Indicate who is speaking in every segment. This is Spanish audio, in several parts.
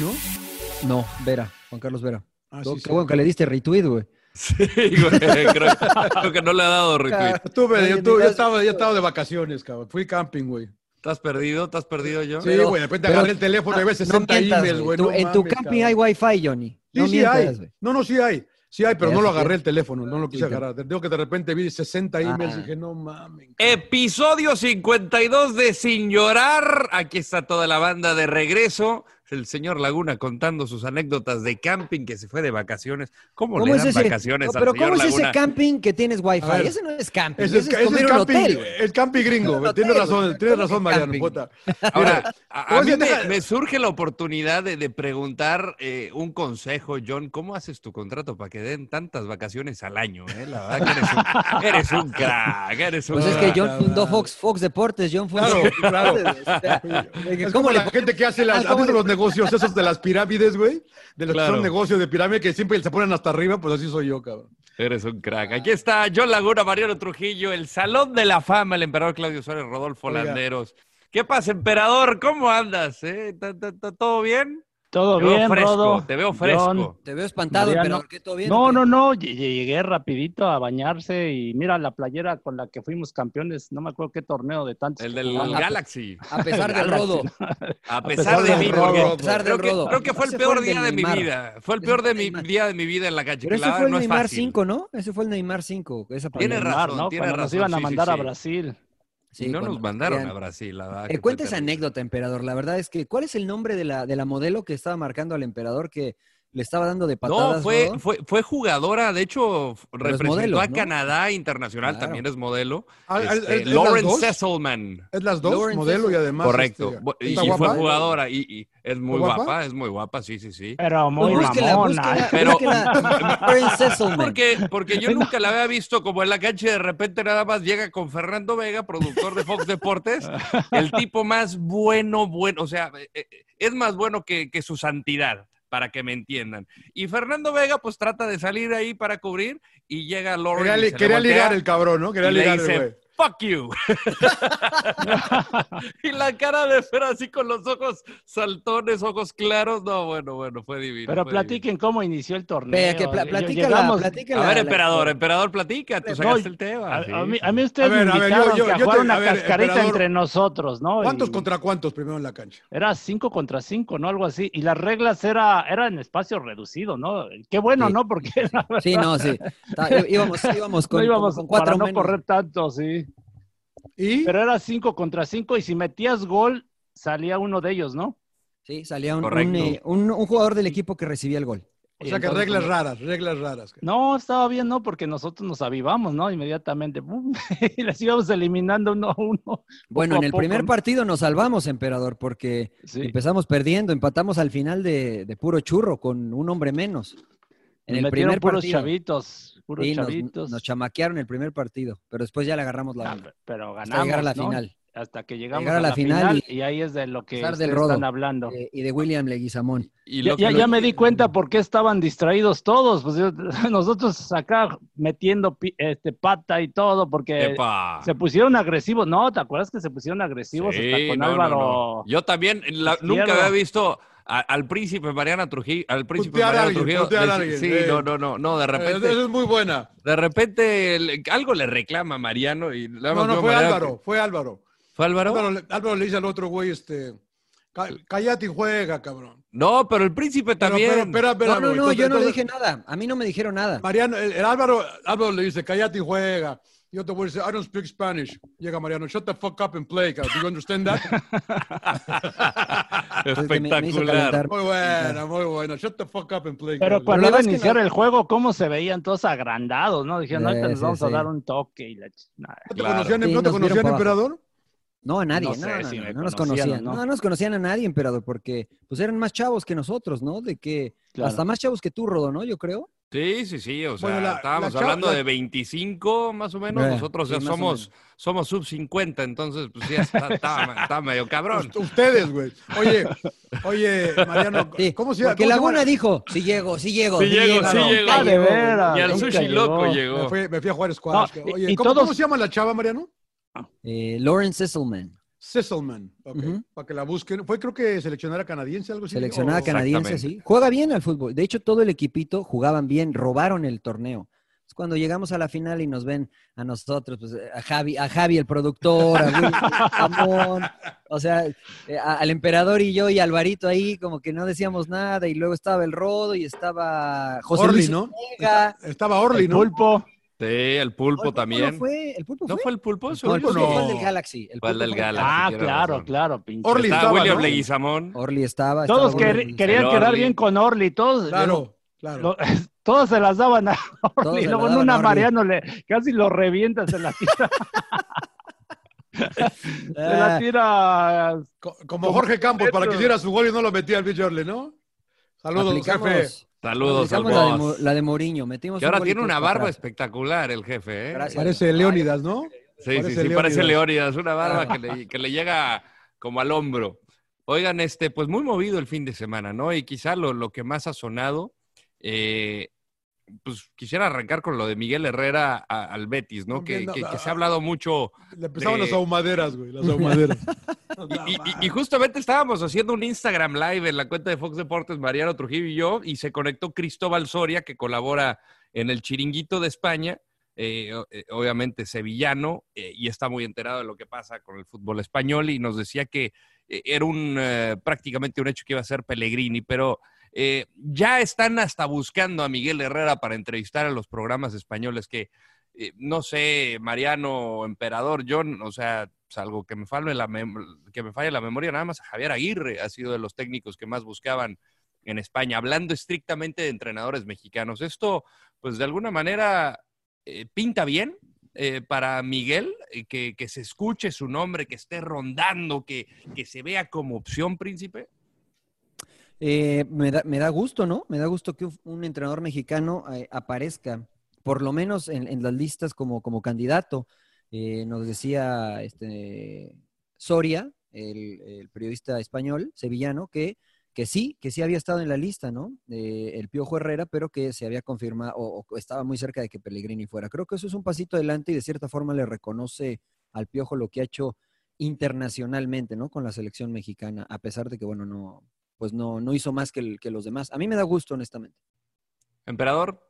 Speaker 1: ¿no?
Speaker 2: No, Vera, Juan Carlos Vera. Ah, sí, qué sí, bueno sí. que le diste retweet, güey.
Speaker 1: Sí, güey, creo, creo, que no le ha dado retweet.
Speaker 3: Claro, Ah, tú, yo, tú, yo, estaba, yo estaba de vacaciones, cabrón. Fui camping, güey.
Speaker 1: ¿Estás perdido? ¿Estás perdido yo?
Speaker 3: Sí, güey, de repente agarré el teléfono y ves 60 no mientas, emails, güey.
Speaker 2: Tú,
Speaker 3: no
Speaker 2: en tu camping hay wifi, Johnny.
Speaker 3: Sí, no sí mientas, hay. Güey. No, no, sí hay. Sí hay, pero no lo agarré el teléfono, no lo quise agarrar. Te digo que de repente vi 60
Speaker 4: Ah,
Speaker 3: emails y dije, no mames.
Speaker 1: Episodio 52 de Sin Llorar. Aquí está toda la banda de regreso. El señor Laguna contando sus anécdotas de camping que se fue de vacaciones. ¿Cómo, le dan
Speaker 2: es ese?
Speaker 1: vacaciones
Speaker 2: no, Pero
Speaker 1: al señor
Speaker 2: ¿cómo es ese
Speaker 1: Laguna?
Speaker 2: camping que tienes wifi? ese no es camping,
Speaker 3: Ese
Speaker 2: ese es, comer
Speaker 3: el
Speaker 2: un
Speaker 3: camping,
Speaker 2: hotel. güey.
Speaker 3: el camping gringo.
Speaker 2: Un
Speaker 3: tienes
Speaker 2: hotel,
Speaker 3: razón,
Speaker 2: güey.
Speaker 3: tienes
Speaker 2: ¿Cómo
Speaker 3: razón,
Speaker 2: que
Speaker 3: Mariano.
Speaker 2: camping?
Speaker 3: puta.
Speaker 1: Ahora, a, a
Speaker 3: Oye,
Speaker 1: mí me,
Speaker 3: deja-
Speaker 1: me surge la oportunidad de, de preguntar eh, un consejo, John. ¿Cómo haces tu contrato para que den tantas vacaciones al año? eh? La verdad que eres un, eres un crack, eres un
Speaker 2: Pues es
Speaker 1: crack.
Speaker 2: que John fundó Fox, Fox Deportes, John fundó
Speaker 3: Claro,
Speaker 2: Fox
Speaker 3: claro.
Speaker 2: Deportes, güey. O sea, de que
Speaker 3: Es
Speaker 2: ¿Cómo
Speaker 3: como
Speaker 2: le
Speaker 3: la gente que hace las,
Speaker 2: Ah, ¿cómo
Speaker 3: ¿has visto
Speaker 2: le-
Speaker 3: los negocios esos de las pirámides, güey? De los
Speaker 1: Claro.
Speaker 3: que son negocios de pirámide que siempre se ponen hasta arriba, pues así soy yo, cabrón.
Speaker 1: Eres un crack. Aquí está John Laguna, Mariano Trujillo, el Salón de la Fama, el emperador Claudio Suárez, Rodolfo
Speaker 3: Oiga.
Speaker 1: Landeros. ¿Qué pasa, emperador? ¿Cómo andas? eh? ¿Tá- tá- tá- ¿Todo bien?
Speaker 4: Todo
Speaker 1: Te veo
Speaker 4: bien,
Speaker 1: fresco,
Speaker 4: Rodo.
Speaker 1: te veo
Speaker 4: John,
Speaker 1: fresco.
Speaker 2: Te veo espantado,
Speaker 4: Mariano.
Speaker 2: pero ¿qué todo bien?
Speaker 4: No,
Speaker 2: ¿Qué?
Speaker 4: no, no. lle- Llegué rapidito a bañarse y mira la playera con la que fuimos campeones. No me acuerdo qué torneo de tantos.
Speaker 1: El
Speaker 4: que
Speaker 1: del
Speaker 4: jugaban.
Speaker 1: Galaxy.
Speaker 2: A pesar del
Speaker 4: Galaxy,
Speaker 2: rodo.
Speaker 4: ¿no?
Speaker 1: A pesar de
Speaker 3: del
Speaker 1: mí,
Speaker 3: rodo,
Speaker 1: porque
Speaker 3: a
Speaker 2: pesar
Speaker 1: creo,
Speaker 2: del
Speaker 1: que,
Speaker 2: rodo.
Speaker 1: creo que fue el
Speaker 2: Ese
Speaker 1: peor
Speaker 2: fue el
Speaker 1: día
Speaker 2: del
Speaker 1: de mi
Speaker 2: Neymar.
Speaker 1: vida. Fue el
Speaker 2: Ese
Speaker 1: peor
Speaker 2: fue
Speaker 1: de
Speaker 2: el
Speaker 1: mi
Speaker 2: Neymar.
Speaker 1: día de mi vida en la
Speaker 2: Pero ese fue
Speaker 1: cachiquelada.
Speaker 2: el
Speaker 1: No es
Speaker 2: Neymar
Speaker 1: fácil.
Speaker 2: 5, ¿no? Ese fue el Neymar 5. Esa
Speaker 4: Con
Speaker 1: Tiene
Speaker 2: palabra.
Speaker 4: Neymar,
Speaker 1: razón,
Speaker 4: ¿no?
Speaker 1: tiene
Speaker 4: Cuando Nos
Speaker 1: razón,
Speaker 4: iban a
Speaker 1: sí, sí,
Speaker 4: mandar a
Speaker 1: sí.
Speaker 4: Brasil.
Speaker 2: Sí,
Speaker 1: y no
Speaker 2: cuando
Speaker 1: nos mandaron
Speaker 2: querían.
Speaker 1: a Brasil, la verdad. que
Speaker 2: Eh,
Speaker 1: fue
Speaker 2: cuenta esa
Speaker 1: terrible.
Speaker 2: anécdota, emperador. La verdad es que, ¿cuál es el nombre de la, de la modelo que estaba marcando al emperador que le estaba dando de patadas?
Speaker 1: No, fue,
Speaker 2: Rodo?
Speaker 1: fue, fue jugadora, de hecho, f-
Speaker 2: Pero es
Speaker 1: representó
Speaker 2: modelo,
Speaker 1: a
Speaker 2: ¿no?
Speaker 1: Canadá internacional,
Speaker 2: Claro.
Speaker 1: también es modelo.
Speaker 3: Ah, ¿es-
Speaker 1: Este,
Speaker 3: es- es las
Speaker 1: Lauren
Speaker 3: dos?
Speaker 1: Cesselman.
Speaker 3: Es las dos,
Speaker 2: Lawrence
Speaker 3: modelo y
Speaker 2: Sesson.
Speaker 3: además.
Speaker 1: Correcto.
Speaker 3: este,
Speaker 1: Bu- y
Speaker 3: ¿está
Speaker 1: y fue
Speaker 3: guapa?
Speaker 1: jugadora y, y es muy
Speaker 3: guapa?
Speaker 1: guapa? es muy guapa, sí, sí, sí.
Speaker 4: Pero muy
Speaker 2: Pues búsquela,
Speaker 4: mamona.
Speaker 2: búsquela,
Speaker 1: Pero-
Speaker 2: búsquela, Lauren Sesselman.
Speaker 1: Porque, porque yo nunca la había visto como en la cancha y de repente nada más llega con Fernando Vega, productor de Fox Deportes, el tipo más bueno, bueno, o sea, eh, eh, es más bueno que, que su santidad, para que me entiendan. Y Fernando Vega pues trata de salir ahí para cubrir y llega Lauren.
Speaker 3: Quería,
Speaker 1: y
Speaker 3: li-
Speaker 1: se le
Speaker 3: quería
Speaker 1: voltea
Speaker 3: ligar el cabrón, ¿no?
Speaker 1: y
Speaker 3: Quería
Speaker 1: le
Speaker 3: ligar
Speaker 1: dice,
Speaker 3: el güey.
Speaker 1: fuck you. y la cara de Fer así con los ojos saltones, ojos claros. No, bueno, bueno, fue divino.
Speaker 4: Pero
Speaker 1: fue divino.
Speaker 4: platiquen cómo inició el torneo.
Speaker 2: Vea, que pla-
Speaker 4: Lle-
Speaker 2: platícala,
Speaker 4: llegamos-
Speaker 2: platícala.
Speaker 1: A ver,
Speaker 2: la-
Speaker 1: emperador, emperador, platica. Tú
Speaker 4: No,
Speaker 1: sacaste el tema.
Speaker 4: A,
Speaker 1: sí,
Speaker 4: a mí,
Speaker 1: sí.
Speaker 4: a mí ustedes
Speaker 3: A ver,
Speaker 4: me
Speaker 3: a ver, yo-
Speaker 4: invitaron
Speaker 3: yo-
Speaker 4: que a
Speaker 3: yo
Speaker 4: jugar
Speaker 3: te-
Speaker 4: una
Speaker 3: a ver,
Speaker 4: cascarita
Speaker 3: emperador,
Speaker 4: entre nosotros, ¿no?
Speaker 3: ¿Cuántos
Speaker 4: Y-
Speaker 3: contra cuántos primero en la cancha?
Speaker 4: Era cinco contra cinco, ¿no? Algo así. Y las reglas era, eran espacio reducido, ¿no? Qué bueno,
Speaker 2: Sí.
Speaker 4: ¿no? Porque la verdad,
Speaker 2: Sí, no, sí. Está- í- íbamos, íbamos con,
Speaker 4: no íbamos
Speaker 2: con- con cuatro
Speaker 4: para no
Speaker 2: menos.
Speaker 4: correr tanto, sí.
Speaker 3: ¿Y?
Speaker 4: Pero era cinco contra cinco y si metías gol, salía uno de ellos, ¿no?
Speaker 2: Sí, salía un, un,
Speaker 1: Correcto.
Speaker 2: eh, un- un jugador del equipo que recibía el gol.
Speaker 3: o sea que
Speaker 4: Entonces,
Speaker 3: reglas
Speaker 4: como-
Speaker 3: raras, reglas raras.
Speaker 4: No, estaba bien, ¿no? Porque nosotros nos avivamos, ¿no? Inmediatamente. ¡pum! y les íbamos eliminando uno a uno.
Speaker 2: Bueno,
Speaker 4: Poco
Speaker 2: en
Speaker 4: a
Speaker 2: el
Speaker 4: poco,
Speaker 2: primer
Speaker 4: ¿no?
Speaker 2: partido nos salvamos, emperador, porque
Speaker 4: Sí.
Speaker 2: empezamos perdiendo, empatamos al final de, de puro churro con un hombre menos. En
Speaker 4: Nos
Speaker 2: el
Speaker 4: metieron
Speaker 2: primer
Speaker 4: puros
Speaker 2: partido.
Speaker 4: chavitos, puros
Speaker 2: Sí, nos-
Speaker 4: chavitos.
Speaker 2: Nos, chamaquearon el primer partido, pero después ya le agarramos la
Speaker 4: Ah,
Speaker 2: onda.
Speaker 4: pero ganamos,
Speaker 2: Hasta llegar a la
Speaker 4: ¿no?
Speaker 2: final.
Speaker 4: Hasta que llegamos
Speaker 2: Llegar
Speaker 4: a la, final, y, ahí es de lo que
Speaker 2: pasar
Speaker 4: ustedes
Speaker 2: del
Speaker 4: están
Speaker 2: rodo.
Speaker 4: hablando.
Speaker 2: eh, y de William Leguizamón.
Speaker 1: Y
Speaker 4: Ya,
Speaker 1: lo que
Speaker 4: ya-
Speaker 1: no-
Speaker 4: ya me di cuenta por qué estaban distraídos todos. Pues, yo- nosotros acá metiendo pi- este, pata y todo, porque
Speaker 1: Epa.
Speaker 4: eh, se pusieron agresivos. No, ¿te acuerdas que se pusieron agresivos hasta
Speaker 1: Sí,
Speaker 4: con
Speaker 1: no, no,
Speaker 4: Álvaro?
Speaker 1: no. Yo también la-
Speaker 4: Izquierdo.
Speaker 1: nunca había visto a- al príncipe Mariana Trujillo, al príncipe
Speaker 3: Putear a
Speaker 1: Mariano
Speaker 3: alguien,
Speaker 1: Trujillo.
Speaker 3: putear a
Speaker 1: decir-
Speaker 3: alguien,
Speaker 1: sí,
Speaker 3: eh.
Speaker 1: no, no, no, no, de repente,
Speaker 3: Eso es muy buena.
Speaker 1: de repente le- algo le reclama a Mariano y nada
Speaker 3: No,
Speaker 1: más veo
Speaker 3: no,
Speaker 1: a
Speaker 3: fue
Speaker 1: Mariano-
Speaker 3: Álvaro, fue Álvaro.
Speaker 1: ¿Fue Álvaro?
Speaker 3: Álvaro le, Álvaro le dice al otro güey, este, Cá- Cállate y juega, cabrón.
Speaker 1: No, pero el príncipe también.
Speaker 3: pero, espera, espera,
Speaker 1: No, no,
Speaker 3: güey.
Speaker 1: no, yo no
Speaker 3: Entonces-
Speaker 1: dije
Speaker 2: nada. A mí no me dijeron nada.
Speaker 3: Mariano, el, el Álvaro, Álvaro le dice, cállate y juega. Yo te voy a decir, I don't speak Spanish. Llega Mariano, shut the fuck up and play, cabrón. Do you understand that?
Speaker 2: Pues,
Speaker 4: Entonces me- me hizo calentar.
Speaker 3: Muy buena, muy buena. Shut the fuck up and play.
Speaker 4: Pero
Speaker 3: cabrón.
Speaker 4: cuando iba a iniciar el juego, ¿cómo se veían todos agrandados, no? Dijeron,
Speaker 3: Sí,
Speaker 4: ahorita nos
Speaker 3: sí,
Speaker 4: vamos a
Speaker 3: sí.
Speaker 4: dar un toque y la ch- nada.
Speaker 3: ¿No te conocían, no te conocían emperador?
Speaker 2: No, a nadie,
Speaker 4: No
Speaker 2: no,
Speaker 4: sé
Speaker 2: no, no,
Speaker 4: si me
Speaker 2: no nos
Speaker 4: conocían o
Speaker 2: conocían.
Speaker 4: no.
Speaker 2: No. no nos conocían a nadie, emperador, porque pues eran más chavos que nosotros, ¿no? De que
Speaker 1: Claro.
Speaker 2: hasta más chavos que tú, Rodo, ¿no? Yo creo.
Speaker 1: Sí, sí, sí. O sea,
Speaker 2: Bueno, la-
Speaker 1: estábamos
Speaker 2: la chava-
Speaker 1: hablando
Speaker 2: la-
Speaker 1: de 25 más o menos.
Speaker 2: Eh,
Speaker 1: Nosotros
Speaker 2: sí,
Speaker 1: ya
Speaker 2: más o
Speaker 1: somos, somos sub 50, entonces pues ya está, está- está medio cabrón.
Speaker 3: Ustedes, güey. Oye, oye, Mariano,
Speaker 2: Sí,
Speaker 3: ¿cómo se llama?
Speaker 2: Porque
Speaker 3: ¿Cómo se
Speaker 2: Laguna
Speaker 3: llama?
Speaker 2: dijo, sí llego, sí llego.
Speaker 3: Sí llego, sí
Speaker 2: cabrón,
Speaker 3: llego.
Speaker 2: ya
Speaker 3: Ah, de
Speaker 2: llegó, güey.
Speaker 3: veras.
Speaker 1: Y al
Speaker 3: Nunca
Speaker 1: sushi loco llegó.
Speaker 3: Me fui, me fui a jugar squash.
Speaker 2: No,
Speaker 3: cabrón.
Speaker 2: y-
Speaker 3: Oye,
Speaker 2: y
Speaker 3: ¿cómo,
Speaker 2: todos-
Speaker 3: cómo se llama la chava, Mariano?
Speaker 2: Eh, Lauren Sisselman.
Speaker 3: Sisselman. ok, Para que la busquen. Fue, creo que seleccionada canadiense, algo así.
Speaker 2: Seleccionada
Speaker 3: ¿no?
Speaker 2: canadiense, sí. Juega bien al fútbol. De hecho, todo el equipito jugaban bien, robaron el torneo. Es Cuando llegamos a la final y nos ven a nosotros, pues, a Javi, a Javi el productor, a Will, a Ramón, o sea, eh, a- al emperador y yo y Alvarito ahí, como que no decíamos nada, y luego estaba el Rodo y estaba José
Speaker 3: Orly,
Speaker 2: Luis
Speaker 3: ¿no?
Speaker 2: Ortega.
Speaker 3: Estaba Orly,
Speaker 4: El
Speaker 3: ¿no?
Speaker 4: pulpo.
Speaker 1: Sí, el pulpo
Speaker 2: ¿No
Speaker 1: también.
Speaker 2: fue? ¿El pulpo
Speaker 1: ¿No fue el pulpo?
Speaker 2: No, el
Speaker 1: Seguro
Speaker 2: pulpo
Speaker 1: no.
Speaker 2: fue el del Galaxy. El
Speaker 1: Fue el
Speaker 2: pulpo
Speaker 1: del
Speaker 2: fue el
Speaker 1: Galaxy,
Speaker 4: Ah,
Speaker 1: tienes
Speaker 4: claro,
Speaker 1: razón.
Speaker 4: claro, pinche.
Speaker 1: Orly
Speaker 4: Estaba
Speaker 1: estaba, William
Speaker 4: ¿no?
Speaker 1: Leguizamón.
Speaker 2: Orly estaba.
Speaker 4: Todos
Speaker 2: estaba
Speaker 4: quer-
Speaker 2: Orly.
Speaker 4: querían
Speaker 1: El
Speaker 4: quedar
Speaker 1: Orly.
Speaker 4: bien con Orly, todos.
Speaker 3: Claro, claro.
Speaker 4: lo- todos se las daban a
Speaker 2: Todos se
Speaker 4: Orly. Y
Speaker 2: la
Speaker 4: luego
Speaker 2: daban
Speaker 4: en
Speaker 2: a
Speaker 4: una
Speaker 2: Orly.
Speaker 4: Mariano le casi lo revienta, se la tira. se la
Speaker 3: Ah.
Speaker 4: tira.
Speaker 3: Co- Como Jorge Campos, para que hiciera su gol y no lo metía al pinche Orly, ¿no? Saludos,
Speaker 2: Aplicamos-
Speaker 3: jefe.
Speaker 1: Saludos al
Speaker 2: aplicamos la de, Mo-
Speaker 1: boss.
Speaker 2: la de Mourinho. Metimos
Speaker 1: Que
Speaker 2: un
Speaker 1: ahora
Speaker 2: gol y
Speaker 1: tiene
Speaker 2: todos
Speaker 1: una
Speaker 2: para
Speaker 1: barba
Speaker 2: atrás.
Speaker 1: espectacular el jefe, ¿eh?
Speaker 2: Gracias.
Speaker 3: Parece Leónidas, ¿no?
Speaker 1: Sí, sí, sí, parece Leónidas, Ah. una barba que le, que le llega como al hombro. Oigan, este, pues muy movido el fin de semana, ¿no? Y quizá lo, lo que más ha sonado, eh, pues quisiera arrancar con lo de Miguel Herrera a- al Betis, ¿no? ah. Que,
Speaker 3: Viendo-
Speaker 1: que- que se ha hablado mucho.
Speaker 3: Le empezaban
Speaker 1: de-
Speaker 3: las ahumaderas, güey, las ahumaderas.
Speaker 1: y, y- y justamente estábamos haciendo un Instagram live en la cuenta de Fox Deportes, Mariano Trujillo y yo, y se conectó Cristóbal Soria, que colabora en el Chiringuito de España, eh, o- eh, obviamente sevillano, eh, y está muy enterado de lo que pasa con el fútbol español, y nos decía que eh, era un eh, prácticamente un hecho que iba a ser Pellegrini, pero eh, ya están hasta buscando a Miguel Herrera para entrevistar a los programas españoles que eh, no sé, Mariano, Emperador, John, o sea, salvo que me falle la mem- que me falle la memoria, nada más Javier Aguirre ha sido de los técnicos que más buscaban en España, hablando estrictamente de entrenadores mexicanos. Esto, pues de alguna manera, eh, pinta bien eh, para Miguel, eh, que, que se escuche su nombre, que esté rondando, que, que se vea como opción, príncipe.
Speaker 2: Eh, me, da, me da gusto, ¿no? Me da gusto que un- un entrenador mexicano eh, aparezca, por lo menos en, en las listas como, como candidato. Eh, nos decía este, Soria, el, el periodista español, sevillano, que, que sí, que sí había estado en la lista, ¿no? Eh, el Piojo Herrera, pero que se había confirmado o, o estaba muy cerca de que Pellegrini fuera. Creo que eso es un pasito adelante y de cierta forma le reconoce al Piojo lo que ha hecho internacionalmente, ¿no? Con la selección mexicana, a pesar de que, bueno, no, pues no, no hizo más que, el- que los demás. A mí me da gusto, honestamente.
Speaker 1: Emperador.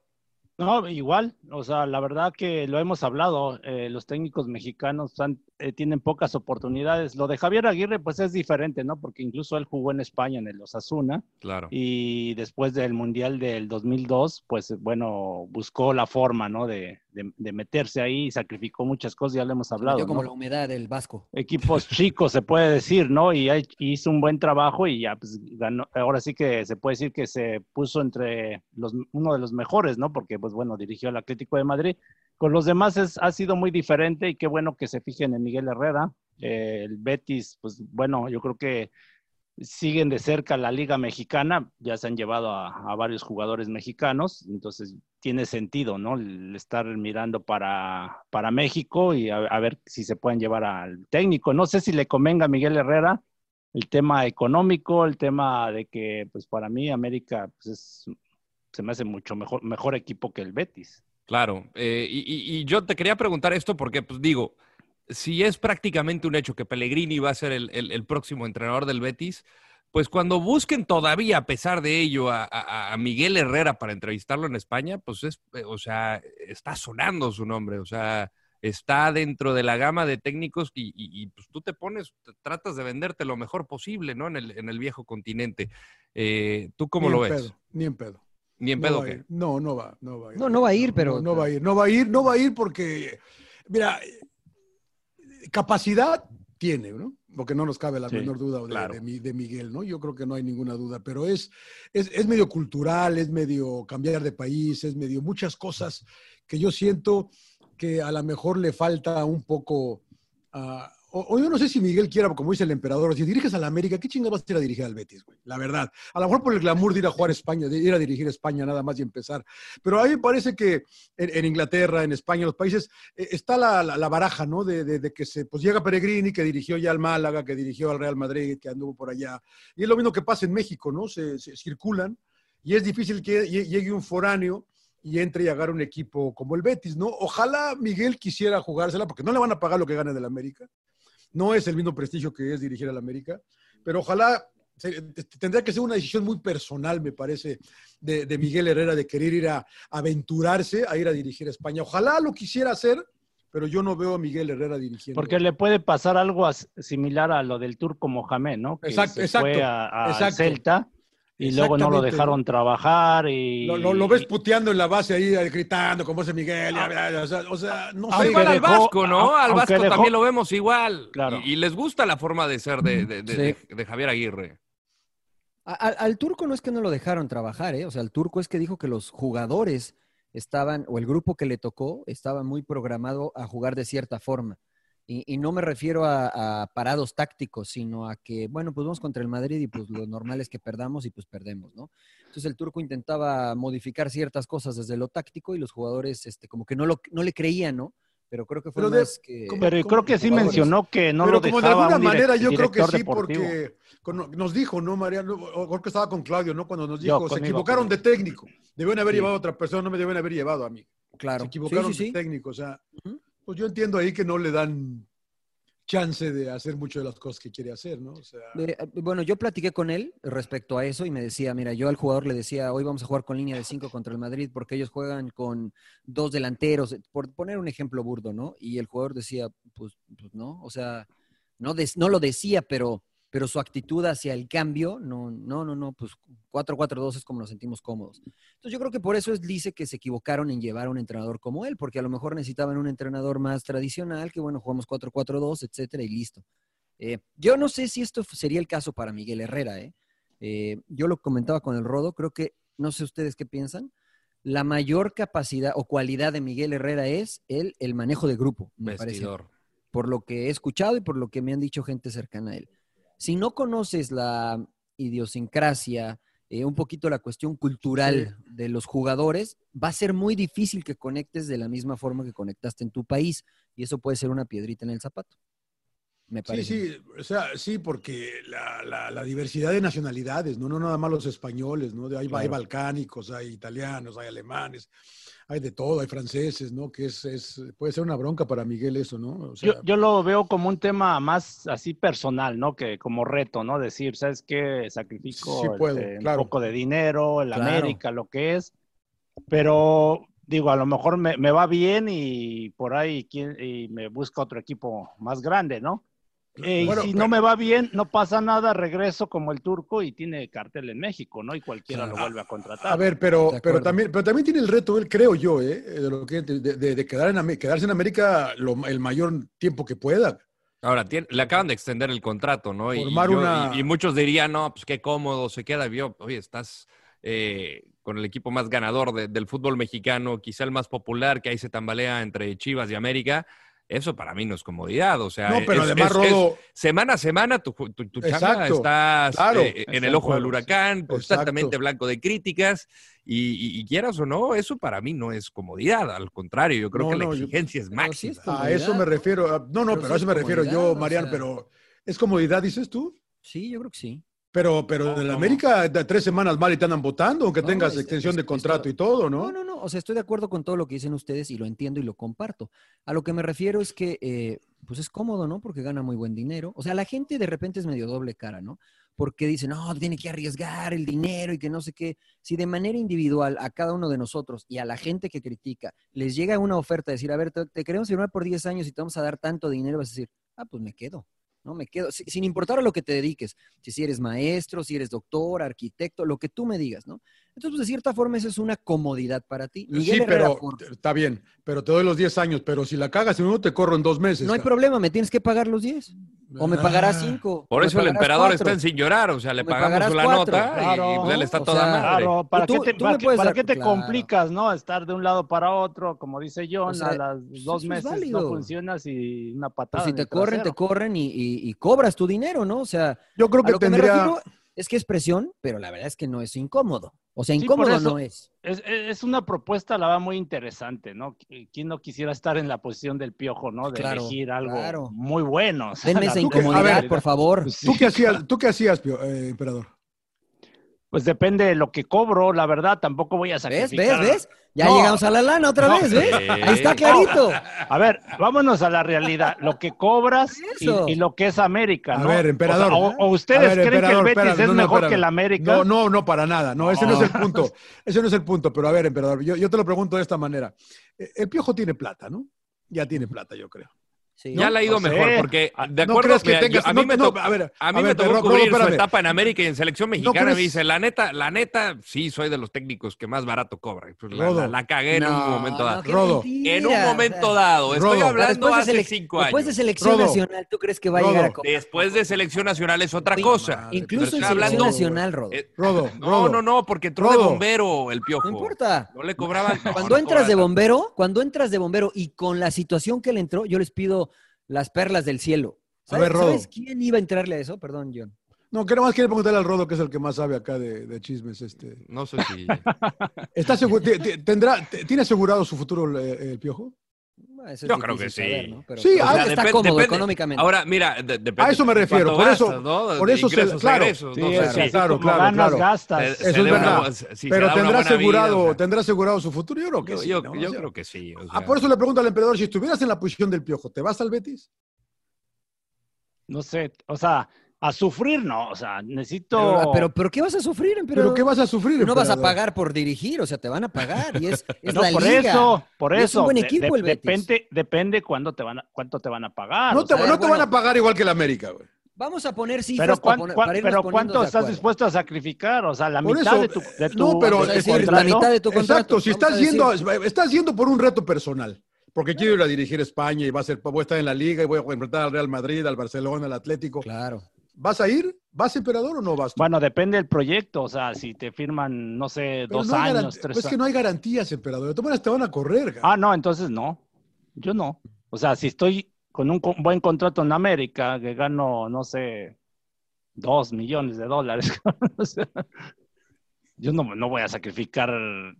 Speaker 4: No, igual, o sea, la verdad que lo hemos hablado, eh, los técnicos mexicanos han- eh, tienen pocas oportunidades. Lo de Javier Aguirre, pues es diferente, ¿no? Porque incluso él jugó en España, en el Osasuna,
Speaker 1: Claro.
Speaker 4: y después del Mundial del 2002, pues bueno, buscó la forma, ¿no? De, de- de meterse ahí, y sacrificó muchas cosas, ya lo hemos hablado.
Speaker 2: Yo como
Speaker 4: ¿no?
Speaker 2: la humedad del Vasco.
Speaker 4: equipos chicos, se puede decir, ¿no? Y ha- hizo un buen trabajo y ya, pues, ganó. Ahora sí que se puede decir que se puso entre los, uno de los mejores, ¿no? Porque, pues, bueno, dirigió al Atlético de Madrid. Con los demás es, ha sido muy diferente y qué bueno que se fijen en Miguel Herrera. Eh, el Betis, pues, bueno, yo creo que siguen de cerca la Liga Mexicana, ya se han llevado a, a varios jugadores mexicanos, entonces tiene sentido, ¿no? El estar mirando para, para México y a, a ver si se pueden llevar al técnico. No sé si le convenga a Miguel Herrera el tema económico, el tema de que, pues para mí, América pues, es- se me hace mucho mejor, mejor equipo que el Betis.
Speaker 1: Claro, eh, y, y- y yo te quería preguntar esto porque, pues digo, si es prácticamente un hecho que Pellegrini va a ser el, el- el próximo entrenador del Betis, pues cuando busquen todavía, a pesar de ello, a, a- a Miguel Herrera para entrevistarlo en España, pues es, eh, o sea, está sonando su nombre, o sea, está dentro de la gama de técnicos y, y- y, pues tú te pones, t- tratas de venderte lo mejor posible, ¿no? En el, en el viejo continente. Eh, ¿Tú cómo
Speaker 3: Ni
Speaker 1: lo
Speaker 3: en
Speaker 1: ves?
Speaker 3: pedo, ni en pedo.
Speaker 1: Ni en
Speaker 3: No eh,
Speaker 1: pedo
Speaker 3: va a
Speaker 1: qué?
Speaker 3: ir. No, no va, no va a ir.
Speaker 2: No, no va a ir, pero.
Speaker 3: No, no va a ir, no va a ir, no va a ir porque, mira, capacidad tiene, ¿no? Porque no nos cabe la
Speaker 4: Sí,
Speaker 3: menor duda de,
Speaker 4: claro.
Speaker 3: de mi- de Miguel, ¿no? Yo creo que no hay ninguna duda, pero es, es, es medio cultural, es medio cambiar de país, es medio muchas cosas que yo siento que a lo mejor le falta un poco a- O, o yo no sé si Miguel quiera, como dice el emperador, si diriges a la América, ¿qué chingas vas a ir a dirigir al Betis, güey? La verdad. A lo mejor por el glamour de ir a jugar a España, de ir a dirigir a España nada más y empezar. Pero a mí me parece que en, en Inglaterra, en España, en los países, eh, está la, la- la baraja, ¿no? De, de- de que se, pues llega Peregrini, que dirigió ya al Málaga, que dirigió al Real Madrid, que anduvo por allá. Y es lo mismo que pasa en México, ¿no? Se, se circulan y es difícil que lle- llegue un foráneo y entre y agarre un equipo como el Betis, ¿no? Ojalá Miguel quisiera jugársela, porque no le van a pagar lo que gana del América. No es el mismo prestigio que es dirigir al América, pero ojalá se- este, tendría que ser una decisión muy personal, me parece, de, de Miguel Herrera de querer ir a aventurarse a ir a dirigir a España. Ojalá lo quisiera hacer, pero yo no veo a Miguel Herrera dirigiendo.
Speaker 4: Porque le puede pasar algo as- similar a lo del turco Mohamed, ¿no? Que
Speaker 3: Exacto,
Speaker 4: se
Speaker 3: exacto,
Speaker 4: fue a, a
Speaker 3: exacto.
Speaker 4: Celta y luego no lo
Speaker 3: Exactamente.
Speaker 4: dejaron trabajar y...
Speaker 3: Lo, lo- lo ves puteando en la base ahí, gritando como ese Miguel.
Speaker 4: Ah.
Speaker 3: ya, ya, ya, o, sea, o sea, no sé.
Speaker 1: Aunque igual al Vasco, ¿no? Al
Speaker 4: aunque
Speaker 1: Vasco
Speaker 4: dejó-
Speaker 1: también lo vemos igual.
Speaker 4: Claro.
Speaker 1: Y, y les gusta la forma de ser de, de- de-
Speaker 2: Sí.
Speaker 1: de- de Javier Aguirre.
Speaker 2: A- Al, al turco no es que no lo dejaron trabajar, ¿eh? O sea, el turco es que dijo que los jugadores estaban, o el grupo que le tocó, estaba muy programado a jugar de cierta forma. Y, y no me refiero a, a parados tácticos, sino a que, bueno, pues vamos contra el Madrid y pues lo normal es que perdamos y pues perdemos, ¿no? Entonces el turco intentaba modificar ciertas cosas desde lo táctico y los jugadores, este, como que no, lo, no le creían, ¿no? Pero creo que fue
Speaker 3: Pero de-
Speaker 2: más que...
Speaker 4: Pero creo que sí
Speaker 2: jugadores.
Speaker 4: mencionó que no
Speaker 3: Pero
Speaker 4: lo
Speaker 3: como
Speaker 4: dejaba
Speaker 3: de alguna
Speaker 4: un direc-
Speaker 3: manera yo creo que
Speaker 4: director
Speaker 3: sí,
Speaker 4: deportivo.
Speaker 3: porque con- nos dijo, ¿no, Mariano? O- Creo que estaba con Claudio, ¿no? Cuando nos
Speaker 4: Yo,
Speaker 3: dijo, se
Speaker 4: conmigo,
Speaker 3: equivocaron de técnico. Deben haber
Speaker 4: Sí.
Speaker 3: llevado a otra persona, no me deben haber llevado a mí.
Speaker 2: Claro.
Speaker 3: Se equivocaron
Speaker 2: Sí, sí, sí.
Speaker 3: de técnico. O sea, pues yo entiendo ahí que no le dan chance de hacer mucho de las cosas que quiere hacer, ¿no? O sea,
Speaker 2: Eh, eh, Bueno, yo platiqué con él respecto a eso y me decía, mira, yo al jugador le decía, hoy vamos a jugar con línea de 5 contra el Madrid porque ellos juegan con dos delanteros, eh, por poner un ejemplo burdo, ¿no? Y el jugador decía, pues, pues no, o sea, no, des- no lo decía, pero, pero su actitud hacia el cambio, no, no, no, no, pues 4-4-2 es como nos sentimos cómodos. Entonces yo creo que por eso es dice que se equivocaron en llevar a un entrenador como él, porque a lo mejor necesitaban un entrenador más tradicional, que bueno, jugamos 4-4-2, etcétera, y listo. Eh, yo no sé si esto sería el caso para Miguel Herrera. ¿eh? Eh, yo lo comentaba con el Rodo, creo que, no sé ustedes qué piensan, la mayor capacidad o cualidad de Miguel Herrera es el, el manejo de grupo, me
Speaker 1: Vestidor.
Speaker 2: parece. Por lo que he escuchado y por lo que me han dicho gente cercana a él. Si no conoces la idiosincrasia, eh, un poquito la cuestión cultural de los jugadores, va a ser muy difícil que conectes de la misma forma que conectaste en tu país. Y eso puede ser una piedrita en el zapato. Me
Speaker 3: Sí,
Speaker 2: parece.
Speaker 3: sí, o sea, sí, porque la, la- la diversidad de nacionalidades, ¿no? No nada más los españoles, ¿no? De- hay, hay
Speaker 2: Claro.
Speaker 3: balcánicos, hay italianos, hay alemanes, hay de todo, hay franceses, ¿no? Que es, es- puede ser una bronca para Miguel eso, ¿no? O sea,
Speaker 4: yo, yo lo veo como un tema más así personal, ¿no? Que como reto, ¿no? Decir, ¿sabes qué? Sacrifico
Speaker 3: Sí puedo,
Speaker 4: este,
Speaker 3: claro.
Speaker 4: un poco de dinero, el
Speaker 3: Claro.
Speaker 4: América, lo que es. Pero digo, a lo mejor me, me va bien y por ahí quién- y me busca otro equipo más grande, ¿no? Eh, y
Speaker 3: Bueno,
Speaker 4: si
Speaker 3: pero-
Speaker 4: no me va bien, no pasa nada, regreso como el turco y tiene cartel en México, ¿no? Y cualquiera lo vuelve a contratar.
Speaker 3: A ver, pero, pero, también, pero también tiene el reto, él creo yo, ¿eh? de, lo que- de- de- de quedar en, Amé- quedarse en América lo- el mayor tiempo que pueda.
Speaker 1: Ahora, tiene- le acaban de extender el contrato, ¿no? Y,
Speaker 3: Formar
Speaker 1: yo-
Speaker 3: una-
Speaker 1: y- y muchos dirían, no, pues qué cómodo, se queda. Yo, oye, estás eh, con el equipo más ganador de- del fútbol mexicano, quizá el más popular, que ahí se tambalea entre Chivas y América. Eso para mí no es comodidad, o sea,
Speaker 4: Ah,
Speaker 3: No, pero
Speaker 1: es-
Speaker 3: además,
Speaker 1: es- es-
Speaker 3: Rodo-
Speaker 1: semana a semana tu, ju- tu- tu chamba
Speaker 3: Exacto,
Speaker 1: estás
Speaker 3: claro.
Speaker 1: eh, en el ojo del huracán, constantemente
Speaker 3: Exacto.
Speaker 1: blanco de críticas, y, y- y quieras o no, eso para mí no es comodidad, al contrario, yo creo
Speaker 3: No,
Speaker 1: que
Speaker 3: no,
Speaker 1: la
Speaker 3: yo-
Speaker 1: exigencia es máxima.
Speaker 3: A eso me refiero. a- No, no,
Speaker 1: Pero
Speaker 3: pero,
Speaker 1: sí es
Speaker 3: a eso me refiero
Speaker 1: comodidad,
Speaker 3: yo,
Speaker 1: o
Speaker 3: Mariano,
Speaker 1: sea.
Speaker 3: pero ¿es comodidad, dices tú?
Speaker 2: Sí, yo creo que sí.
Speaker 3: Pero, pero en la América, de tres semanas mal y te andan votando, aunque
Speaker 2: No,
Speaker 3: tengas
Speaker 2: es-
Speaker 3: extensión
Speaker 2: es-
Speaker 3: de
Speaker 2: es
Speaker 3: contrato
Speaker 2: todo.
Speaker 3: y todo,
Speaker 2: No,
Speaker 3: ¿no?
Speaker 2: no, no. O sea, estoy de acuerdo con todo lo que dicen ustedes y lo entiendo y lo comparto. A lo que me refiero es que, eh, pues es cómodo, ¿no? Porque gana muy buen dinero. O sea, la gente de repente es medio doble cara, ¿no? porque dicen, no, tiene que arriesgar el dinero y que no sé qué. Si de manera individual a cada uno de nosotros y a la gente que critica les llega una oferta de decir, a ver, te, te queremos firmar por 10 años y te vamos a dar tanto dinero, vas a decir, ah, pues me quedo. ¿no? Me quedo, si- sin importar a lo que te dediques, si, si eres maestro, si eres doctor, arquitecto, lo que tú me digas, ¿no? Entonces, pues, de cierta forma, esa es una comodidad para ti. Miguel
Speaker 3: sí,
Speaker 2: Herrera
Speaker 3: pero
Speaker 2: Ford,
Speaker 3: está bien, pero te doy los 10 años, pero si la cagas en uno te corro en dos meses.
Speaker 2: no hay problema, me tienes que pagar los 10. O
Speaker 3: Ah.
Speaker 2: me pagarás 5.
Speaker 1: Por eso el emperador está en sin llorar, o sea, le
Speaker 2: Me
Speaker 1: pagamos
Speaker 2: pagarás
Speaker 1: la
Speaker 2: cuatro,
Speaker 1: nota y
Speaker 2: claro,
Speaker 1: pues, él está
Speaker 2: ¿no? O
Speaker 1: toda
Speaker 2: sea,
Speaker 1: madre.
Speaker 2: claro,
Speaker 4: ¿Para
Speaker 2: Tú-
Speaker 4: qué te,
Speaker 2: tú
Speaker 4: para
Speaker 2: me
Speaker 4: qué-
Speaker 2: puedes
Speaker 4: para
Speaker 2: dar-
Speaker 4: qué te
Speaker 2: claro.
Speaker 4: complicas, no? Estar de un lado para otro, como dice John,
Speaker 2: O sea,
Speaker 4: a las
Speaker 2: pues,
Speaker 4: dos
Speaker 2: eso es
Speaker 4: meses
Speaker 2: válido.
Speaker 4: no funcionas y una patada.
Speaker 2: Pues si
Speaker 4: en el
Speaker 2: te corren, te
Speaker 4: trasero.
Speaker 2: corren y, y- y cobras tu dinero, ¿no? O sea,
Speaker 3: yo creo
Speaker 4: que tendría-
Speaker 2: es que es presión, pero la verdad es que no es incómodo. O sea,
Speaker 4: Sí, por
Speaker 2: incómodo
Speaker 4: eso.
Speaker 2: no es.
Speaker 4: Es, es- es una propuesta, la va muy interesante, ¿no? Qu- ¿Quién no quisiera estar en la posición del piojo, ¿no? De
Speaker 2: Claro,
Speaker 4: elegir algo
Speaker 2: claro.
Speaker 4: muy bueno. o sea,
Speaker 2: Denme
Speaker 4: la-
Speaker 2: esa
Speaker 4: ¿Tú qué- a
Speaker 2: incomodidad,
Speaker 4: ver,
Speaker 2: por favor.
Speaker 1: Pues,
Speaker 3: ¿Tú qué hacías, tú qué hacías Pio- eh, emperador?
Speaker 4: Pues depende de lo que cobro, la verdad, tampoco voy a
Speaker 2: ¿Ves?
Speaker 4: sacrificar.
Speaker 2: ¿Ves? ¿Ves? Ya llegamos a la lana otra
Speaker 4: No.
Speaker 2: vez, ¿ves?
Speaker 4: Sí.
Speaker 2: Ahí está clarito.
Speaker 4: A ver, vámonos a la realidad. Lo que cobras y,
Speaker 2: Eso.
Speaker 4: y lo que es América,
Speaker 3: A
Speaker 4: ¿no?
Speaker 3: ver, emperador.
Speaker 4: O, sea, o- o ustedes
Speaker 3: A ver,
Speaker 4: creen que el
Speaker 3: emperador,
Speaker 4: Betis
Speaker 3: espérame,
Speaker 4: es
Speaker 3: no, no,
Speaker 4: mejor
Speaker 3: espérame.
Speaker 4: que el América.
Speaker 3: No, no, no, para nada. No, ese no es el
Speaker 4: No.
Speaker 3: punto. Ese no es el punto. Pero a ver, emperador, yo, yo te lo pregunto de esta manera. Eh, El piojo tiene plata, ¿no? Ya tiene plata, yo creo.
Speaker 1: Ya
Speaker 3: ¿No?
Speaker 1: le ha ido
Speaker 3: No sé. Ah,
Speaker 1: mejor, porque de
Speaker 3: ¿No
Speaker 1: acuerdo
Speaker 3: crees que
Speaker 1: mira, yo-
Speaker 3: tengas-
Speaker 1: a mí
Speaker 3: no,
Speaker 1: me,
Speaker 3: no,
Speaker 1: tocó-
Speaker 3: a ver,
Speaker 1: a mí
Speaker 3: a
Speaker 1: me
Speaker 3: ver,
Speaker 1: tocó
Speaker 3: pero- pero
Speaker 1: cubrir su
Speaker 3: espérame.
Speaker 1: etapa en América y en selección mexicana.
Speaker 3: crees-
Speaker 1: Me dice, la neta, la neta, sí, soy de los técnicos que más barato cobra. Pues la,
Speaker 3: Rodo.
Speaker 1: la- la cagué en un
Speaker 3: No,
Speaker 1: momento
Speaker 3: no,
Speaker 1: dado.
Speaker 3: qué Rodo.
Speaker 1: En un
Speaker 2: mentira,
Speaker 1: momento
Speaker 2: o sea.
Speaker 1: dado. Estoy
Speaker 3: Rodo.
Speaker 1: hablando
Speaker 2: Después de
Speaker 1: hace
Speaker 2: selec-
Speaker 1: cinco años.
Speaker 2: después de selección
Speaker 3: Rodo.
Speaker 2: nacional, ¿tú creres que va a llegar a
Speaker 3: Rodo.
Speaker 2: cobrar?
Speaker 1: Después de selección nacional es otra
Speaker 2: Sí,
Speaker 1: cosa.
Speaker 2: Incluso en
Speaker 1: Estoy
Speaker 2: selección
Speaker 1: hablando-
Speaker 2: nacional, Rodo.
Speaker 1: Eh,
Speaker 3: Rodo,
Speaker 1: No,
Speaker 3: Rodo.
Speaker 1: no, no, porque entró de
Speaker 3: Rodo.
Speaker 1: bombero el piojo.
Speaker 2: No importa.
Speaker 1: No le cobraban. no,
Speaker 2: Cuando
Speaker 1: no
Speaker 2: entras de
Speaker 1: cobraban.
Speaker 2: bombero, cuando entras de bombero y con la situación que le entró, yo les pido las perlas del cielo.
Speaker 3: A ver, Rodo.
Speaker 2: ¿Sabes quién iba a entrarle a eso? Perdón, John.
Speaker 3: No, que más quiere preguntarle al Rodo, que es el que más sabe acá de, de chismes. Este.
Speaker 1: No sé si.
Speaker 3: ¿Está seguro, ti- ti- tendrá, ti- ¿Tiene asegurado su futuro el, el piojo?
Speaker 2: Bueno, Ah, eso es
Speaker 1: Yo creo que
Speaker 2: difícil
Speaker 1: sí.
Speaker 2: saber, ¿no? Pero-
Speaker 3: Sí,
Speaker 2: pero
Speaker 3: ah,
Speaker 2: creo que está
Speaker 1: Depen-
Speaker 2: cómodo
Speaker 1: depende.
Speaker 2: económicamente.
Speaker 1: Ahora, mira, de- depende
Speaker 3: A eso me
Speaker 1: de
Speaker 3: refiero,
Speaker 1: cuánto
Speaker 3: por eso-
Speaker 1: gastas, ¿no? De
Speaker 3: por eso se-
Speaker 1: ingresos,
Speaker 3: claro.
Speaker 1: egresos,
Speaker 3: Sí,
Speaker 1: ¿no? O
Speaker 3: es
Speaker 1: sea,
Speaker 3: que-
Speaker 1: si-
Speaker 3: claro,
Speaker 4: como
Speaker 3: claro,
Speaker 4: ganas,
Speaker 3: claro.
Speaker 4: gastas.
Speaker 1: Se- se
Speaker 3: Eso es
Speaker 1: le va
Speaker 3: verdad.
Speaker 1: una- si se le da
Speaker 3: Pero
Speaker 1: una
Speaker 3: tendrá
Speaker 1: buena vida,
Speaker 3: asegurado,
Speaker 1: o sea.
Speaker 3: tendrá asegurado su futuro, yo creo que
Speaker 1: Yo,
Speaker 3: sí.
Speaker 1: yo-
Speaker 3: ¿no?
Speaker 1: yo
Speaker 3: O sea,
Speaker 1: creo que sí. o
Speaker 3: ah,
Speaker 1: sea.
Speaker 3: por eso le pregunto al emperador, si estuvieras en la posición del piojo, ¿te vas al Betis?
Speaker 4: No sé, o sea, a sufrir no, o sea, necesito...
Speaker 3: ah,
Speaker 4: pues,
Speaker 2: Pero, pero, pero ¿qué vas a sufrir,
Speaker 3: ¿Pero
Speaker 2: emperador?
Speaker 3: qué vas a sufrir?
Speaker 2: no vas a
Speaker 3: emperador?
Speaker 2: pagar por dirigir, o sea, te van a pagar. Y es, es
Speaker 4: no,
Speaker 2: la
Speaker 4: por
Speaker 2: liga.
Speaker 4: eso, por
Speaker 2: Y
Speaker 4: eso.
Speaker 2: Es un buen
Speaker 4: de-
Speaker 2: equipo
Speaker 4: de-
Speaker 2: el Betis.
Speaker 4: Depende, depende cuándo te van a- cuánto te van a pagar.
Speaker 3: No
Speaker 4: o
Speaker 3: te,
Speaker 4: sea,
Speaker 3: no te
Speaker 2: bueno.
Speaker 3: van a pagar igual que el América, güey.
Speaker 2: Vamos a poner cifras
Speaker 4: pero,
Speaker 2: para,
Speaker 4: cuán-
Speaker 2: poner-
Speaker 4: cuán-
Speaker 2: para irnos
Speaker 4: pero
Speaker 2: poniendo
Speaker 4: ¿cuánto
Speaker 2: de
Speaker 4: estás
Speaker 2: acuerdo.
Speaker 4: dispuesto a sacrificar? O sea, la
Speaker 3: Por
Speaker 4: mitad
Speaker 3: eso,
Speaker 4: de tu, de tu-
Speaker 3: no, pero
Speaker 4: de tu
Speaker 3: es decir,
Speaker 2: la
Speaker 4: contrato.
Speaker 2: mitad de tu contrato.
Speaker 3: Exacto,
Speaker 2: vamos
Speaker 3: si
Speaker 2: a
Speaker 3: estás
Speaker 2: decir.
Speaker 3: yendo, estás yendo por un reto personal, porque quiero ir a dirigir España y va a ser, voy a estar en la liga y voy a enfrentar al Real Madrid, al Barcelona, al Atlético.
Speaker 2: Claro.
Speaker 3: ¿Vas a ir? ¿Vas emperador o no vas? tú?
Speaker 4: Bueno, depende del proyecto, o sea, si te firman, no sé,
Speaker 3: Pero
Speaker 4: dos
Speaker 3: no hay
Speaker 4: años,
Speaker 3: garan-
Speaker 4: tres
Speaker 3: pues es que
Speaker 4: años.
Speaker 3: no hay garantías, emperador. De todas maneras te van a correr. cara.
Speaker 4: Ah, no, entonces no, yo no. O sea, si estoy con un co- buen contrato en América, que gano, no sé, dos millones de dólares, o sea, yo no, no voy a sacrificar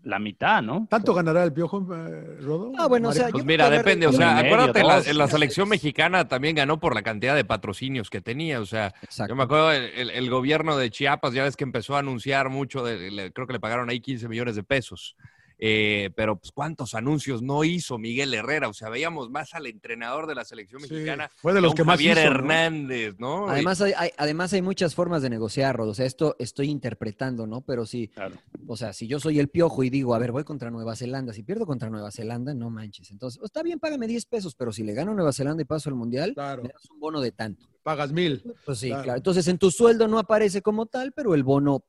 Speaker 4: la mitad, ¿no?
Speaker 3: ¿Tanto ganará el piojo, eh, Rodo?
Speaker 2: Ah, bueno, o sea,
Speaker 1: Pues
Speaker 2: yo
Speaker 1: mira,
Speaker 2: puedo hablar
Speaker 1: depende,
Speaker 2: de-
Speaker 1: o sea,
Speaker 4: medio,
Speaker 1: acuérdate, en la,
Speaker 4: dos,
Speaker 1: en la
Speaker 4: tres.
Speaker 1: selección mexicana también ganó por la cantidad de patrocinios que tenía, o sea,
Speaker 2: Exacto.
Speaker 1: yo me acuerdo el, el- el gobierno de Chiapas, ya ves que empezó a anunciar mucho, de- le- creo que le pagaron ahí 15 millones de pesos, Eh, pero pues cuántos anuncios no hizo Miguel Herrera, o sea, veíamos más al entrenador de la selección
Speaker 3: Sí,
Speaker 1: mexicana.
Speaker 3: fue de
Speaker 1: que a
Speaker 3: los
Speaker 1: un
Speaker 3: que más
Speaker 1: Javier
Speaker 3: hizo, ¿no?
Speaker 1: Hernández, ¿no?
Speaker 2: Además hay, hay- además hay muchas formas de negociar, Rodo. O sea, esto estoy interpretando, ¿no? Pero si,
Speaker 4: Claro.
Speaker 2: o sea, si yo soy el piojo y digo, a ver, voy contra Nueva Zelanda, si pierdo contra Nueva Zelanda, no manches. Entonces, "Oh, está bien, págame 10 pesos, pero si le gano a Nueva Zelanda y paso el mundial,
Speaker 3: Claro,
Speaker 2: me das un bono de tanto.
Speaker 3: pagas mil.
Speaker 2: Pues sí,
Speaker 3: Claro.
Speaker 2: claro. Entonces, en tu sueldo no aparece como tal, pero el bono.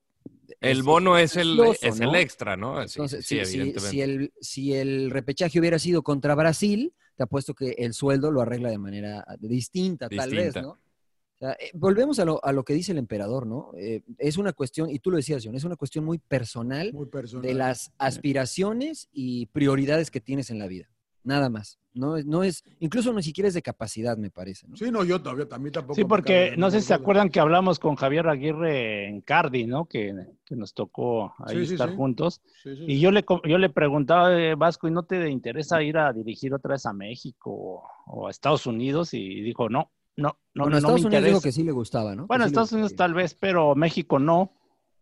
Speaker 1: el bono es el,
Speaker 2: precioso,
Speaker 1: es el
Speaker 2: ¿no?
Speaker 1: extra, ¿no? Sí,
Speaker 2: Entonces,
Speaker 1: sí,
Speaker 2: si- si,
Speaker 1: evidentemente.
Speaker 2: si el, si el repechaje hubiera sido contra Brasil, te apuesto que el sueldo lo arregla de manera distinta, tal vez,
Speaker 1: Distinta.
Speaker 2: ¿no? O sea, eh, volvemos a lo, a lo que dice el emperador, ¿no? Eh, es una cuestión, y tú lo decías, John, es una cuestión muy personal
Speaker 3: Muy personal.
Speaker 2: de las aspiraciones y prioridades que tienes en la vida. Nada más. No, es- no es, incluso ni siquiera es de capacidad, me parece, ¿no?
Speaker 3: Sí, no, yo todavía también tampoco.
Speaker 4: Sí,
Speaker 3: me
Speaker 4: porque
Speaker 3: cabe
Speaker 4: no sé si se
Speaker 3: ninguna duda.
Speaker 4: acuerdan que hablamos con Javier Aguirre en Cardi, ¿no? Que, que nos tocó ahí
Speaker 3: Sí, sí,
Speaker 4: estar
Speaker 3: sí.
Speaker 4: juntos.
Speaker 3: Sí, sí,
Speaker 4: Y yo le, co- yo le preguntaba, eh, Vasco, ¿y no te interesa ir a dirigir otra vez a México o, o a Estados Unidos? Y dijo, no, no,
Speaker 2: bueno,
Speaker 4: no,
Speaker 2: a
Speaker 4: no me
Speaker 2: Estados Unidos dijo
Speaker 4: interesa.
Speaker 2: que sí le gustaba, ¿no?
Speaker 4: Bueno,
Speaker 2: Que sí le
Speaker 4: Estados Unidos
Speaker 2: gustaría.
Speaker 4: tal vez, pero México no,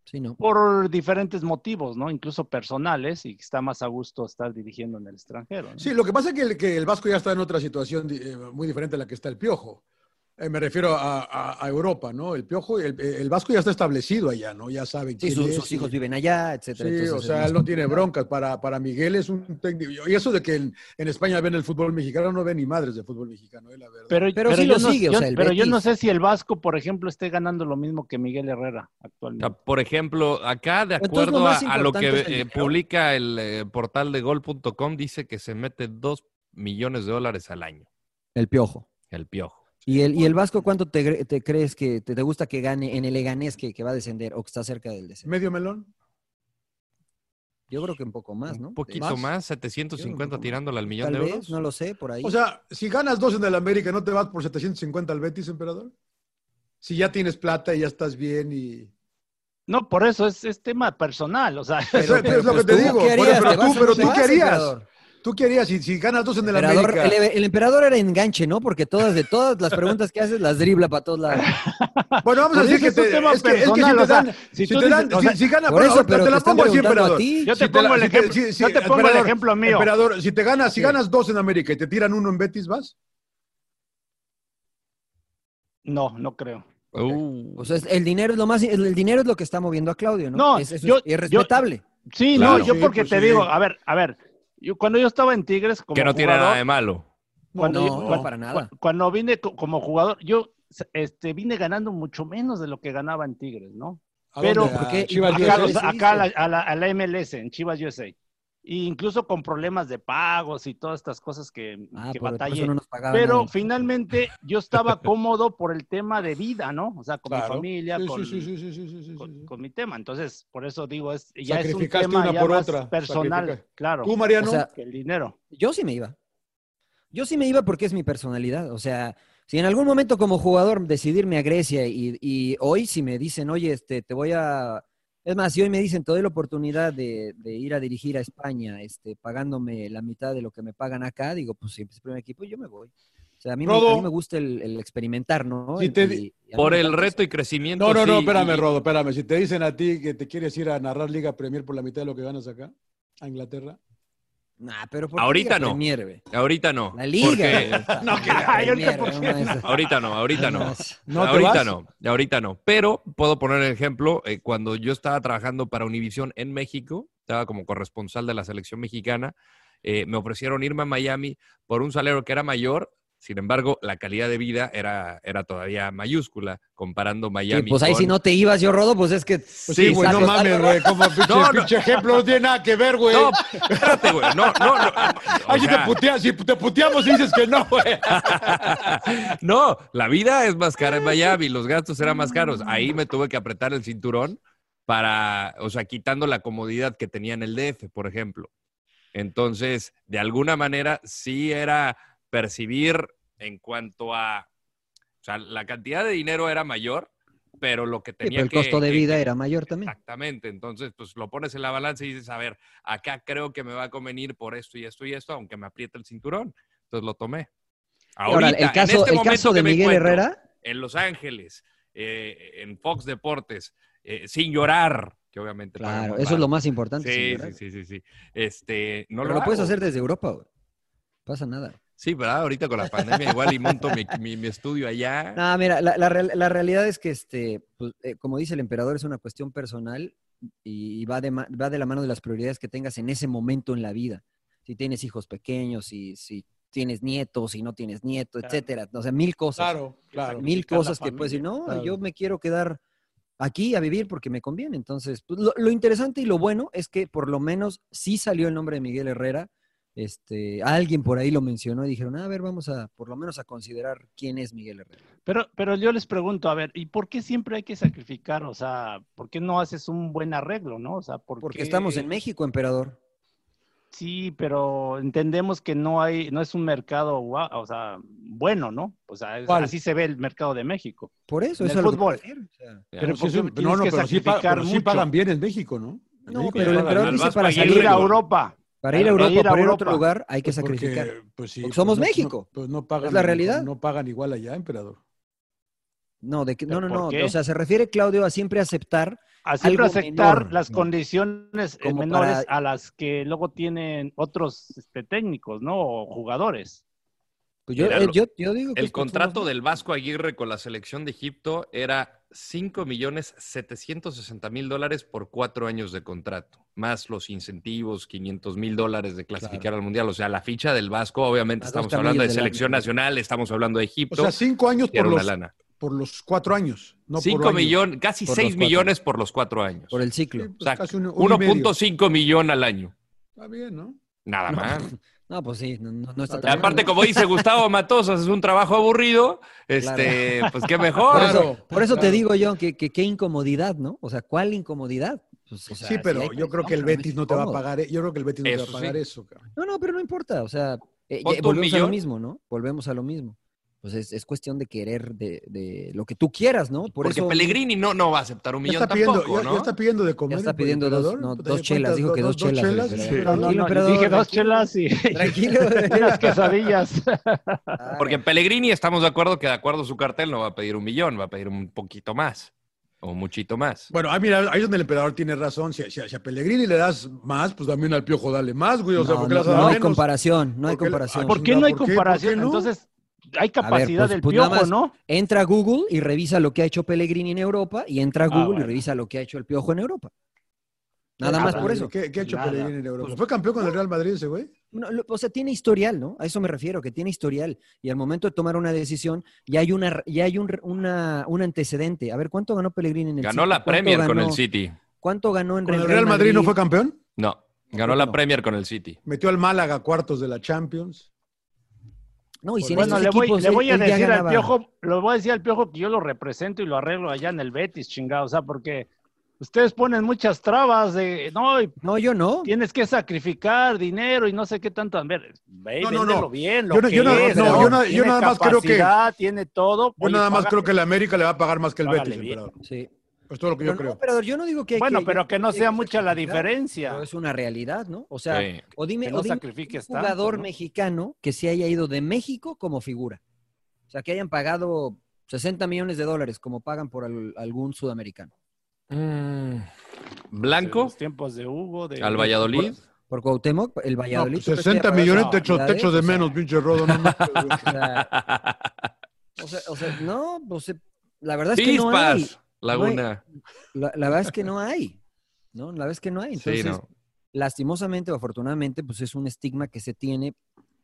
Speaker 2: Sí, no.
Speaker 4: por diferentes motivos, ¿no? Incluso personales, y está más a gusto estar dirigiendo en el extranjero. ¿no?
Speaker 3: Sí, lo que pasa es que el, que el Vasco ya está en otra situación di- eh, muy diferente a la que está el Piojo. Eh, me refiero a, a- a Europa, ¿no? El piojo, el, el vasco ya está establecido allá, ¿no? Ya saben
Speaker 2: Sí,
Speaker 3: quién
Speaker 2: su-
Speaker 3: es,
Speaker 2: sus
Speaker 3: y-
Speaker 2: hijos viven allá, etcétera.
Speaker 3: Sí,
Speaker 2: entonces
Speaker 3: o
Speaker 2: es
Speaker 3: sea,
Speaker 2: más
Speaker 3: él no tiene
Speaker 2: complicado.
Speaker 3: broncas. Para, para Miguel es un técnico. Y eso de que en, en España ven el fútbol mexicano, no ven ni madres de fútbol mexicano, eh, la verdad.
Speaker 4: Pero,
Speaker 3: Pero sí
Speaker 4: yo
Speaker 3: lo
Speaker 4: no-
Speaker 3: sigue, o
Speaker 4: yo-
Speaker 3: sea, el
Speaker 4: pero yo
Speaker 3: Betis.
Speaker 4: no sé si el Vasco, por ejemplo, esté ganando lo mismo que Miguel Herrera actualmente.
Speaker 1: sea, Ah, por ejemplo, acá, de
Speaker 4: Entonces, lo
Speaker 1: acuerdo a,
Speaker 4: más
Speaker 1: a lo que
Speaker 4: importante es el
Speaker 1: eh,
Speaker 4: dinero.
Speaker 1: publica el eh, portal de gol.com, dice que se mete 2 millones de dólares al año,
Speaker 2: El piojo.
Speaker 1: el piojo.
Speaker 2: ¿Y el, ¿Y el Vasco cuánto te, gre- te crees que te, te gusta que gane en el Leganés que, que va a descender o que está cerca del descenso?
Speaker 3: ¿Medio melón?
Speaker 2: Yo creo que un poco más, ¿no?
Speaker 1: Un poquito más, 750 tirándole al millón
Speaker 2: Tal
Speaker 1: de
Speaker 2: vez,
Speaker 1: euros.
Speaker 2: no lo sé, por ahí.
Speaker 3: O sea, si ganas dos en el América, ¿no te vas por 750 al Betis, emperador? Si ya tienes plata y ya estás bien y...
Speaker 4: No, por eso es, es tema personal. O sea, Pues
Speaker 3: Eso es lo
Speaker 2: pues
Speaker 3: que te digo. Bueno, pero tú, pero tú querías. Tú querías, y si ganas dos en el
Speaker 2: Emperador-
Speaker 3: América...
Speaker 2: el, el emperador era enganche, ¿no? Porque todas de todas las preguntas que haces las dribla para todos lados.
Speaker 3: Bueno, vamos a
Speaker 2: Por
Speaker 3: decir que
Speaker 2: eso es
Speaker 3: te,
Speaker 2: un tema
Speaker 3: es que, es que si
Speaker 2: personal,
Speaker 3: te
Speaker 2: o sea,
Speaker 3: dan,
Speaker 2: si
Speaker 3: si,
Speaker 2: tú
Speaker 3: te dan,
Speaker 2: dices- o
Speaker 3: si,
Speaker 2: sea,
Speaker 3: si gana,
Speaker 2: por eso,
Speaker 3: ahorita
Speaker 2: pero
Speaker 3: te
Speaker 2: te
Speaker 3: la
Speaker 2: están
Speaker 3: pongo así,
Speaker 2: preguntando a
Speaker 3: emperador.
Speaker 2: ti.
Speaker 4: Yo te
Speaker 3: Si
Speaker 4: pongo
Speaker 3: la-
Speaker 4: el
Speaker 3: si te-
Speaker 4: ejemplo-
Speaker 3: si- si-
Speaker 4: yo te pongo el
Speaker 3: emperador,
Speaker 4: ejemplo mío.
Speaker 3: Emperador, si te ganas, si
Speaker 4: Sí.
Speaker 3: ganas dos en América y te tiran uno en Betis, ¿vas?
Speaker 4: No, no creo.
Speaker 1: Uh,
Speaker 2: O sea, es- el dinero es lo más, el, el dinero es lo que está moviendo a Claudio, ¿no?
Speaker 4: No,
Speaker 2: es, eso
Speaker 4: yo-
Speaker 2: es- y es respetable.
Speaker 4: Sí,
Speaker 1: Claro.
Speaker 4: no, yo
Speaker 1: Sí,
Speaker 4: porque
Speaker 1: pues
Speaker 4: te
Speaker 1: sí.
Speaker 4: digo, a ver, a ver, yo, cuando yo estaba en Tigres como
Speaker 1: Que no tiene
Speaker 4: jugador,
Speaker 1: nada de malo.
Speaker 4: cuando,
Speaker 1: No,
Speaker 4: yo-
Speaker 1: no,
Speaker 4: cuando-
Speaker 1: para nada.
Speaker 4: cu- cuando vine co- como jugador, yo este, vine ganando mucho menos de lo que ganaba en Tigres, ¿no?
Speaker 3: ¿A
Speaker 4: Pero
Speaker 3: dónde? ¿A
Speaker 4: acá,
Speaker 3: Chivas
Speaker 4: acá
Speaker 3: USA?
Speaker 4: los- acá a, la, a la- a la MLS, en Chivas USA. Y E incluso con problemas de pagos y todas estas cosas que,
Speaker 1: Ah,
Speaker 4: que
Speaker 2: por- por
Speaker 4: batallé.
Speaker 2: eso no nos pagaban
Speaker 4: Pero
Speaker 2: nada.
Speaker 4: finalmente yo estaba cómodo por el tema de vida, ¿no? O sea, con mi
Speaker 3: Claro.
Speaker 4: familia,
Speaker 3: Sí, sí,
Speaker 4: con,
Speaker 3: sí, sí,
Speaker 4: con- con mi tema. Entonces, por eso digo, es, ya es un
Speaker 3: Sacrificaste
Speaker 4: tema
Speaker 3: una
Speaker 4: ya
Speaker 3: por
Speaker 4: más
Speaker 3: otra.
Speaker 4: personal,
Speaker 3: Sacrifica-
Speaker 4: claro.
Speaker 3: ¿Tú, Mariano?
Speaker 4: O sea, el dinero.
Speaker 2: Yo sí me iba. Yo sí me iba porque es mi personalidad. O sea, si en algún momento como jugador decidirme a Grecia y, y hoy si me dicen, oye, este, te voy a... Es más, si hoy me dicen, te doy la oportunidad de, de ir a dirigir a España, este, pagándome la mitad de lo que me pagan acá, digo, pues si es el primer equipo, yo me voy. O sea, a mí, me,
Speaker 3: Rodo.
Speaker 2: a mí me gusta el, el experimentar, ¿no?
Speaker 3: Si te
Speaker 2: Y-
Speaker 3: di-
Speaker 2: y a mí
Speaker 1: Por
Speaker 2: me
Speaker 1: el
Speaker 2: encanta
Speaker 1: reto y crecimiento.
Speaker 3: No, no, no,
Speaker 1: sí,
Speaker 3: espérame,
Speaker 1: y-
Speaker 3: Rodo, espérame. Si te dicen a ti que te quieres ir a narrar Liga Premier por la mitad de lo que ganas acá, a Inglaterra.
Speaker 2: Nah, pero ¿por qué
Speaker 1: Ahorita
Speaker 2: Liga
Speaker 1: no.
Speaker 2: Premier, güey?
Speaker 1: Ahorita no.
Speaker 2: La liga.
Speaker 1: porque-
Speaker 2: güey, está-
Speaker 1: No, que-
Speaker 2: Liga
Speaker 1: ay, ahorita
Speaker 2: Premier,
Speaker 1: por
Speaker 2: no
Speaker 1: qué.
Speaker 2: mames.
Speaker 1: Ahorita no, ahorita
Speaker 2: Ah,
Speaker 1: no.
Speaker 2: No, ¿te
Speaker 1: ahorita
Speaker 2: vas?
Speaker 1: no, ahorita no. Pero puedo poner el ejemplo, eh, cuando yo estaba trabajando para Univisión en México, estaba como corresponsal de la selección mexicana, eh, me ofrecieron irme a Miami por un salario que era mayor, sin embargo, la calidad de vida era, era todavía mayúscula, comparando Miami.
Speaker 2: Sí, pues ahí
Speaker 1: con-
Speaker 2: si no te ibas yo, Rodo, pues es que...
Speaker 1: sí, güey, no
Speaker 2: sacas-
Speaker 1: mames, güey, como pinche-
Speaker 2: No, no.
Speaker 1: pinche
Speaker 3: ejemplo no tiene nada que ver, güey.
Speaker 1: No, espérate, güey. No, no, no.
Speaker 3: Ay, si,
Speaker 1: sea-
Speaker 3: te putea- si te puteamos y dices que no, güey.
Speaker 1: No, la vida es más cara en Miami, los gastos eran más caros. Ahí me tuve que apretar el cinturón para, o sea, quitando la comodidad que tenía en el DF, por ejemplo. Entonces, de alguna manera, sí era percibir en cuanto a, o sea, la cantidad de dinero era mayor, pero lo que
Speaker 2: Sí,
Speaker 1: tenía
Speaker 2: pero el
Speaker 1: que-
Speaker 2: costo de
Speaker 1: que-
Speaker 2: vida
Speaker 1: que-
Speaker 2: era mayor también.
Speaker 1: Exactamente. Entonces, pues lo pones en la balanza y dices, a ver, acá creo que me va a convenir por esto y esto y esto, aunque me apriete el cinturón. Entonces lo tomé. este
Speaker 2: Ahora, el caso- el
Speaker 1: momento
Speaker 2: caso de
Speaker 1: que me
Speaker 2: Miguel
Speaker 1: encuentro
Speaker 2: Herrera.
Speaker 1: En Los Ángeles, eh, en Fox Deportes, eh, sin llorar, que obviamente. pagan
Speaker 2: Claro,
Speaker 1: muy
Speaker 2: eso es lo
Speaker 1: barato.
Speaker 2: más importante. sin
Speaker 1: Sí,
Speaker 2: llorar.
Speaker 1: sí, sí, sí, sí. Este, no
Speaker 2: Pero
Speaker 1: lo,
Speaker 2: lo, puedes
Speaker 1: hago.
Speaker 2: hacer desde Europa, güey. Pasa nada.
Speaker 1: Sí, ¿verdad? Ahorita con la pandemia igual y monto mi, mi- mi estudio allá.
Speaker 2: No, mira, la, la real- la realidad es que, este, pues, eh, como dice el emperador, es una cuestión personal y, y va, de ma- va de la mano de las prioridades que tengas en ese momento en la vida. Si tienes hijos pequeños, si, si tienes nietos, si no tienes nietos,
Speaker 3: Claro.
Speaker 2: etcétera. O sea, mil cosas.
Speaker 3: Claro, claro.
Speaker 2: Mil
Speaker 3: Sacrificar la
Speaker 2: cosas que puedes decir,
Speaker 3: familia,
Speaker 2: no,
Speaker 3: claro.
Speaker 2: yo me quiero quedar aquí a vivir porque me conviene. Entonces, pues, lo, lo interesante y lo bueno es que por lo menos sí salió el nombre de Miguel Herrera. Este, alguien por ahí lo mencionó y dijeron, "Ah, a ver, vamos a por lo menos a considerar quién es Miguel Herrera.
Speaker 4: Pero, pero yo les pregunto, a ver, ¿y por qué siempre hay que sacrificar? O sea, ¿por qué no haces un buen arreglo, no? O sea, ¿por
Speaker 2: Porque
Speaker 4: qué-
Speaker 2: estamos en México, emperador.
Speaker 4: Sí, pero entendemos que no hay, no es un mercado, gua- o sea, bueno, ¿no? O sea, es-
Speaker 2: ¿Cuál?
Speaker 4: así se ve el mercado de México.
Speaker 2: Por eso,
Speaker 4: En
Speaker 2: eso es
Speaker 4: el
Speaker 2: a lo que
Speaker 4: fútbol.
Speaker 2: me refiero, o sea.
Speaker 4: Pero
Speaker 3: sí
Speaker 4: ¿por qué
Speaker 3: es un-
Speaker 4: tienes
Speaker 3: no, no,
Speaker 4: que
Speaker 3: pero sí, pa-
Speaker 4: sacrificar
Speaker 3: pero sí
Speaker 4: mucho?
Speaker 3: pagan bien en México, ¿no? En
Speaker 2: No,
Speaker 3: México
Speaker 2: pero el
Speaker 3: pagan
Speaker 2: emperador
Speaker 3: bien.
Speaker 2: dice para
Speaker 4: Para
Speaker 2: salir
Speaker 4: ir a Europa.
Speaker 2: Para ir a Europa,
Speaker 4: Para ir a
Speaker 2: para ir a otro
Speaker 4: Europa.
Speaker 2: lugar, hay que
Speaker 3: Pues porque,
Speaker 2: sacrificar.
Speaker 3: pues sí,
Speaker 2: Porque
Speaker 3: pues
Speaker 2: somos
Speaker 3: no- no-
Speaker 2: México.
Speaker 3: pues no pagan,
Speaker 2: Es la realidad.
Speaker 3: No pagan igual allá, emperador.
Speaker 2: No, de que- no, no,
Speaker 4: ¿Pero por
Speaker 2: no.
Speaker 4: qué?
Speaker 2: O sea, se refiere Claudio a siempre aceptar
Speaker 4: A siempre
Speaker 2: algo
Speaker 4: aceptar
Speaker 2: menor,
Speaker 4: las
Speaker 2: ¿no?
Speaker 4: condiciones eh,
Speaker 2: Como
Speaker 4: menores
Speaker 2: para-
Speaker 4: a las que luego tienen otros este, técnicos, ¿no? O jugadores.
Speaker 2: Pues yo,
Speaker 1: Mira,
Speaker 2: eh,
Speaker 1: lo-
Speaker 2: yo, yo digo que
Speaker 1: El
Speaker 2: es Pumas,
Speaker 1: contrato
Speaker 2: ¿no?
Speaker 1: del Vasco Aguirre con la selección de Egipto era 5 millones 760 mil dólares por cuatro años de contrato, más los incentivos, 500 mil dólares de clasificar al Mundial. O sea, la ficha del Vasco, obviamente
Speaker 3: Las dos
Speaker 1: estamos hablando de
Speaker 3: camellas del
Speaker 1: selección nacional, estamos hablando de
Speaker 3: O
Speaker 1: Egipto.
Speaker 3: sea, cinco años
Speaker 1: Era
Speaker 3: por
Speaker 1: una
Speaker 3: los,
Speaker 1: lana.
Speaker 3: por los cuatro años. No por
Speaker 1: Cinco
Speaker 3: año.
Speaker 1: millón- casi
Speaker 3: Por los
Speaker 1: 6
Speaker 3: cuatro.
Speaker 1: millones por los cuatro años.
Speaker 2: Por el ciclo.
Speaker 1: O sea,
Speaker 3: casi un- uno y medio.
Speaker 1: 1.5 millón al año.
Speaker 3: Está bien, ¿no?
Speaker 1: Nada más.
Speaker 2: No, pues sí, no, no- no está
Speaker 1: Y
Speaker 2: tan
Speaker 1: aparte,
Speaker 2: mal.
Speaker 1: como dice Gustavo Matosas, es un trabajo aburrido.
Speaker 2: Claro.
Speaker 1: Este, pues qué mejor.
Speaker 2: Por eso, por eso te digo yo que que- qué incomodidad, ¿no? O sea, ¿cuál incomodidad? Pues, o sea,
Speaker 3: sí, pero
Speaker 2: hay
Speaker 3: yo creo que el
Speaker 2: no, no, no es
Speaker 3: Betis no te va a
Speaker 2: incómodo.
Speaker 3: pagar. eh, Yo creo que el Betis no te
Speaker 2: Eso
Speaker 3: va a pagar
Speaker 2: sí.
Speaker 3: eso, cabrón.
Speaker 2: No, no, pero no importa. O sea, eh,
Speaker 3: Pon
Speaker 2: ya-
Speaker 3: tú un
Speaker 2: volvemos a lo
Speaker 3: millón.
Speaker 2: mismo, ¿no? Volvemos a lo mismo. Pues es, es cuestión de querer de, de lo que tú quieras, ¿no? Por
Speaker 1: Porque
Speaker 2: eso
Speaker 1: Pellegrini no, no va a aceptar un
Speaker 3: Ya
Speaker 1: millón
Speaker 3: está, pidiendo,
Speaker 1: tampoco,
Speaker 3: ya- ya
Speaker 1: ¿no?
Speaker 3: está pidiendo de comer.
Speaker 2: ya está
Speaker 3: el
Speaker 2: pidiendo dos,
Speaker 3: emperador,
Speaker 2: no,
Speaker 3: pues,
Speaker 2: dos
Speaker 3: ¿te
Speaker 2: chelas.
Speaker 3: cuentas?
Speaker 2: Dijo que dos chelas. el
Speaker 3: sí.
Speaker 2: emperador.
Speaker 4: No, no,
Speaker 2: Tranquilo,
Speaker 4: no, yo
Speaker 2: emperador,
Speaker 4: dije dos
Speaker 2: tranquilo.
Speaker 4: chelas
Speaker 2: Tranquilo.
Speaker 4: y, y unas quesadillas.
Speaker 1: Porque Pellegrini estamos de acuerdo que de acuerdo a su cartel no va a pedir un millón, va a pedir un poquito más. O muchito más.
Speaker 3: Bueno, ah, mira, ahí es donde el emperador tiene razón. Si, si- si a Pellegrini le das más, pues también al piojo dale más, güey. O sea,
Speaker 2: No,
Speaker 3: ¿por qué
Speaker 2: no,
Speaker 3: le vas a dar
Speaker 2: no hay
Speaker 3: menos?
Speaker 2: comparación, no hay
Speaker 3: ¿Por qué le-
Speaker 2: comparación.
Speaker 3: Ah,
Speaker 4: ¿Por qué
Speaker 3: chingada,
Speaker 4: no hay
Speaker 3: ¿por qué? ¿Por qué
Speaker 4: comparación?
Speaker 3: no?
Speaker 4: Entonces, hay
Speaker 2: A ver,
Speaker 4: capacidad
Speaker 2: pues-
Speaker 4: del
Speaker 2: pues nada
Speaker 4: piojo,
Speaker 2: más
Speaker 4: ¿no?
Speaker 2: Entra a Google y revisa lo que ha hecho Pellegrini en Europa y entra a
Speaker 4: Ah,
Speaker 2: Google y
Speaker 4: bueno.
Speaker 2: revisa lo que ha hecho el Piojo en Europa.
Speaker 3: ¿Qué-
Speaker 2: Nada
Speaker 3: qué-
Speaker 2: más por eso.
Speaker 3: ¿Qué, qué ha hecho
Speaker 4: Nada.
Speaker 3: Pellegrini en Europa? ¿Fue campeón con el Real Madrid ese güey?
Speaker 2: No, lo- o sea, tiene historial, ¿no? A eso me refiero, que tiene historial. Y al momento de tomar una decisión, ya hay, una, ya hay un, una- un antecedente. A ver, ¿cuánto ganó Pellegrini en el
Speaker 1: Ganó
Speaker 2: City?
Speaker 1: la
Speaker 2: ¿Cuánto
Speaker 1: Premier con el
Speaker 2: ganó-
Speaker 1: City.
Speaker 2: ¿Cuánto ganó en
Speaker 3: ¿Con el Real Madrid no fue campeón?
Speaker 1: No, ganó la Premier con el City.
Speaker 3: Metió al Málaga a cuartos de la Champions.
Speaker 2: No, y si en este
Speaker 4: Bueno,
Speaker 2: estos
Speaker 4: le voy,
Speaker 2: equipos
Speaker 4: le
Speaker 2: él-
Speaker 4: voy a
Speaker 2: él ya
Speaker 4: decir al
Speaker 2: ganaba.
Speaker 4: piojo, lo voy a decir al piojo que yo lo represento y lo arreglo allá en el Betis, chingado. O sea, porque ustedes ponen muchas trabas de no, y
Speaker 2: No, yo no.
Speaker 4: tienes que sacrificar dinero y no sé qué tanto. A ver, ve,
Speaker 3: No, no,
Speaker 4: véndelo
Speaker 3: no.
Speaker 4: bien, lo
Speaker 3: Yo no-
Speaker 4: que
Speaker 3: yo no-
Speaker 4: es,
Speaker 3: no,
Speaker 4: cabrón.
Speaker 3: yo no- yo
Speaker 4: Tiene
Speaker 3: nada más creo que-
Speaker 4: capacidad, tiene todo.
Speaker 3: Yo
Speaker 4: Oye,
Speaker 3: nada más
Speaker 4: paga-
Speaker 3: creo que el América le va a pagar más que el
Speaker 4: Págale
Speaker 3: Betis,
Speaker 4: bien.
Speaker 3: emperador.
Speaker 2: Sí.
Speaker 3: Es todo lo que
Speaker 2: Pero
Speaker 3: yo
Speaker 2: no,
Speaker 3: creo.
Speaker 2: emperador, yo no digo que hay
Speaker 4: Bueno,
Speaker 2: que-
Speaker 4: pero que no
Speaker 2: hay
Speaker 4: sea mucha la
Speaker 2: sacrificar,
Speaker 4: diferencia.
Speaker 2: pero es una realidad, ¿no? O sea,
Speaker 1: Sí.
Speaker 2: o dime,
Speaker 4: Que no
Speaker 2: o dime
Speaker 4: sacrifiques
Speaker 2: un jugador
Speaker 4: tanto, ¿no?
Speaker 2: mexicano que se haya ido de México como figura. O sea, que hayan pagado 60 millones de dólares como pagan por al- algún sudamericano.
Speaker 1: Mm, Blanco
Speaker 4: Los tiempos de Hugo, de Pues,
Speaker 1: al Valladolid.
Speaker 2: Por Cuauhtémoc, el
Speaker 3: No,
Speaker 2: Valladolid.
Speaker 3: pues 60 millones
Speaker 4: no,
Speaker 3: te echo- te echo de menos, pinche rodo. No, no, güey.
Speaker 2: O sea, o sea- o sea, no, o sea, la verdad es que no hay.
Speaker 1: Chispas, Laguna.
Speaker 2: La, la verdad es que no hay. ¿No? La verdad es que no hay. Entonces,
Speaker 1: Sí, no.
Speaker 2: lastimosamente o afortunadamente, pues es un estigma que se tiene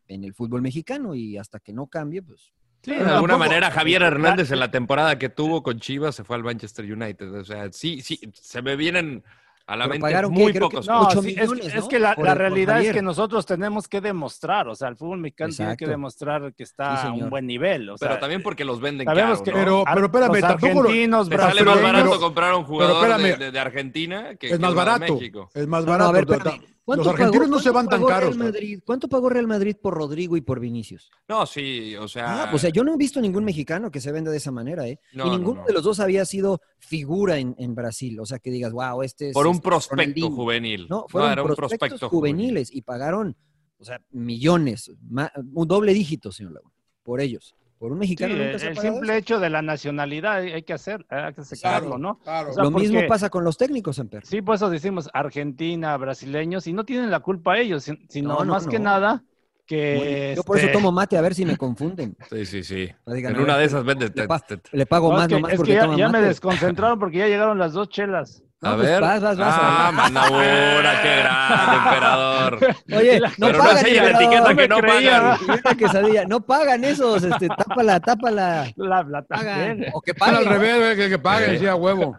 Speaker 2: en el fútbol mexicano y hasta que no cambie, pues.
Speaker 1: Sí, de alguna manera, Javier Hernández en la temporada que tuvo con Chivas se fue al Manchester United. O sea, sí, sí, se me vienen a la
Speaker 2: Pero
Speaker 1: mente
Speaker 2: pagaron, ¿qué?
Speaker 1: muy
Speaker 2: Creo que
Speaker 1: pocos.
Speaker 4: No,
Speaker 2: Ocho
Speaker 4: sí, es-
Speaker 2: millones,
Speaker 4: es,
Speaker 2: ¿no?
Speaker 4: que la,
Speaker 2: Por
Speaker 4: la
Speaker 2: el- por
Speaker 4: realidad es
Speaker 2: Javier.
Speaker 4: que nosotros tenemos que demostrar, o sea, el fútbol mexicano tiene que
Speaker 2: Exacto.
Speaker 4: demostrar que está
Speaker 2: Sí,
Speaker 4: a un
Speaker 2: señor.
Speaker 4: buen nivel. O sea,
Speaker 1: pero también porque los venden
Speaker 4: sabemos
Speaker 1: caro,
Speaker 4: que-
Speaker 1: ¿no?
Speaker 3: Pero,
Speaker 4: Ar-
Speaker 3: pero espérame,
Speaker 4: los
Speaker 3: tampoco lo-
Speaker 4: argentinos,
Speaker 1: Te sale más
Speaker 3: brasileños-
Speaker 1: barato
Speaker 3: pero-
Speaker 1: comprar un
Speaker 3: pero
Speaker 1: jugador de,
Speaker 3: espérame,
Speaker 1: de- de Argentina que, que
Speaker 3: es más
Speaker 1: uno de
Speaker 3: barato.
Speaker 1: México.
Speaker 3: Es más
Speaker 2: No, no, a
Speaker 3: barato.
Speaker 2: ver,
Speaker 3: ta-
Speaker 2: espérame.
Speaker 3: ta-
Speaker 2: ¿Cuánto
Speaker 3: Los argentinos no
Speaker 2: pagó-
Speaker 3: se van tan
Speaker 2: cuánto pagó
Speaker 3: caros.
Speaker 2: Real Madrid- ¿Cuánto pagó Real Madrid por Rodrigo y por Vinicius?
Speaker 1: No, sí, o sea,
Speaker 2: Ah, o sea, yo no he visto ningún mexicano que se venda de esa manera, ¿eh?
Speaker 1: No,
Speaker 2: y
Speaker 1: no,
Speaker 2: ninguno
Speaker 1: no.
Speaker 2: de los dos había sido figura en, en Brasil. O sea, que digas, wow, este es.
Speaker 1: por un
Speaker 2: este,
Speaker 1: prospecto
Speaker 2: Ronaldinho".
Speaker 1: juvenil.
Speaker 2: No, fueron
Speaker 1: era un
Speaker 2: prospectos
Speaker 1: prospecto juvenil.
Speaker 2: juveniles y pagaron, o sea, millones, ma- un doble dígito, señor Laguna, por ellos. Por un
Speaker 4: Sí,
Speaker 2: mexicano
Speaker 4: el,
Speaker 2: nunca se ha
Speaker 4: el
Speaker 2: pagado
Speaker 4: simple
Speaker 2: eso.
Speaker 4: hecho de la nacionalidad hay hay que hacer, hay que sacarlo, ¿no?
Speaker 3: Claro.
Speaker 4: O sea,
Speaker 2: Lo mismo
Speaker 4: porque-
Speaker 2: pasa con los técnicos, Amper.
Speaker 4: Sí, por eso decimos Argentina, brasileños, y no tienen la culpa ellos, sin- sino
Speaker 2: No, no,
Speaker 4: más que
Speaker 2: no.
Speaker 4: nada
Speaker 2: Bueno,
Speaker 4: que...
Speaker 2: Yo por eso
Speaker 4: este,
Speaker 2: tomo mate a ver si me confunden.
Speaker 1: Sí, sí, sí.
Speaker 2: O sea, digan,
Speaker 1: en
Speaker 2: a ver,
Speaker 1: una de
Speaker 2: le-
Speaker 1: esas vende.
Speaker 2: Le pago, le pago
Speaker 4: no, es
Speaker 2: más
Speaker 4: que-
Speaker 2: nomás
Speaker 4: es que
Speaker 2: porque
Speaker 4: ya,
Speaker 2: toma
Speaker 4: ya me
Speaker 2: mate.
Speaker 4: desconcentraron porque ya llegaron las dos chelas.
Speaker 2: No,
Speaker 1: a
Speaker 2: pues
Speaker 1: ver.
Speaker 2: vas, vas, vas,
Speaker 1: ah,
Speaker 2: vas.
Speaker 1: Manabura, qué grande, emperador.
Speaker 2: Oye, no
Speaker 1: Pero no
Speaker 2: pagan,
Speaker 1: enseña la
Speaker 2: emperador.
Speaker 1: etiqueta que no
Speaker 4: creía,
Speaker 1: pagan.
Speaker 2: Una quesadilla. No pagan esos, este, tápala, tápala.
Speaker 4: La, la
Speaker 2: Pagan.
Speaker 4: también.
Speaker 2: O que
Speaker 3: Al
Speaker 2: paguen. ¿no?
Speaker 3: revés, güey, que, que paguen,
Speaker 1: Sí.
Speaker 3: sí, a huevo.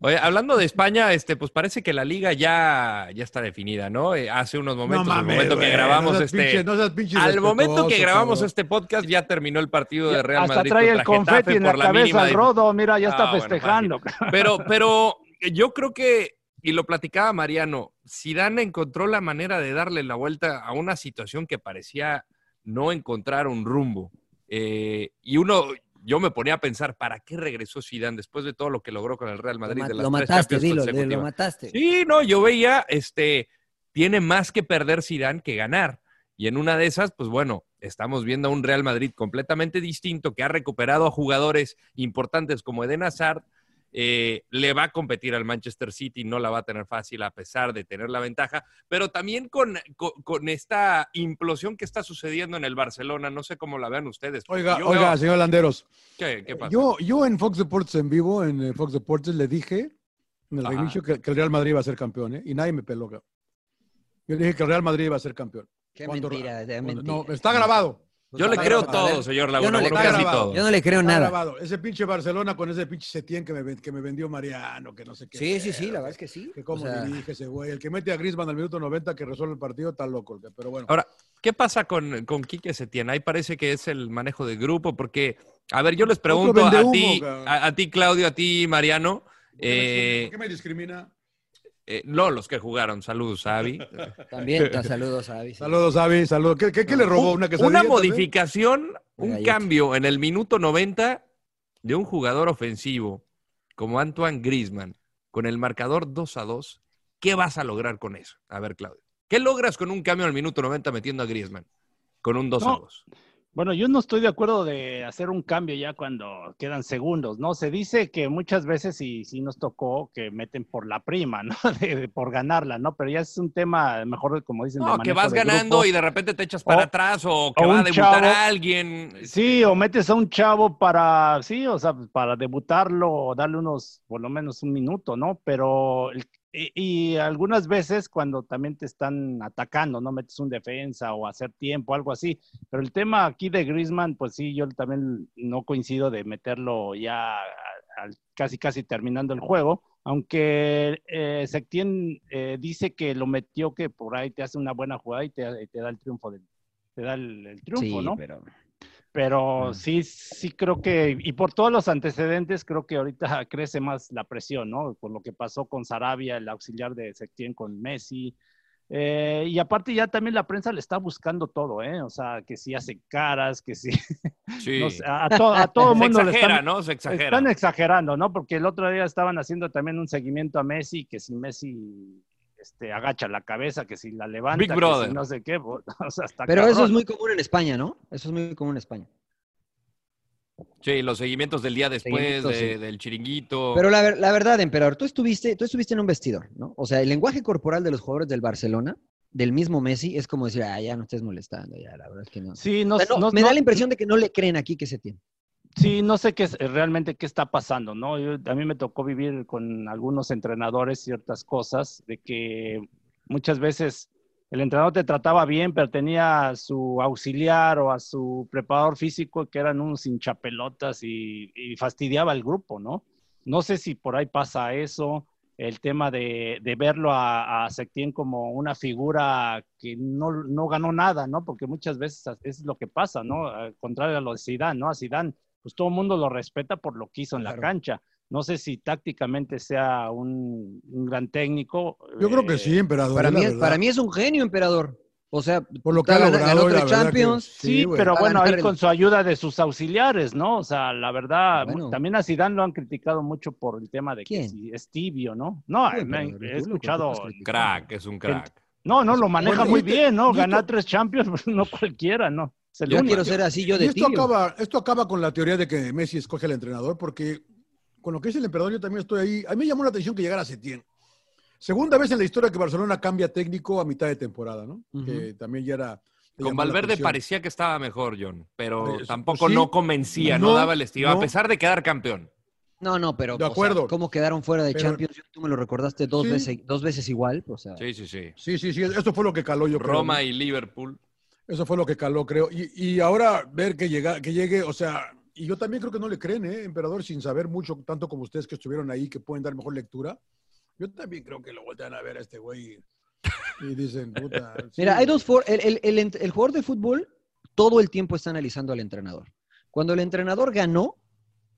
Speaker 1: Oye, hablando de España, este, pues parece que la liga ya, ya está definida, ¿no? Eh, hace unos momentos, al momento
Speaker 3: güey,
Speaker 1: que grabamos
Speaker 3: no seas
Speaker 1: este.
Speaker 3: pinche- no seas pinche
Speaker 1: al momento que
Speaker 3: irrespetuoso,
Speaker 1: grabamos
Speaker 3: cabrón.
Speaker 1: este podcast, ya terminó el partido de Real
Speaker 4: Hasta
Speaker 1: Madrid.
Speaker 4: trae el
Speaker 1: contra
Speaker 4: confeti
Speaker 1: Getafe
Speaker 4: en la,
Speaker 1: por
Speaker 4: cabeza
Speaker 1: mínima
Speaker 4: al
Speaker 1: de-
Speaker 4: rodo, mira, ya está
Speaker 1: Ah, bueno,
Speaker 4: festejando.
Speaker 1: Pero, pero yo creo que, y lo platicaba Mariano, Zidane encontró la manera de darle la vuelta a una situación que parecía no encontrar un rumbo. Eh, y uno, yo me ponía a pensar, ¿para qué regresó Zidane después de todo lo que logró con el Real
Speaker 2: Lo
Speaker 1: Madrid?
Speaker 2: ma-
Speaker 1: de las
Speaker 2: Lo
Speaker 1: tres
Speaker 2: mataste,
Speaker 1: Champions
Speaker 2: dilo, de- lo
Speaker 1: consecutivas?
Speaker 2: mataste.
Speaker 1: Sí, no, yo veía, este, tiene más que perder Zidane que ganar. Y en una de esas, pues bueno, estamos viendo a un Real Madrid completamente distinto que ha recuperado a jugadores importantes como Eden Hazard eh, le va a competir al Manchester City, no la va a tener fácil a pesar de tener la ventaja, pero también con, con, con esta implosión que está sucediendo en el Barcelona, no sé cómo la vean ustedes.
Speaker 3: Oiga, Yo oiga, veo... señor Landeros.
Speaker 1: ¿Qué, qué pasa?
Speaker 3: Eh, Yo, yo en Fox Deportes en vivo, en eh, Fox Deportes, le dije en el Ajá. reinicio que, que, el Real Madrid iba a ser campeón, ¿eh? y nadie me peló. Cabrón. Yo le dije que el Real Madrid iba a ser campeón.
Speaker 2: Qué Cuando, mentira, qué mentira. Pues
Speaker 3: No, está grabado.
Speaker 1: Yo le creo grabado.
Speaker 2: ¿eh?
Speaker 1: todo, señor Laguna. Yo no le, creo, casi todo.
Speaker 2: Yo no le creo
Speaker 3: está
Speaker 2: nada.
Speaker 3: Grabado. Ese pinche Barcelona con ese pinche Setién que me, que me vendió Mariano, que no sé qué.
Speaker 2: Sí, era, sí, sí, la verdad es que sí.
Speaker 3: Que cómo o sea... dirige ese güey. El que mete a Griezmann al minuto 90 que resuelve el partido, está loco. Pero bueno.
Speaker 1: Ahora, ¿qué pasa con, con Quique Setién? Ahí parece que es el manejo de grupo, porque, a ver, yo les pregunto a ti, a, a ti, Claudio, a ti, Mariano.
Speaker 3: Eh, ¿Por qué me discrimina?
Speaker 1: Eh, no, los que jugaron. Saludos, Avi.
Speaker 2: También, saludos, Avi. Sí.
Speaker 3: Saludos, Avi. Saludos. ¿Qué, qué, qué le robó?
Speaker 1: Una,
Speaker 3: quesadilla,
Speaker 1: Ah, uh, una modificación, un Galleta. cambio en el minuto 90 de un jugador ofensivo como Antoine Grisman, con el marcador 2 a 2. ¿Qué vas a lograr con eso? A ver, Claudio. ¿Qué logras con un cambio en el minuto 90 metiendo a Grisman? Con un 2 no. a 2.
Speaker 4: Bueno, yo no estoy de acuerdo de hacer un cambio ya cuando quedan segundos, ¿no? Se dice que muchas veces y sí nos tocó que meten por la prima, ¿no? De, de, por ganarla, ¿no? Pero ya es un tema, mejor como dicen.
Speaker 1: No, de que vas ganando y de repente te echas para o, atrás o que o va a debutar chavo, a alguien.
Speaker 4: Sí, o metes a un chavo para, sí, o sea, para debutarlo o darle unos, por lo menos un minuto, ¿no? Pero el, y, y, algunas veces cuando también te están atacando, no metes un defensa o hacer tiempo, algo así. Pero el tema aquí de Griezmann, pues sí, yo también no coincido de meterlo ya al, casi casi terminando el juego. Aunque eh, Septién eh, dice que lo metió que por ahí te hace una buena jugada y te, te da el triunfo, del, te da el, el triunfo, sí, ¿no? Pero pero sí, sí creo que, y por todos los antecedentes, creo que ahorita crece más la presión, ¿no? Con lo que pasó con Sarabia, el auxiliar de Setién con Messi. Eh, y aparte ya también la prensa le está buscando todo, ¿eh? O sea, que si hace caras, que si...
Speaker 1: Sí.
Speaker 4: No sé, a, to, a, todo el mundo
Speaker 1: se exagera,
Speaker 4: le están,
Speaker 1: ¿no? Se exagera.
Speaker 4: Están exagerando, ¿no? Porque el otro día estaban haciendo también un seguimiento a Messi, que si Messi este, agacha la cabeza, que si la levanta,
Speaker 1: Big brother.
Speaker 4: Que si no sé qué. O sea, hasta
Speaker 2: Pero cabrón. eso es muy común en España, ¿no? Eso es muy común en España.
Speaker 1: Sí, los seguimientos del día después, de, sí. del chiringuito.
Speaker 2: Pero la, la, verdad, emperador, tú estuviste, tú estuviste en un vestidor, ¿no? O sea, el lenguaje corporal de los jugadores del Barcelona, del mismo Messi, es como decir, ah, ya no estés molestando, ya, la verdad es que no.
Speaker 4: Sí, no, o sea,
Speaker 2: no,
Speaker 4: no
Speaker 2: me
Speaker 4: no,
Speaker 2: da la impresión de que no le creen aquí que se tiene.
Speaker 4: Sí, no sé qué es, eh, realmente qué está pasando, ¿no? Yo, a mí me tocó vivir con algunos entrenadores ciertas cosas, de que muchas veces el entrenador te trataba bien, pero tenía a su auxiliar o a su preparador físico que eran unos hinchapelotas y, y fastidiaba al grupo, ¿no? No sé si por ahí pasa eso, el tema de, de verlo a, a, Septién como una figura que no, no, ganó nada, ¿no? Porque muchas veces es lo que pasa, ¿no? Al contrario a lo de Zidane, ¿no? A Zidane pues todo el mundo lo respeta por lo que hizo en claro. la cancha. No sé si tácticamente sea un, un gran técnico.
Speaker 3: Yo eh, creo que sí, emperador.
Speaker 2: Para mí, es, para mí es un genio, emperador. O sea,
Speaker 3: por lo que ha logrado,
Speaker 2: ganó Champions.
Speaker 4: Que... sí, sí pero bueno, ahí el... con su ayuda de sus auxiliares, ¿no? O sea, la verdad, Ah, bueno. también a Zidane lo han criticado mucho por el tema de
Speaker 2: ¿Quién?
Speaker 4: que si es tibio, ¿no? No, sí, me, he escuchado.
Speaker 1: Crack, es un crack.
Speaker 4: no, no, lo maneja bueno, muy este, bien, ¿no? Ganar tres Champions, pues no cualquiera, ¿no?
Speaker 2: yo quiero ser así yo de
Speaker 3: esto tío. acaba, esto acaba con la teoría de que Messi escoge al entrenador, porque con lo que es el emperador yo también estoy ahí. A mí me llamó la atención que llegara Setién. Segunda vez en la historia que Barcelona cambia técnico a mitad de temporada, ¿no? Uh -huh. Que también ya era...
Speaker 1: Con Valverde parecía que estaba mejor, John, pero tampoco pues sí, no convencía, no, no daba el estilo, no. a pesar de quedar campeón.
Speaker 2: No, no, pero
Speaker 3: de acuerdo.
Speaker 2: O sea, cómo quedaron fuera de pero, Champions, tú me lo recordaste dos, sí. veces, dos veces igual. O sea.
Speaker 1: Sí, sí, sí.
Speaker 3: Sí, sí, sí, esto fue lo que caló yo.
Speaker 1: Roma
Speaker 3: creo,
Speaker 1: ¿no? y Liverpool.
Speaker 3: Eso fue lo que caló, creo. Y, y ahora ver que, llega, que llegue, o sea, y yo también creo que no le creen, ¿eh, emperador, sin saber mucho, tanto como ustedes que estuvieron ahí, que pueden dar mejor lectura. Yo también creo que lo voltean a ver a este güey y dicen, puta. sí.
Speaker 2: Mira, hay dos. For el, el, el, el, jugador de fútbol todo el tiempo está analizando al entrenador. Cuando el entrenador ganó,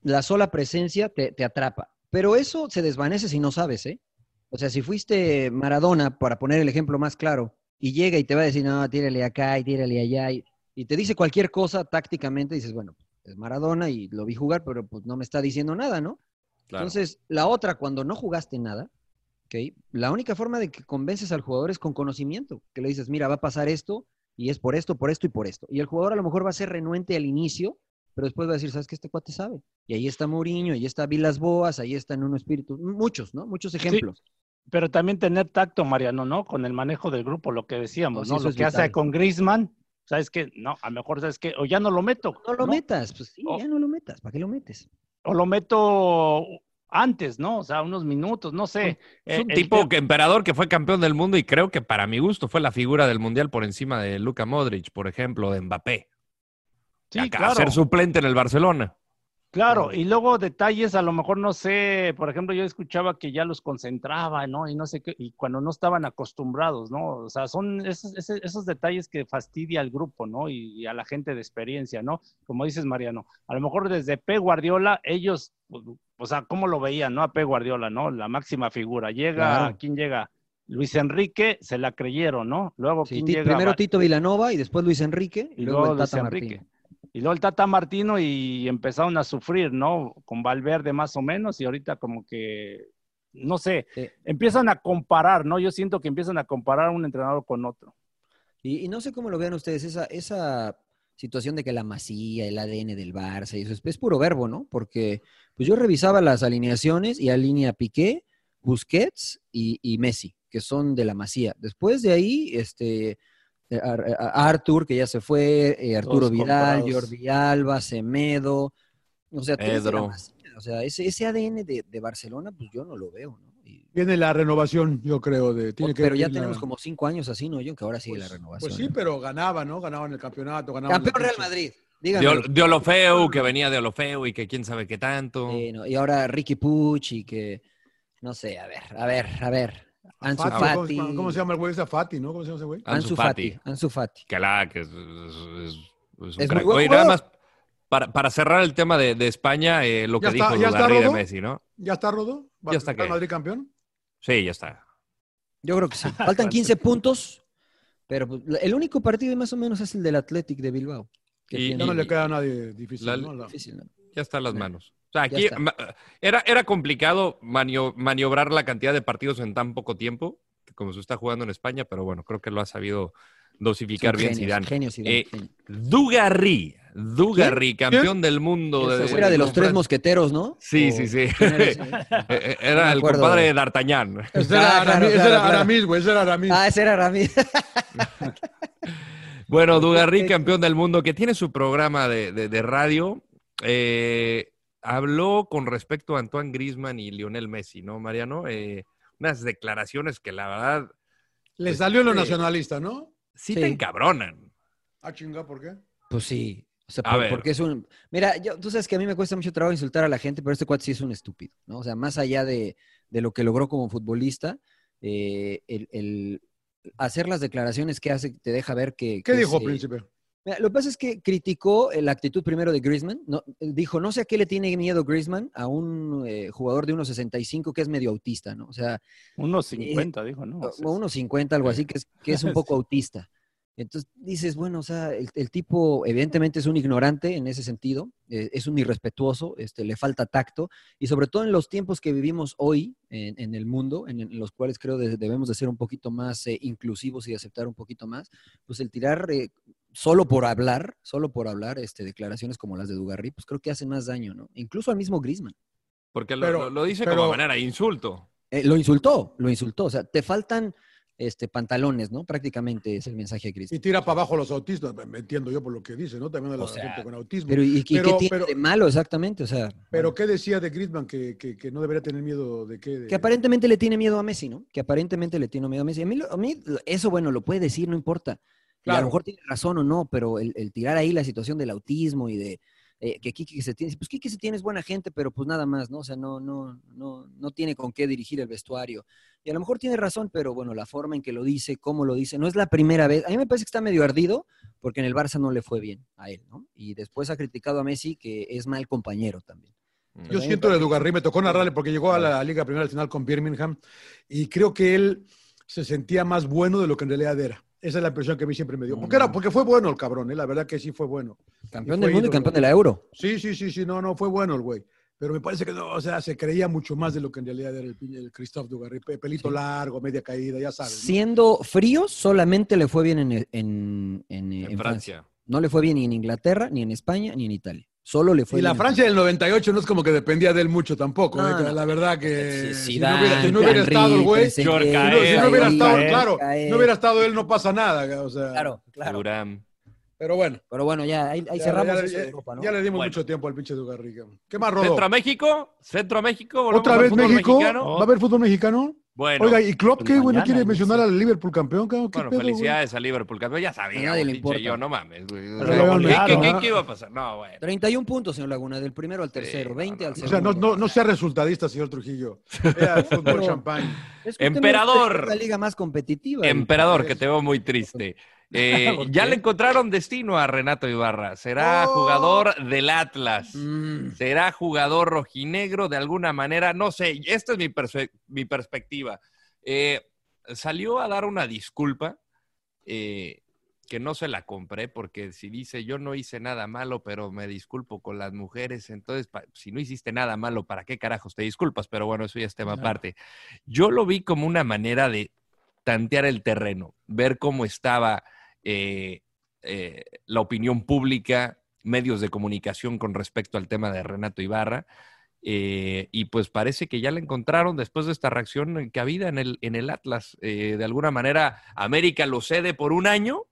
Speaker 2: la sola presencia te, te atrapa. Pero eso se desvanece si no sabes, ¿eh? O sea, si fuiste Maradona, para poner el ejemplo más claro, y llega y te va a decir, no, tírale acá y tírale allá, y, y, te dice cualquier cosa tácticamente, dices, bueno, es Maradona y lo vi jugar, pero pues no me está diciendo nada, ¿no? Claro. Entonces, la otra, cuando no jugaste nada, ¿okay? la única forma de que convences al jugador es con conocimiento, que le dices, mira, va a pasar esto, y es por esto, por esto y por esto. Y el jugador a lo mejor va a ser renuente al inicio, pero después va a decir, ¿sabes qué? Este cuate sabe. Y ahí está Mourinho, ahí está Vilas Boas, ahí está Nuno Espíritu, muchos, ¿no? Muchos ejemplos. Sí,
Speaker 4: pero también tener tacto, Mariano, ¿no? Con el manejo del grupo, lo que decíamos, ¿no?
Speaker 2: Pues eso
Speaker 4: lo
Speaker 2: es
Speaker 4: que hace
Speaker 2: vital.
Speaker 4: con Griezmann, ¿sabes qué? No, a lo mejor, ¿sabes qué? O ya no lo meto.
Speaker 2: No lo metas, pues sí, ya no lo metas, ¿para qué lo metes?
Speaker 4: O lo meto antes, ¿no? O sea, unos minutos, no sé.
Speaker 1: Es un
Speaker 4: Eh, el
Speaker 1: tipo
Speaker 4: tema-
Speaker 1: que emperador que fue campeón del mundo y creo que para mi gusto fue la figura del mundial por encima de Luka Modric, por ejemplo, de Mbappé.
Speaker 4: Sí,
Speaker 1: Acá,
Speaker 4: claro.
Speaker 1: Ser suplente en el Barcelona.
Speaker 4: Claro, y luego detalles, a lo mejor no sé, por ejemplo, yo escuchaba que ya los concentraba, ¿no? Y no sé qué, y cuando no estaban acostumbrados, ¿no? O sea, son esos, ese- esos detalles que fastidia al grupo, ¿no? Y, y a la gente de experiencia, ¿no? Como dices, Mariano, a lo mejor desde P. Guardiola, ellos, pues, o sea, ¿cómo lo veían, no? A P. Guardiola, ¿no? La máxima figura. Llega,
Speaker 2: Claro.
Speaker 4: ¿quién llega? Luis Enrique, se la creyeron, ¿no? Luego,
Speaker 2: Sí,
Speaker 4: ¿quién
Speaker 2: ti-
Speaker 4: llega?
Speaker 2: primero
Speaker 4: Va-
Speaker 2: Tito Vilanova y después Luis Enrique y luego, el
Speaker 4: Luis
Speaker 2: Tata
Speaker 4: Enrique.
Speaker 2: Martino.
Speaker 4: Y luego el Tata Martino y empezaron a sufrir, ¿no? Con Valverde más o menos y ahorita como que, no sé, empiezan a comparar, ¿no? Yo siento que empiezan a comparar un entrenador con otro.
Speaker 2: Y, y no sé cómo lo vean ustedes, esa, esa situación de que la masía, el ADN del Barça, y eso es, es puro verbo, ¿no? Porque pues yo revisaba las alineaciones y alinea Piqué, Busquets y, y Messi, que son de la masía. Después de ahí, este, Ar- a- Arthur, que ya se fue, eh, Arturo
Speaker 4: Todos
Speaker 2: Vidal,
Speaker 4: comprados.
Speaker 2: Jordi Alba, Semedo, o sea, todos de la
Speaker 3: Pedro.
Speaker 2: masía. O sea, ese, ese ADN de, de Barcelona, pues yo no lo veo, ¿no?
Speaker 3: Viene la renovación, yo creo, de tiene que
Speaker 2: Pero ya
Speaker 3: venir la-
Speaker 2: tenemos como cinco años así, ¿no, John? Que ahora sigue la renovación.
Speaker 3: Pues sí, pero ganaba, ¿no? Ganaban el campeonato, ganaban
Speaker 2: Campeón
Speaker 3: la
Speaker 2: Real
Speaker 3: Champions.
Speaker 2: Madrid.
Speaker 1: De, Ol- de Olofeu, que venía de Olofeu y que quién sabe qué tanto.
Speaker 4: Eh,
Speaker 2: Sí, no, Y ahora Ricky Pucci, que no sé, a ver, a ver, a ver. Ansu
Speaker 3: Fati,
Speaker 2: Fati.
Speaker 3: ¿cómo, cómo se llama el güey? Es Fati, ¿no? ¿Cómo se llama ese güey?
Speaker 2: Ansu Fati. Ansu Fati.
Speaker 1: Que la, que es, es- es un
Speaker 2: Es
Speaker 1: crack.
Speaker 2: muy buen
Speaker 1: Oye, nada más,
Speaker 2: jugador.
Speaker 1: para, para cerrar el tema de, de España, eh, lo que
Speaker 3: ¿Ya está-
Speaker 1: dijo
Speaker 3: ya está
Speaker 1: Dudarri de
Speaker 3: Rodo?
Speaker 1: Messi, ¿no?
Speaker 3: ¿Ya está Rodo?
Speaker 1: ¿Ya está
Speaker 3: ¿Real
Speaker 1: qué?
Speaker 3: Madrid campeón?
Speaker 1: Sí, ya está.
Speaker 2: Yo creo que sí. Faltan 15 puntos, pero pues, la- el único partido más o menos es el del Athletic de Bilbao. que
Speaker 1: Y-
Speaker 2: tiene-
Speaker 3: Ya no le queda a nadie difícil,
Speaker 1: La-
Speaker 3: ¿no? La-
Speaker 2: difícil, ¿no?
Speaker 1: Ya está en las manos. O sea,
Speaker 2: Ya
Speaker 1: aquí
Speaker 2: está.
Speaker 1: ma- era, era complicado manio- maniobrar la cantidad de partidos en tan poco tiempo, como se está jugando en España, pero bueno, creo que lo ha sabido dosificar
Speaker 2: Es un
Speaker 1: bien
Speaker 2: genio,
Speaker 1: Zidane.
Speaker 2: es un genio Zidane,
Speaker 1: Eh, Dugarry, Dugarry, campeón del mundo.
Speaker 2: Ese
Speaker 1: de,
Speaker 2: güey Era de los tres mosqueteros, ¿no?
Speaker 1: Sí,
Speaker 2: O-
Speaker 1: sí, sí.
Speaker 2: ¿quién era ese?
Speaker 1: Eh, Era
Speaker 2: me
Speaker 1: el
Speaker 2: acuerdo.
Speaker 1: compadre de D'Artagnan.
Speaker 3: Ese era
Speaker 2: Ah, claro,
Speaker 3: Aramis, ese
Speaker 2: claro,
Speaker 3: era
Speaker 2: claro.
Speaker 3: Aramis, güey, ese era Aramis.
Speaker 2: Ah, ese era Ramírez.
Speaker 1: Bueno, Dugarry, campeón del mundo, que tiene su programa de, de- de radio, eh, habló con respecto a Antoine Grisman y Lionel Messi, ¿no, Mariano? Eh, unas declaraciones que la verdad pues,
Speaker 3: Le salió lo nacionalista, ¿no?
Speaker 1: sí, te encabronan.
Speaker 3: Ah, chinga, ¿por qué?
Speaker 2: Pues sí. O sea,
Speaker 1: A
Speaker 2: por-
Speaker 1: ver.
Speaker 2: porque es un. Mira, yo, tú sabes que a mí me cuesta mucho trabajo insultar a la gente, pero este cuate sí es un estúpido, ¿no? O sea, más allá de, de lo que logró como futbolista, eh, el, el hacer las declaraciones que hace te deja ver que.
Speaker 3: ¿Qué
Speaker 2: que
Speaker 3: dijo,
Speaker 2: se-
Speaker 3: príncipe?
Speaker 2: Mira, lo que pasa es que criticó eh, la actitud primero de Griezmann. No, él dijo, no sé a qué le tiene miedo Griezmann a un eh, jugador de 1.65 que es medio autista, ¿no? O sea,
Speaker 4: Unos 50, dijo, ¿no? O sea,
Speaker 2: Eh, o unos 50, algo así, que es, que es un poco autista. Entonces dices, bueno, o sea, el, el tipo evidentemente es un ignorante en ese sentido, eh, es un irrespetuoso, este, le falta tacto, y sobre todo en los tiempos que vivimos hoy en, en el mundo, en, en los cuales creo de- debemos de ser un poquito más eh, inclusivos y de aceptar un poquito más, pues el tirar eh, solo por hablar, solo por hablar, este, declaraciones como las de Dugarry, pues creo que hacen más daño, ¿no? Incluso al mismo Griezmann.
Speaker 1: Porque lo,
Speaker 3: Pero-
Speaker 1: lo- lo dice
Speaker 3: pero-
Speaker 1: como manera de insulto.
Speaker 2: Eh, lo insultó, lo insultó. O sea, te faltan este, pantalones, ¿no? Prácticamente es el mensaje de Cristo.
Speaker 3: Y tira para abajo a los autistas, me entiendo yo por lo que dice, ¿no? También a la
Speaker 2: O sea,
Speaker 3: gente con autismo.
Speaker 2: Pero, ¿y, y qué
Speaker 3: Pero-
Speaker 2: tiene
Speaker 3: pero-
Speaker 2: de malo exactamente? O sea,
Speaker 3: Pero ¿qué decía de Griezmann que, que, que no debería tener miedo de qué? De-
Speaker 2: que aparentemente le tiene miedo a Messi, ¿no? Que aparentemente le tiene miedo a Messi. A mí, lo- a mí lo- eso, bueno, lo puede decir, no importa. Y a
Speaker 3: Claro.
Speaker 2: lo mejor tiene razón o no, pero el, el tirar ahí la situación del autismo y de eh, que Kike se tiene, pues Kike se tiene es buena gente, pero pues nada más, ¿no? O sea, no, no, no, no tiene con qué dirigir el vestuario. Y a lo mejor tiene razón, pero bueno, la forma en que lo dice, cómo lo dice, no es la primera vez. A mí me parece que está medio ardido porque en el Barça no le fue bien a él, ¿no? Y después ha criticado a Messi que es mal compañero también.
Speaker 3: Yo siento de Dugarry, me tocó narrarle porque llegó a la Liga Primera Nacional con Birmingham y creo que él se sentía más bueno de lo que en realidad era. Esa es la impresión que a mí siempre me dio. Porque, era, porque fue bueno el cabrón, ¿eh? la verdad que sí fue bueno.
Speaker 2: Campeón
Speaker 3: fue
Speaker 2: del mundo y
Speaker 3: ídolo.
Speaker 2: campeón de la Euro.
Speaker 3: Sí, sí, sí, sí, no, no, fue bueno el güey. Pero me parece que no, o sea, se creía mucho más de lo que en realidad era el, pin- el Christophe Dugarry. Pe- Pelito largo, media caída, ya sabes. ¿no?
Speaker 2: Siendo frío, solamente le fue bien en, en- en- en
Speaker 1: Francia.
Speaker 2: No le fue bien ni en Inglaterra, ni en España, ni en Italia. Solo le fue
Speaker 3: Y la
Speaker 2: bien.
Speaker 3: Francia del 98 no es como que dependía de él mucho tampoco.
Speaker 2: No,
Speaker 3: ¿eh? Que
Speaker 2: no.
Speaker 3: La verdad que
Speaker 2: Sí,
Speaker 3: eh, si no
Speaker 2: Zidane,
Speaker 3: hubiera, si no hubiera
Speaker 2: Henry,
Speaker 3: estado el güey, si no,
Speaker 2: Trezeguet,
Speaker 3: si no hubiera
Speaker 2: Caer,
Speaker 3: estado,
Speaker 2: Caer,
Speaker 3: claro,
Speaker 2: Caer.
Speaker 3: no hubiera estado él no pasa nada. O sea,
Speaker 2: Claro, claro.
Speaker 3: Pero bueno.
Speaker 2: Pero bueno, ya ahí, ahí
Speaker 3: Ya,
Speaker 2: cerramos
Speaker 3: ya,
Speaker 2: eso de
Speaker 3: ya,
Speaker 2: Europa, ¿no?
Speaker 3: ya le dimos
Speaker 2: Bueno.
Speaker 3: mucho tiempo al pinche Dugarri. cabrón. ¿Qué más, Rodo?
Speaker 1: Centro a México, Centro a México, volvemos
Speaker 3: ¿Otra
Speaker 1: al
Speaker 3: vez
Speaker 1: fútbol
Speaker 3: México?
Speaker 1: mexicano.
Speaker 3: ¿Va a haber fútbol mexicano?
Speaker 1: Bueno.
Speaker 3: Oiga, ¿y Klopp
Speaker 1: Pues
Speaker 3: qué, güey? ¿No
Speaker 1: mañana,
Speaker 3: quiere
Speaker 1: yo
Speaker 3: mencionar al Liverpool campeón, cabrón? ¿Qué
Speaker 1: Bueno,
Speaker 3: pedo, güey?
Speaker 1: felicidades al Liverpool, campeón. Ya sabía,
Speaker 2: nadie le
Speaker 1: pinche
Speaker 2: importa.
Speaker 1: yo, no mames. güey. O
Speaker 2: Pero
Speaker 1: sea,
Speaker 2: lo
Speaker 1: ¿qué-
Speaker 2: ganaron,
Speaker 1: qué,
Speaker 2: ¿eh?
Speaker 1: qué- qué iba a pasar? No, bueno.
Speaker 2: 31 puntos, señor Laguna, del primero al tercero, 20 al
Speaker 3: O sea,
Speaker 2: segundo.
Speaker 3: no, no, no sea resultadista, señor Trujillo. Era el fútbol
Speaker 2: Pero-
Speaker 3: champán.
Speaker 2: Es que usted no
Speaker 1: Emperador.
Speaker 2: respeta La liga más competitiva.
Speaker 1: Emperador, que te veo muy triste. Eh,
Speaker 2: Ah, ¿Por
Speaker 1: ya
Speaker 2: qué? Oh.
Speaker 1: le encontraron destino a Renato Ibarra. Será jugador del Atlas.
Speaker 2: Mm.
Speaker 1: Será jugador rojinegro de alguna manera. No sé, esta es mi, perspe- mi perspectiva. Eh, salió a dar una disculpa eh, que no se la compré porque si dice yo no hice nada malo, pero me disculpo con las mujeres, entonces pa- si no hiciste nada malo, ¿para qué carajos te disculpas? Pero bueno, eso ya es tema
Speaker 5: Claro.
Speaker 1: aparte. Yo lo vi como una manera de tantear el terreno, ver cómo estaba eh, eh, la opinión pública, medios de comunicación con respecto al tema de Renato Ibarra. Eh, y pues parece que ya la encontraron después de esta reacción cabida en el, en el Atlas. Eh, de alguna manera, América lo cede por un año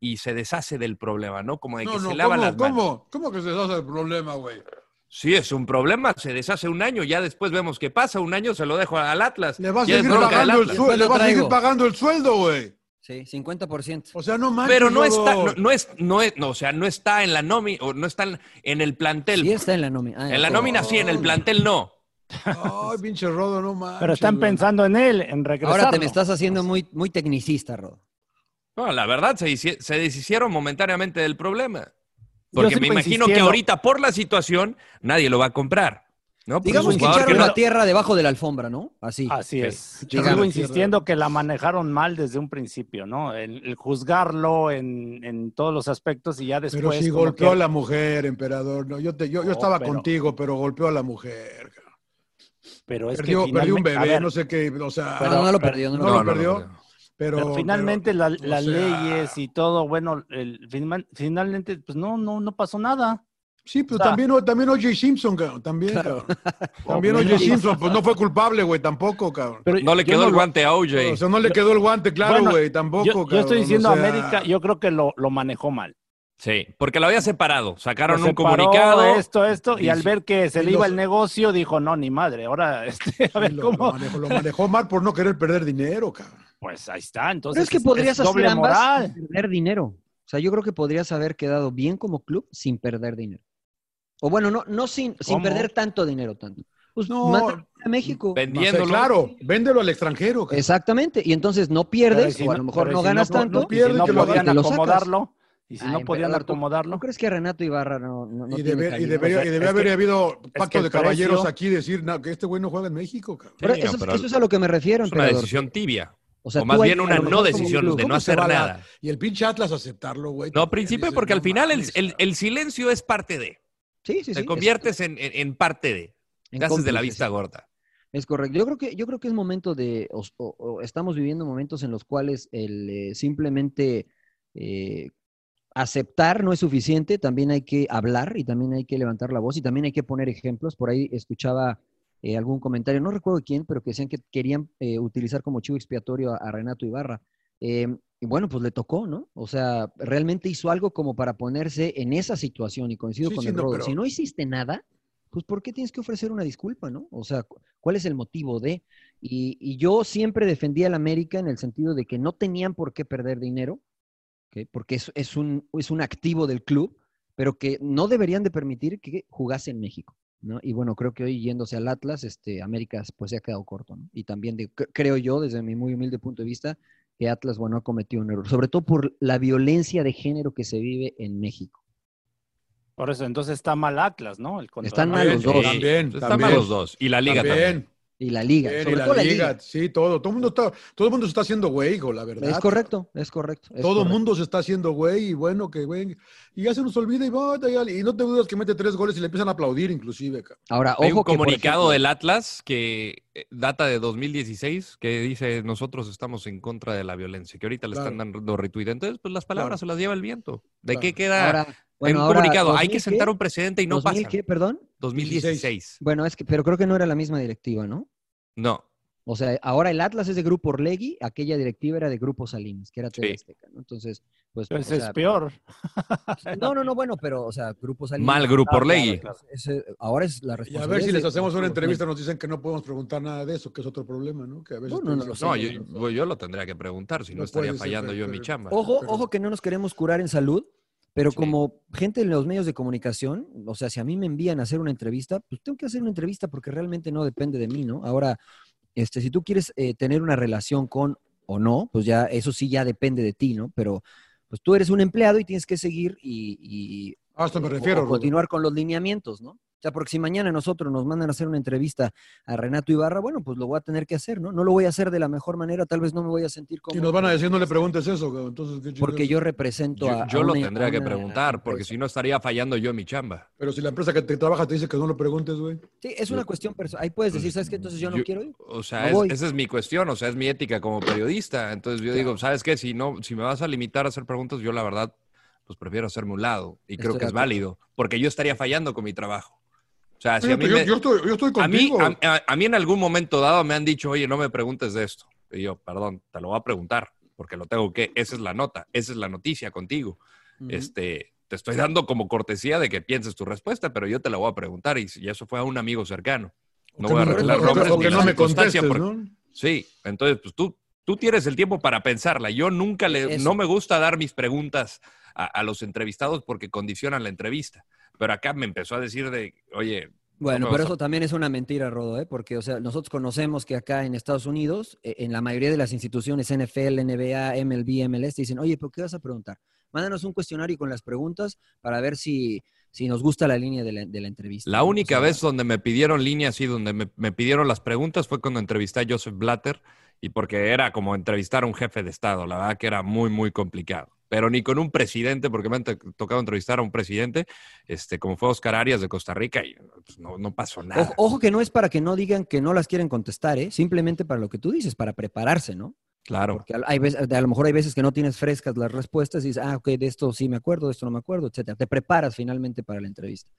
Speaker 1: y se deshace del problema, ¿no? Como de que
Speaker 3: No, no,
Speaker 1: se lava
Speaker 3: ¿cómo,
Speaker 1: las manos.
Speaker 3: ¿cómo? ¿Cómo que se hace el problema, güey?
Speaker 1: Sí, es un problema, se deshace un año, ya después vemos qué pasa, un año se lo dejo al Atlas.
Speaker 3: Le va a
Speaker 1: Ya es
Speaker 3: seguir
Speaker 1: bronca del
Speaker 3: pagando el
Speaker 1: Atlas.
Speaker 3: sueldo, le va a seguir
Speaker 1: Traigo.
Speaker 3: pagando el sueldo, güey.
Speaker 2: Sí, 50%.
Speaker 3: O sea, no
Speaker 2: Ah,
Speaker 3: manches.
Speaker 1: Pero no
Speaker 3: Rodo.
Speaker 1: está, no, no es, no es, no, o sea, no está en la nómina, o no está en, en el plantel.
Speaker 2: Sí está en la nómina.
Speaker 1: en la nómina sí, en el plantel no.
Speaker 3: Ay, pinche Rodo, no manches.
Speaker 4: Pero están
Speaker 3: güey.
Speaker 4: pensando en él, en regresar.
Speaker 2: Ahora te Ah, me estás haciendo muy, muy tecnicista, Rod.
Speaker 1: No, la verdad, se, hici- se deshicieron momentáneamente del problema.
Speaker 2: Yo
Speaker 1: Porque me
Speaker 2: sigo
Speaker 1: imagino que
Speaker 2: insistiendo.
Speaker 1: ahorita, por la situación, nadie lo va a comprar. ¿no? Porque
Speaker 2: Digamos
Speaker 1: es un
Speaker 2: que
Speaker 1: jugador
Speaker 2: echaron
Speaker 1: no-
Speaker 2: la tierra debajo de la alfombra, ¿no? Así.
Speaker 4: Así
Speaker 2: Sí.
Speaker 4: es. Yo
Speaker 2: Digamos.
Speaker 4: sigo insistiendo que la manejaron mal desde un principio, ¿no? El, el juzgarlo en, en todos los aspectos y ya después.
Speaker 3: Pero si
Speaker 4: como
Speaker 3: golpeó
Speaker 4: que-
Speaker 3: a la mujer, emperador. No, yo, te, yo, yo
Speaker 4: No,
Speaker 3: estaba
Speaker 4: pero-
Speaker 3: contigo, pero golpeó a la mujer.
Speaker 4: Pero es
Speaker 3: Perdió,
Speaker 4: que
Speaker 3: perdió un
Speaker 4: finalmente- a
Speaker 3: bebé,
Speaker 4: ver,
Speaker 3: no sé qué. O sea,
Speaker 4: Pero- No, no lo perdió, no lo perdió.
Speaker 3: perdió.
Speaker 4: No, no lo
Speaker 3: Pero,
Speaker 4: Pero, finalmente
Speaker 3: pero,
Speaker 4: la-
Speaker 3: o
Speaker 4: las
Speaker 3: sea,
Speaker 4: leyes y todo, bueno, el, final- finalmente, pues no, no, no pasó nada.
Speaker 3: Sí, pero
Speaker 4: O sea,
Speaker 3: también, O- también O.J. Simpson, cabrón. También, cabrón. También O.J.
Speaker 4: Sí.
Speaker 3: Simpson, pues no fue culpable, güey, tampoco, cabrón.
Speaker 1: no le
Speaker 4: yo
Speaker 1: quedó
Speaker 4: no
Speaker 1: el
Speaker 4: lo-
Speaker 1: guante a OJ.
Speaker 3: O sea, no le quedó el guante, claro,
Speaker 4: Bueno,
Speaker 3: güey, tampoco,
Speaker 4: yo, yo
Speaker 3: cabrón.
Speaker 4: estoy diciendo
Speaker 3: o sea,
Speaker 4: América, yo creo que lo, lo manejó mal.
Speaker 1: Sí, porque lo había separado. Sacaron
Speaker 4: Lo
Speaker 1: un
Speaker 4: separó,
Speaker 1: comunicado.
Speaker 4: Esto, esto, y,
Speaker 1: y
Speaker 4: al
Speaker 1: sí.
Speaker 4: ver que se
Speaker 3: y
Speaker 4: le iba
Speaker 3: los-
Speaker 4: el negocio, dijo, no, ni madre, ahora, este, a ver
Speaker 3: lo-
Speaker 4: cómo.
Speaker 3: Lo manejó, lo manejó mal por no querer perder dinero, cabrón.
Speaker 4: Pues ahí está, entonces.
Speaker 2: Pero es que podrías
Speaker 4: es doble
Speaker 2: hacer ambas
Speaker 4: moral.
Speaker 2: sin perder dinero. O sea, yo creo que podrías haber quedado bien como club sin perder dinero. O bueno, no, no sin, sin
Speaker 3: ¿Cómo?
Speaker 2: perder tanto dinero, tanto. Pues
Speaker 3: No.
Speaker 2: mándalo a México.
Speaker 3: No sé, claro, véndelo al extranjero, cabrón.
Speaker 2: Exactamente. Y entonces no pierdes,
Speaker 4: Pero si
Speaker 2: o a
Speaker 4: no-
Speaker 2: lo mejor
Speaker 4: pero
Speaker 2: no
Speaker 4: si
Speaker 2: ganas
Speaker 4: no- no-
Speaker 2: tanto.
Speaker 4: no pierdes,
Speaker 2: y si no
Speaker 4: que lo
Speaker 2: podían
Speaker 4: ganan
Speaker 2: sacas.
Speaker 4: acomodarlo, y si
Speaker 2: Ah,
Speaker 4: no podían
Speaker 2: emperador, ¿tú-
Speaker 4: acomodarlo.
Speaker 2: ¿Tú crees que Renato Ibarra no, no, no
Speaker 3: Y,
Speaker 2: tiene
Speaker 3: debe- y
Speaker 2: calidad?
Speaker 3: debería, y
Speaker 4: Es
Speaker 3: debería
Speaker 4: que-
Speaker 3: haber habido
Speaker 4: es que
Speaker 3: pacto
Speaker 4: el
Speaker 3: de caballeros
Speaker 4: precio-
Speaker 3: aquí decir no, que este güey no juega en México, cabrón.
Speaker 2: Pero
Speaker 1: Sí,
Speaker 2: eso,
Speaker 1: no, pero-
Speaker 2: eso es a lo que me refiero,
Speaker 1: Es una
Speaker 2: emperador.
Speaker 1: decisión tibia.
Speaker 2: O
Speaker 1: O,
Speaker 2: sea,
Speaker 1: más
Speaker 2: tú ahí,
Speaker 1: bien
Speaker 2: a
Speaker 1: una
Speaker 2: lo mejor
Speaker 1: no
Speaker 2: como
Speaker 1: decisión
Speaker 2: club,
Speaker 1: de
Speaker 3: ¿Cómo
Speaker 1: no
Speaker 3: se
Speaker 1: hacer
Speaker 3: va la-
Speaker 1: nada.
Speaker 3: y el pinche Atlas aceptarlo, güey.
Speaker 1: No, principio,
Speaker 3: Dices,
Speaker 1: porque
Speaker 3: no
Speaker 1: al final el,
Speaker 3: mames,
Speaker 1: el- el silencio es parte de.
Speaker 2: Sí, sí, sí.
Speaker 1: Te
Speaker 2: es-
Speaker 1: conviertes en, en- en parte de.
Speaker 2: En
Speaker 1: Te haces de la
Speaker 2: cómplices.
Speaker 1: vista gorda.
Speaker 2: Es correcto. Yo creo que, yo creo que es momento de, o, o- o estamos viviendo momentos en los cuales el eh, simplemente eh, aceptar no es suficiente, también hay que hablar y también hay que levantar la voz y también hay que poner ejemplos. Por ahí escuchaba eh, algún comentario, no recuerdo quién, pero que decían que querían eh, utilizar como chivo expiatorio a, a Renato Ibarra. Eh, y bueno, pues le tocó, ¿no? O sea, realmente hizo algo como para ponerse en esa situación y coincido
Speaker 3: Sí,
Speaker 2: con
Speaker 3: sí,
Speaker 2: el
Speaker 3: no,
Speaker 2: Rodo.
Speaker 3: pero-
Speaker 2: Si no hiciste nada, pues ¿por qué tienes que ofrecer una disculpa, no? O sea, cu- ¿cuál es el motivo de? Y, y yo siempre defendí al América en el sentido de que no tenían por qué perder dinero, ¿ok? porque es, es un, es un activo del club, pero que no deberían de permitir que jugase en México. ¿no? Y bueno, creo que hoy yéndose al Atlas, este, América pues se ha quedado corto. ¿no? Y también de- cre- creo yo, desde mi muy humilde punto de vista, que Atlas, bueno, ha cometido un error, sobre todo por la violencia de género que se vive en México.
Speaker 4: Por eso, entonces está mal Atlas, ¿no? El contra-
Speaker 2: Están mal los dos.
Speaker 1: Eh,
Speaker 3: También,
Speaker 1: Están
Speaker 3: también.
Speaker 1: mal los dos. Y la liga también.
Speaker 2: Y la liga,
Speaker 3: Bien,
Speaker 2: sobre
Speaker 3: y la
Speaker 2: todo la
Speaker 3: liga,
Speaker 2: liga.
Speaker 3: sí, todo. Todo el mundo está, todo el mundo se está haciendo güey, hijo, la verdad.
Speaker 2: Es correcto, es correcto. es
Speaker 3: Todo el
Speaker 2: correcto.
Speaker 3: mundo se está haciendo güey, y bueno, que güey. Y ya se nos olvida y va, y no te dudas que mete tres goles y le empiezan a aplaudir, inclusive, cabrón.
Speaker 2: Ahora,
Speaker 1: Hay un
Speaker 2: ojo que, por
Speaker 1: comunicado
Speaker 2: ejemplo,
Speaker 1: del Atlas que eh, data de 2016 que dice nosotros estamos en contra de la violencia, que ahorita le
Speaker 3: Claro.
Speaker 1: están dando retweet. Entonces, pues las palabras
Speaker 3: Claro.
Speaker 1: se las lleva el viento. ¿De
Speaker 3: Claro.
Speaker 1: qué queda
Speaker 2: Ahora, bueno,
Speaker 1: en un
Speaker 2: ahora,
Speaker 1: comunicado? Hay
Speaker 2: 2000
Speaker 1: que sentar
Speaker 2: qué?
Speaker 1: un precedente y no
Speaker 2: 2000
Speaker 1: pasa.
Speaker 2: qué, perdón?
Speaker 1: 2016.
Speaker 2: Bueno, es que, pero creo que no era la misma directiva, ¿no?
Speaker 1: No.
Speaker 2: O sea, ahora el Atlas es de Grupo Orlegui, aquella directiva era de Grupo Salinas, que era TV Azteca, ¿no? Entonces, pues...
Speaker 4: Pues
Speaker 2: o
Speaker 4: es
Speaker 2: sea,
Speaker 4: peor.
Speaker 2: No, no, no, bueno, pero, o sea, Grupo Salinas...
Speaker 1: Mal Grupo
Speaker 2: Ah, claro,
Speaker 1: Orlegui.
Speaker 2: claro. Ese- ahora Pues es eh, la
Speaker 3: Y a
Speaker 2: responsabilidad...
Speaker 3: ver si
Speaker 2: de-
Speaker 3: les hacemos una
Speaker 2: de-
Speaker 3: entrevista, nos dicen que no podemos preguntar nada de eso, que es otro problema, ¿no? Que a veces
Speaker 2: No, no, no,
Speaker 3: tenemos-
Speaker 1: No, yo, yo lo tendría que preguntar, si no,
Speaker 3: No
Speaker 1: estaría
Speaker 3: puede ser,
Speaker 1: fallando
Speaker 3: pero-
Speaker 1: yo en mi
Speaker 3: pero-
Speaker 1: chamba.
Speaker 2: Ojo, ojo que no nos queremos curar en salud, pero como gente en los medios de comunicación, o sea, si a mí me envían a hacer una entrevista, pues tengo que hacer una entrevista porque realmente no depende de mí, ¿no? Ahora, este, si tú quieres eh, tener una relación con o no, pues ya eso sí ya depende de ti, ¿no? Pero pues tú eres un empleado y tienes que seguir y, y-
Speaker 3: A esto me
Speaker 2: o-
Speaker 3: refiero,
Speaker 2: o
Speaker 3: Rudo.
Speaker 2: continuar con los lineamientos, ¿no? O sea, porque si mañana nosotros nos mandan a hacer una entrevista a Renato Ibarra, bueno, pues lo voy a tener que hacer, ¿no? No lo voy a hacer de la mejor manera, tal vez no me voy a sentir como
Speaker 3: Y nos van a decir, no le preguntes eso, cabrón. Entonces, ¿qué chingados?
Speaker 2: porque yo represento
Speaker 1: Yo,
Speaker 2: a.
Speaker 1: yo
Speaker 2: a
Speaker 1: lo
Speaker 2: una-
Speaker 1: tendría
Speaker 2: a
Speaker 1: que
Speaker 2: una-
Speaker 1: preguntar, porque si no estaría fallando yo en mi chamba.
Speaker 3: Pero si la empresa que te trabaja te dice que no lo preguntes, güey.
Speaker 2: Sí, es una cuestión personal. Ahí puedes decir, ¿sabes qué? Entonces yo no
Speaker 1: Yo-
Speaker 2: quiero ir.
Speaker 1: O sea,
Speaker 2: No
Speaker 1: es-
Speaker 2: voy.
Speaker 1: esa es mi cuestión, o sea, es mi ética como periodista. Entonces yo digo, ¿sabes qué? Si no, si me vas a limitar a hacer preguntas, yo la verdad, pues prefiero hacerme un lado. Y creo
Speaker 3: Estoy
Speaker 1: que
Speaker 3: de
Speaker 1: es
Speaker 3: acuerdo.
Speaker 1: válido, porque yo estaría fallando con mi trabajo. O sea, si
Speaker 3: Oye,
Speaker 1: a mí
Speaker 3: pero yo,
Speaker 1: me-
Speaker 3: yo estoy, yo estoy
Speaker 1: a mí,
Speaker 3: contigo.
Speaker 1: a, a- a mí en algún momento dado me han dicho, oye, no me preguntes de esto. Y yo, perdón, te lo voy a preguntar, porque lo tengo que, esa es la nota, esa es la noticia contigo. Este, te estoy dando como cortesía de que pienses tu respuesta, pero yo te la voy a preguntar. Y, y eso fue a un amigo cercano. No
Speaker 3: O que
Speaker 1: voy a
Speaker 3: me-
Speaker 1: revelar
Speaker 3: o que-
Speaker 1: nombres
Speaker 3: o que
Speaker 1: ni
Speaker 3: no
Speaker 1: la
Speaker 3: me
Speaker 1: circunstancia,
Speaker 3: contestes,
Speaker 1: porque- Sí, entonces pues tú, tú tienes el tiempo para pensarla. Yo nunca le,
Speaker 2: Eso.
Speaker 1: no me gusta dar mis preguntas a, a los entrevistados porque condicionan la entrevista. Pero acá me empezó a decir de, oye, no
Speaker 2: Bueno,
Speaker 1: me
Speaker 2: pero
Speaker 1: vas a-
Speaker 2: eso también es una mentira, Rodo, ¿eh? porque o sea, nosotros conocemos que acá en Estados Unidos, eh, en la mayoría de las instituciones NFL, NBA, MLB, MLS, te dicen, oye, ¿pero qué vas a preguntar? Mándanos un cuestionario con las preguntas para ver si, si nos gusta la línea de la, de la entrevista.
Speaker 1: La
Speaker 2: ¿no? O
Speaker 1: única
Speaker 2: sea,
Speaker 1: vez donde me pidieron líneas y donde me, me pidieron las preguntas fue cuando entrevisté a Joseph Blatter y porque era como entrevistar a un jefe de Estado, la verdad que era muy, muy complicado. Pero ni con un presidente, porque me han to- tocado entrevistar a un presidente, este, como fue Oscar Arias de Costa Rica, y pues, no, no pasó nada.
Speaker 2: Ojo, ojo que no es para que no digan que no las quieren contestar, ¿eh? simplemente para lo que tú dices, para prepararse, ¿no?
Speaker 1: claro.
Speaker 2: Porque al- hay veces- a lo mejor hay veces que no tienes frescas las respuestas y dices, ah, ok, de esto sí me acuerdo, de esto no me acuerdo, etcétera. Te preparas finalmente para la entrevista.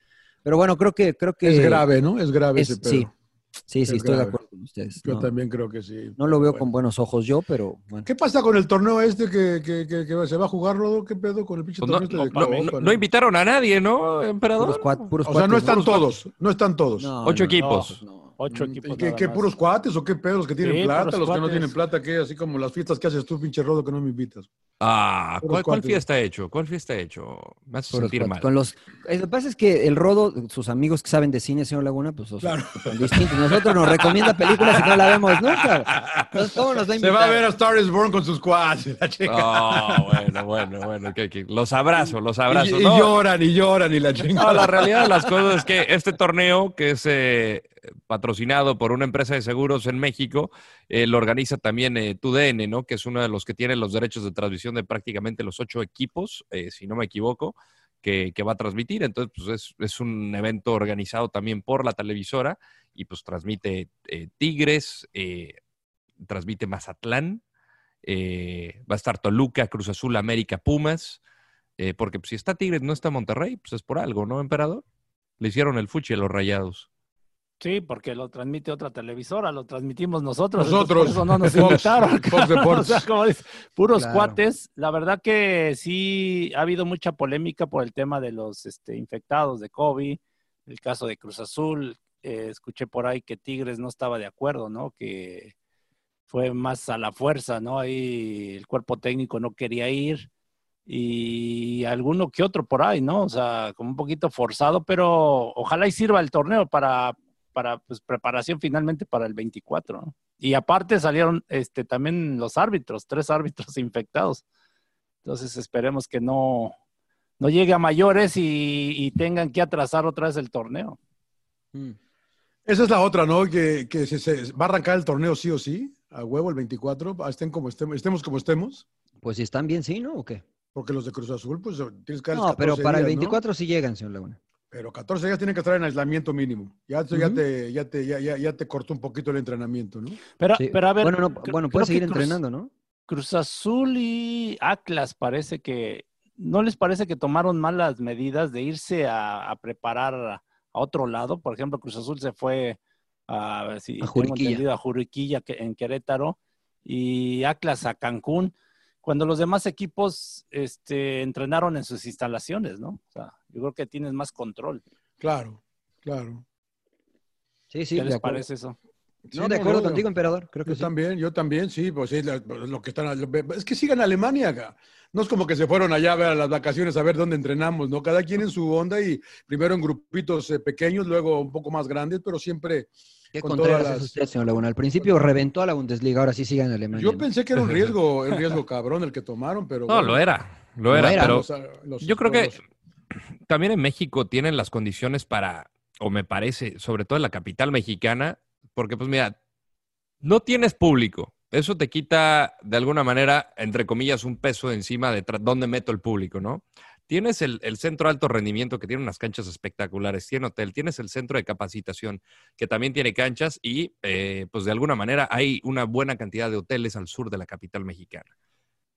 Speaker 2: Pero bueno, creo que... Creo que
Speaker 3: Es grave, ¿no? Es grave
Speaker 2: es-
Speaker 3: ese pedo.
Speaker 2: Sí, sí, sí,
Speaker 3: Es
Speaker 2: estoy de
Speaker 3: grave.
Speaker 2: acuerdo con ustedes.
Speaker 3: Yo
Speaker 2: no,
Speaker 3: también creo que sí.
Speaker 2: no lo veo con buenos ojos yo, pero bueno.
Speaker 3: ¿Qué pasa con el torneo este que, que- que- que se va a jugar, Rodo? ¿Qué pedo con el pinche
Speaker 1: Pues no,
Speaker 3: torneo este
Speaker 1: no-
Speaker 3: de
Speaker 1: no-
Speaker 3: Copa,
Speaker 1: no-
Speaker 3: no?
Speaker 1: no pues, invitaron a nadie, ¿no, emperador?
Speaker 2: Puros cuat- puros
Speaker 3: O sea, no
Speaker 2: cuates,
Speaker 3: están
Speaker 2: puros
Speaker 3: todos, no están todos.
Speaker 2: No,
Speaker 1: Ocho
Speaker 2: no, Mm,
Speaker 1: equipos.
Speaker 4: Ocho
Speaker 3: ¿Y
Speaker 4: equipos.
Speaker 3: qué,
Speaker 4: nada
Speaker 3: qué
Speaker 4: más.
Speaker 3: puros cuates o qué pedos los que tienen
Speaker 4: Sí,
Speaker 3: plata,
Speaker 4: puros
Speaker 3: los que no
Speaker 4: cuates.
Speaker 3: tienen plata, que así como las fiestas que haces tú, pinche Rodo, que no me invitas?
Speaker 1: Ah,
Speaker 3: Puros
Speaker 1: ¿cuál, cuál
Speaker 3: cuates.
Speaker 1: fiesta ha hecho? ¿Cuál fiesta ha hecho? Me hace
Speaker 2: Puros
Speaker 1: sentir
Speaker 2: cuates.
Speaker 1: mal.
Speaker 2: Con los, eh, lo que pasa es que el Rodo, sus amigos que saben de cine, señor Laguna, pues o sea, son distintos. Nosotros nos recomienda películas y no la vemos nunca. Entonces, ¿cómo nos va a
Speaker 3: Se va a
Speaker 2: invitar?
Speaker 3: ver a Star is Born con sus cuates, la chica.
Speaker 1: No, bueno, bueno, bueno. que- que- Los abrazo, los
Speaker 3: Y,
Speaker 1: abrazo.
Speaker 3: y
Speaker 1: No,
Speaker 3: lloran, y lloran, y la chingada.
Speaker 1: No, la realidad de las cosas es que este torneo, que es eh, patrocinado por una empresa de seguros en México, eh, lo organiza también eh, TUDN, ¿no? Que es uno de los que tiene los derechos de transmisión de prácticamente los ocho equipos, eh, si no me equivoco, que, que va a transmitir. Entonces, pues es, es un evento organizado también por la televisora y pues transmite eh, Tigres, eh, transmite Mazatlán, eh, va a estar Toluca, Cruz Azul, América, Pumas. Eh, porque pues, si está Tigres, no está Monterrey, pues es por algo, ¿no, emperador? Le hicieron el fuchi a los rayados.
Speaker 4: Sí, porque lo transmite otra televisora, lo transmitimos nosotros.
Speaker 3: Nosotros.
Speaker 4: entonces Por eso no nos
Speaker 3: Fox,
Speaker 4: invitaron.
Speaker 3: Fox
Speaker 4: cabrón.
Speaker 3: Deportes.
Speaker 4: O sea, como dices, puros
Speaker 3: Claro.
Speaker 4: cuates. La verdad que sí ha habido mucha polémica por el tema de los este, infectados de COVID, el caso de Cruz Azul. Eh, escuché por ahí que Tigres no estaba de acuerdo, ¿no? Que fue más a la fuerza, ¿no? Ahí el cuerpo técnico no quería ir y alguno que otro por ahí, ¿no? O sea, como un poquito forzado, pero ojalá y sirva el torneo para, para pues, preparación finalmente para el 24, ¿no? Y aparte salieron este, también los árbitros, tres árbitros infectados. Entonces esperemos que no, no llegue a mayores y, y tengan que atrasar otra vez el torneo.
Speaker 2: Mm.
Speaker 3: Esa es la otra, ¿no? Que, que se, se- va a arrancar el torneo sí o sí, a huevo el 24, ah, estén como estemos, estemos como estemos,
Speaker 2: Pues si están bien, sí, ¿no? ¿O qué?
Speaker 3: porque los de Cruz Azul, pues tienes que dar los
Speaker 2: No, pero
Speaker 3: 14
Speaker 2: para el
Speaker 3: días, ¿no?
Speaker 2: 24 sí llegan, señor Laguna.
Speaker 3: Pero 14 días tienen que estar en aislamiento mínimo. Ya, eso ya, te, ya, te, ya, ya, ya te cortó un poquito el entrenamiento, ¿no?
Speaker 4: Pero, pero a ver.
Speaker 2: Bueno, no,
Speaker 4: cre-
Speaker 2: bueno,
Speaker 4: creo
Speaker 2: puedes
Speaker 4: que
Speaker 2: seguir
Speaker 4: Cruz-
Speaker 2: entrenando, ¿no?
Speaker 4: Cruz Azul y Atlas parece que. ¿No les parece que tomaron malas medidas de irse a, a preparar a otro lado? Por ejemplo, Cruz Azul se fue a, si tengo
Speaker 2: Juriquilla.
Speaker 4: entendido, a Juriquilla que- en Querétaro y Atlas a Cancún, cuando los demás equipos este, entrenaron en sus instalaciones, ¿no? O sea, yo creo que tienes más control.
Speaker 3: Claro, claro.
Speaker 2: Sí,
Speaker 4: ¿Qué les parece eso?
Speaker 3: Sí,
Speaker 2: No, de acuerdo
Speaker 3: yo-
Speaker 2: contigo, emperador. Creo que
Speaker 3: yo
Speaker 2: sí.
Speaker 3: también, yo también, sí, pues sí, la- lo que están, lo- es que sigan a Alemania acá. No es como que se fueron allá a ver a las vacaciones, a ver dónde entrenamos, ¿no? Cada quien en su onda y primero en grupitos eh, pequeños, luego un poco más grandes, pero siempre
Speaker 2: ¿Qué
Speaker 3: con
Speaker 2: Contreras
Speaker 3: todas
Speaker 2: es
Speaker 3: las-
Speaker 2: usted, señor Laguna? Al principio reventó a la Bundesliga, ahora sí sigue en Alemania.
Speaker 3: Yo pensé que era un riesgo, un riesgo cabrón el que tomaron, pero...
Speaker 1: No,
Speaker 3: bueno.
Speaker 1: lo era, lo
Speaker 3: Lo
Speaker 1: era,
Speaker 3: era.
Speaker 1: pero
Speaker 3: Los- los-
Speaker 1: yo creo que
Speaker 3: los-
Speaker 1: también en México tienen las condiciones para, o me parece, sobre todo en la capital mexicana, porque pues mira, no tienes público. Eso te quita de alguna manera, entre comillas, un peso de encima de tra- dónde meto el público, ¿no? Tienes el, el centro alto rendimiento que tiene unas canchas espectaculares, tiene hotel, tienes el centro de capacitación que también tiene canchas y eh, pues de alguna manera hay una buena cantidad de hoteles al sur de la capital mexicana.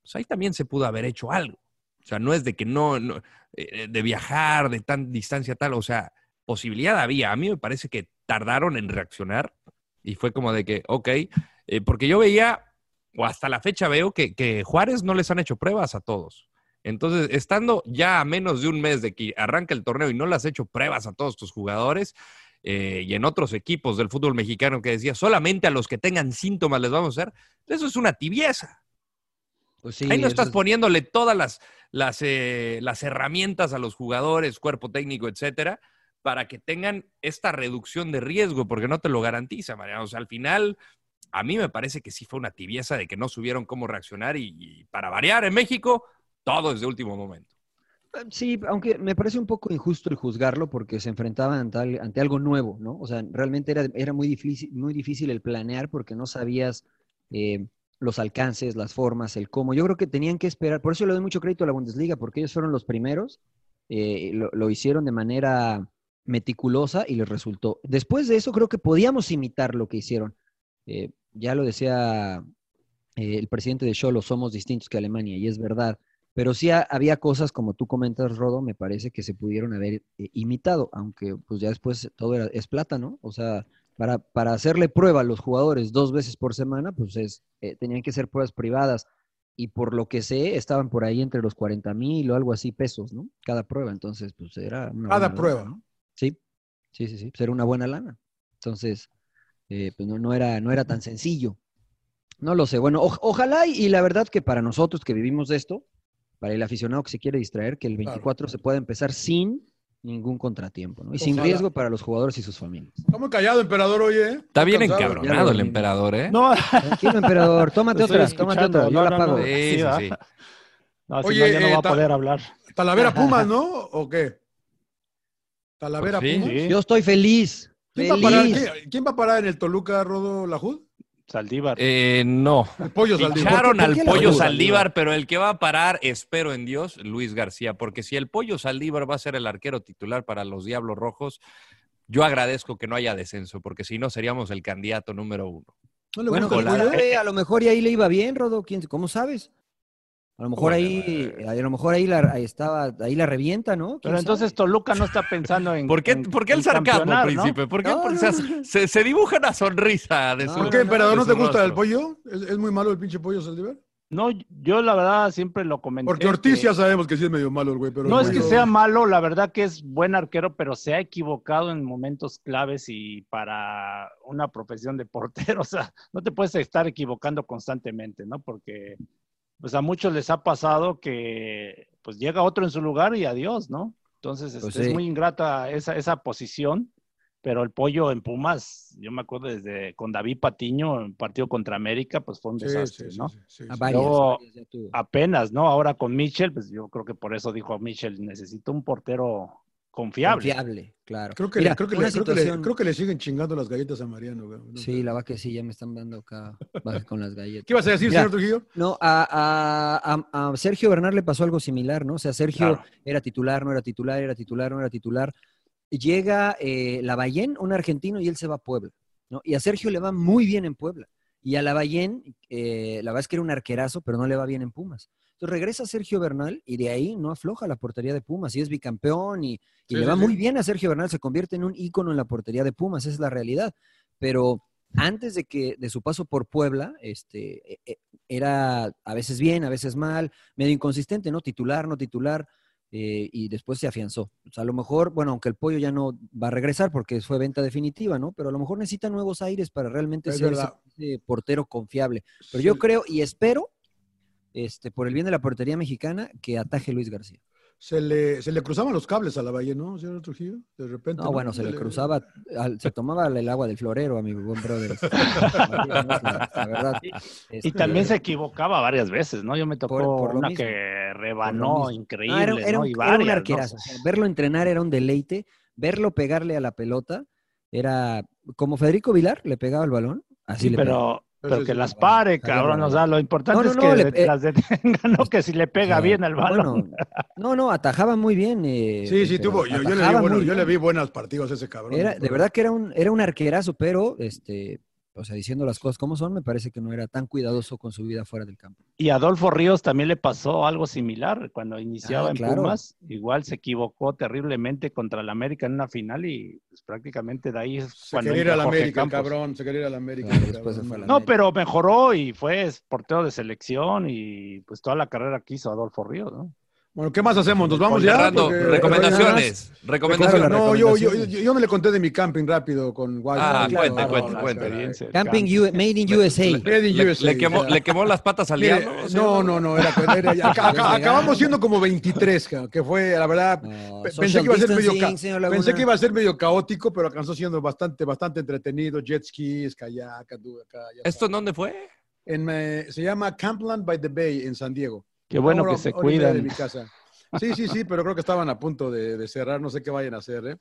Speaker 1: Pues ahí también se pudo haber hecho algo. O sea, no es de que no, no, eh, de viajar de tan distancia tal, o sea, posibilidad había. A mí me parece que tardaron en reaccionar y fue como de que, ok, eh, porque yo veía, o hasta la fecha veo que, que Juárez no les han hecho pruebas a todos. Entonces, estando ya a menos de un mes de que arranca el torneo y no le has hecho pruebas a todos tus jugadores, eh, y en otros equipos del fútbol mexicano que decía, solamente a los que tengan síntomas les vamos a hacer, eso es una tibieza.
Speaker 2: Pues sí,
Speaker 1: Ahí
Speaker 2: eso
Speaker 1: no estás
Speaker 2: es-
Speaker 1: poniéndole todas las, las, eh, las herramientas a los jugadores, cuerpo técnico, etcétera, para que tengan esta reducción de riesgo, porque no te lo garantiza, Mariano. O sea, al final, a mí me parece que sí fue una tibieza de que no supieron cómo reaccionar y, y para variar en México, todo es de último momento.
Speaker 2: Sí, aunque me parece un poco injusto el juzgarlo porque se enfrentaban ante, al- ante algo nuevo, ¿no? O sea, realmente era, era muy, difícil, muy difícil el planear porque no sabías eh, los alcances, las formas, el cómo. Yo creo que tenían que esperar, por eso le doy mucho crédito a la Bundesliga porque ellos fueron los primeros, eh, lo, lo hicieron de manera meticulosa y les resultó. Después de eso creo que podíamos imitar lo que hicieron. Eh, ya lo decía eh, el presidente de Cholo, somos distintos que Alemania y es verdad. Pero sí ha- había cosas, como tú comentas, Rodo, me parece que se pudieron haber eh, imitado, aunque pues ya después todo era, es plata, ¿no? O sea, para, para hacerle prueba a los jugadores dos veces por semana, pues es, eh, tenían que ser pruebas privadas. Y por lo que sé, estaban por ahí entre los 40 mil o algo así pesos, ¿no? Cada prueba, entonces, pues era una... buena
Speaker 3: Cada
Speaker 2: lana,
Speaker 3: prueba.
Speaker 2: ¿no? Sí, sí, sí, sí, pues era una buena lana. Entonces, eh, pues no, no era, no era tan sencillo. No lo sé. Bueno, o- ojalá y, y la verdad que para nosotros que vivimos de esto, para el aficionado que se quiere distraer, que el 24 se pueda empezar sin ningún contratiempo, ¿no? Y sin
Speaker 3: Ojalá.
Speaker 2: riesgo para los jugadores y sus familias.
Speaker 3: Está muy callado, emperador, oye. ¿eh?
Speaker 1: Está bien
Speaker 3: cansado.
Speaker 2: Ya lo
Speaker 1: encabronado el
Speaker 2: vi.
Speaker 1: emperador, ¿eh?
Speaker 4: No,
Speaker 2: Tranquilo, emperador, tómate
Speaker 4: Lo estoy
Speaker 2: otra, tómate
Speaker 4: escuchando.
Speaker 2: otra, yo
Speaker 4: No,
Speaker 2: la
Speaker 4: no,
Speaker 2: pago.
Speaker 4: no.
Speaker 1: Sí, sí,
Speaker 4: ¿verdad?
Speaker 1: sí.
Speaker 4: No, si
Speaker 3: Oye,
Speaker 4: no, ya no
Speaker 3: eh,
Speaker 4: va a
Speaker 3: ta-
Speaker 4: poder hablar.
Speaker 3: Talavera Pumas, ¿no? ¿O qué? Talavera
Speaker 4: Pues sí.
Speaker 3: Pumas.
Speaker 4: Sí.
Speaker 2: Yo estoy feliz,
Speaker 3: ¿Quién va, a parar,
Speaker 2: feliz.
Speaker 3: qué- quién va a parar en el Toluca, Rodo Lajud?
Speaker 4: Saldívar.
Speaker 1: Eh, no.
Speaker 3: El pollo Saldívar.
Speaker 1: Echaron
Speaker 2: ¿Por qué- por
Speaker 1: al
Speaker 2: qué la
Speaker 1: pollo
Speaker 2: duda?
Speaker 1: Saldívar, pero el que va a parar, espero en Dios, Luis García, porque si el pollo Saldívar va a ser el arquero titular para los Diablos Rojos, yo agradezco que no haya descenso, porque si no seríamos el candidato número uno.
Speaker 3: ¿No le
Speaker 2: Bueno,
Speaker 3: gusta el
Speaker 2: quién
Speaker 3: pollo?
Speaker 2: sabe, a lo mejor y ahí le iba bien, Rodo, ¿quién- ¿cómo sabes? A lo mejor
Speaker 1: Bueno,
Speaker 2: ahí, a lo mejor ahí la ahí estaba, ahí la revienta, ¿no? ¿Quién
Speaker 4: Pero entonces Toluca no está pensando en.
Speaker 1: ¿Por qué,
Speaker 4: en-
Speaker 1: por qué el
Speaker 4: en
Speaker 1: sarcasmo,
Speaker 4: campeonar, ¿no?
Speaker 1: príncipe? ¿Por qué?
Speaker 2: No,
Speaker 1: Porque
Speaker 2: no,
Speaker 1: se-
Speaker 2: no.
Speaker 1: Se, se dibuja una sonrisa de
Speaker 2: No,
Speaker 1: su-
Speaker 2: no,
Speaker 3: ¿Por qué, emperador, no
Speaker 1: de
Speaker 3: te
Speaker 1: su
Speaker 3: gusta el
Speaker 1: rostro.
Speaker 3: pollo? ¿Es, es muy malo el pinche pollo Saldívar?
Speaker 4: No, yo la verdad siempre lo comenté.
Speaker 3: Porque Ortiz
Speaker 4: que-
Speaker 3: ya sabemos que sí es medio malo el güey, pero...
Speaker 4: No
Speaker 3: el
Speaker 4: es que
Speaker 3: pollo-
Speaker 4: sea malo, la verdad que es buen arquero, pero se ha equivocado en momentos claves y para una profesión de portero, o sea, no te puedes estar equivocando constantemente, ¿no? Porque pues a muchos les ha pasado que pues llega otro en su lugar y adiós, ¿no? Entonces
Speaker 2: Pues
Speaker 4: este,
Speaker 2: sí.
Speaker 4: es muy ingrata esa, esa posición, pero el pollo en Pumas, yo me acuerdo desde con David Patiño, en partido contra América, pues fue un
Speaker 3: Sí,
Speaker 4: desastre,
Speaker 3: sí, sí,
Speaker 4: ¿no?
Speaker 3: sí, sí,
Speaker 2: sabe? A
Speaker 3: sí.
Speaker 2: varias,
Speaker 4: Luego-
Speaker 2: varias ya tuvo.
Speaker 4: apenas, ¿no? Ahora con Mitchell, pues yo creo que por eso dijo a Mitchell, necesito un portero confiable.
Speaker 2: Confiable, claro.
Speaker 3: Creo que,
Speaker 2: Mira,
Speaker 3: le, creo, que
Speaker 2: una
Speaker 3: le, creo, que le-
Speaker 2: situación-
Speaker 3: creo que le siguen chingando las galletas a Mariano. güey. No sé.
Speaker 2: Sí, la va que sí, ya me están dando acá baje con las galletas.
Speaker 3: ¿Qué ibas a decir,
Speaker 2: Mira,
Speaker 3: señor Trujillo?
Speaker 2: No, a, a- a- a Sergio Bernal le pasó algo similar, ¿no? O sea, Sergio
Speaker 4: Claro.
Speaker 2: era titular, no era titular, era titular, no era titular. llega eh, Lavallén, un argentino, y él se va a Puebla. ¿no? Y a Sergio le va muy bien en Puebla. Y a Lavallén, eh, la verdad es que era un arquerazo, pero no le va bien en Pumas. Entonces regresa Sergio Bernal y de ahí no afloja la portería de Pumas y es bicampeón y, y
Speaker 5: Sí,
Speaker 2: le
Speaker 5: sí,
Speaker 2: va
Speaker 5: sí.
Speaker 2: muy bien a Sergio Bernal, se convierte en un ícono en la portería de Pumas, esa es la realidad. Pero antes de que de su paso por Puebla, este, eh, eh, era a veces bien, a veces mal, medio inconsistente, ¿no? Titular, no titular, eh, y después se afianzó. O sea, a lo mejor, bueno, aunque el pollo ya no va a regresar porque fue venta definitiva, ¿no? Pero a lo mejor necesita nuevos aires para realmente
Speaker 3: Es
Speaker 2: ser ese,
Speaker 3: verdad.
Speaker 2: ese portero confiable. Pero yo creo y espero, este, por el bien de la portería mexicana, que ataje Luis García.
Speaker 3: Se le, se le cruzaban los cables a la valle, ¿no, señor Trujillo? De repente.
Speaker 2: No, bueno, se le
Speaker 3: cruzaba.
Speaker 2: cruzaba, al- se tomaba el agua del florero a mi buen brother. La verdad,
Speaker 4: Y,
Speaker 2: este,
Speaker 4: y también se equivocaba varias veces, ¿no? Yo me tocó
Speaker 2: por lo
Speaker 4: una
Speaker 2: mismo.
Speaker 4: que
Speaker 2: por lo
Speaker 4: rebanó
Speaker 2: mismo.
Speaker 4: increíble,
Speaker 2: Ah, era- era
Speaker 4: ¿no?
Speaker 2: un-
Speaker 4: Y
Speaker 2: era un
Speaker 4: varias, ¿no?
Speaker 2: arquerazo. O sea, verlo entrenar era un deleite. Verlo pegarle a la pelota era como Federico Vilar le pegaba el balón. Así
Speaker 4: Sí,
Speaker 2: le pegaba.
Speaker 4: pero, pero que las pare, cabrón. O sea, lo importante
Speaker 2: No, no,
Speaker 4: es
Speaker 2: no,
Speaker 4: que
Speaker 2: le- eh,
Speaker 4: las detengan, ¿no? Que si le pega
Speaker 2: sea,
Speaker 4: bien al balón.
Speaker 2: bueno, no, no, atajaba muy bien. eh,
Speaker 3: Sí, sí,
Speaker 2: pero
Speaker 3: tuvo. Yo, yo le vi
Speaker 2: atajaba
Speaker 3: bueno-
Speaker 2: muy
Speaker 3: yo le
Speaker 2: bien.
Speaker 3: vi buenos partidos a ese cabrón.
Speaker 2: Era, de verdad que era un, era un arquerazo, pero este, o sea, diciendo las cosas como son, me parece que no era tan cuidadoso con su vida fuera del campo.
Speaker 4: Y a Adolfo Ríos también le pasó algo similar cuando iniciaba
Speaker 2: Ah,
Speaker 4: en
Speaker 2: claro.
Speaker 4: Pumas. Igual se equivocó terriblemente contra el América en una final y pues, prácticamente de ahí es
Speaker 3: Se
Speaker 4: cuando
Speaker 3: quería ir
Speaker 4: entra
Speaker 3: a la
Speaker 4: Jorge
Speaker 3: América, el
Speaker 4: Campos.
Speaker 3: cabrón. Se quería ir a la América.
Speaker 2: Ah,
Speaker 3: el cabrón.
Speaker 4: No, pero mejoró y fue portero de selección y pues toda la carrera que hizo Adolfo Ríos, ¿no?
Speaker 3: Bueno, ¿qué más hacemos? Nos vamos
Speaker 4: Oye,
Speaker 3: ya.
Speaker 4: Rando,
Speaker 3: Porque-
Speaker 4: recomendaciones,
Speaker 3: Claro,
Speaker 4: recomendaciones.
Speaker 3: No, yo, yo,
Speaker 4: recomendaciones.
Speaker 3: yo- yo me le conté de mi camping rápido con Wild.
Speaker 1: Ah,
Speaker 3: Wild,
Speaker 1: cuente,
Speaker 3: Wild,
Speaker 1: cuente,
Speaker 3: Wild,
Speaker 1: cuente.
Speaker 3: Wild.
Speaker 1: Experiencia.
Speaker 2: Camping U- Made in USA.
Speaker 3: Made in
Speaker 1: Le-
Speaker 3: USA,
Speaker 1: le quemó-
Speaker 3: ya.
Speaker 1: le quemó las patas al
Speaker 3: Mire,
Speaker 1: diablo, ¿sí?
Speaker 3: No, no, no. Era, era- era- acá- acá- acabamos siendo como 23, cabrón, que fue, la verdad, pe- pensé,
Speaker 2: social
Speaker 3: que iba, a ser medio
Speaker 2: distancing,
Speaker 3: ca-
Speaker 2: señor Laguna.
Speaker 3: pensé que iba a ser medio caótico, pero alcanzó siendo bastante, bastante entretenido. Jet skis, kayak, anduve acá. ya
Speaker 1: ¿Esto en dónde fue?
Speaker 3: en, eh, se llama Campland by the Bay en San Diego.
Speaker 4: Qué bueno
Speaker 3: Ahora,
Speaker 4: que se
Speaker 3: hora y media
Speaker 4: cuidan.
Speaker 3: De mi casa. Sí, sí, sí, pero creo que estaban a punto de, de cerrar, no sé qué vayan a hacer. ¿eh?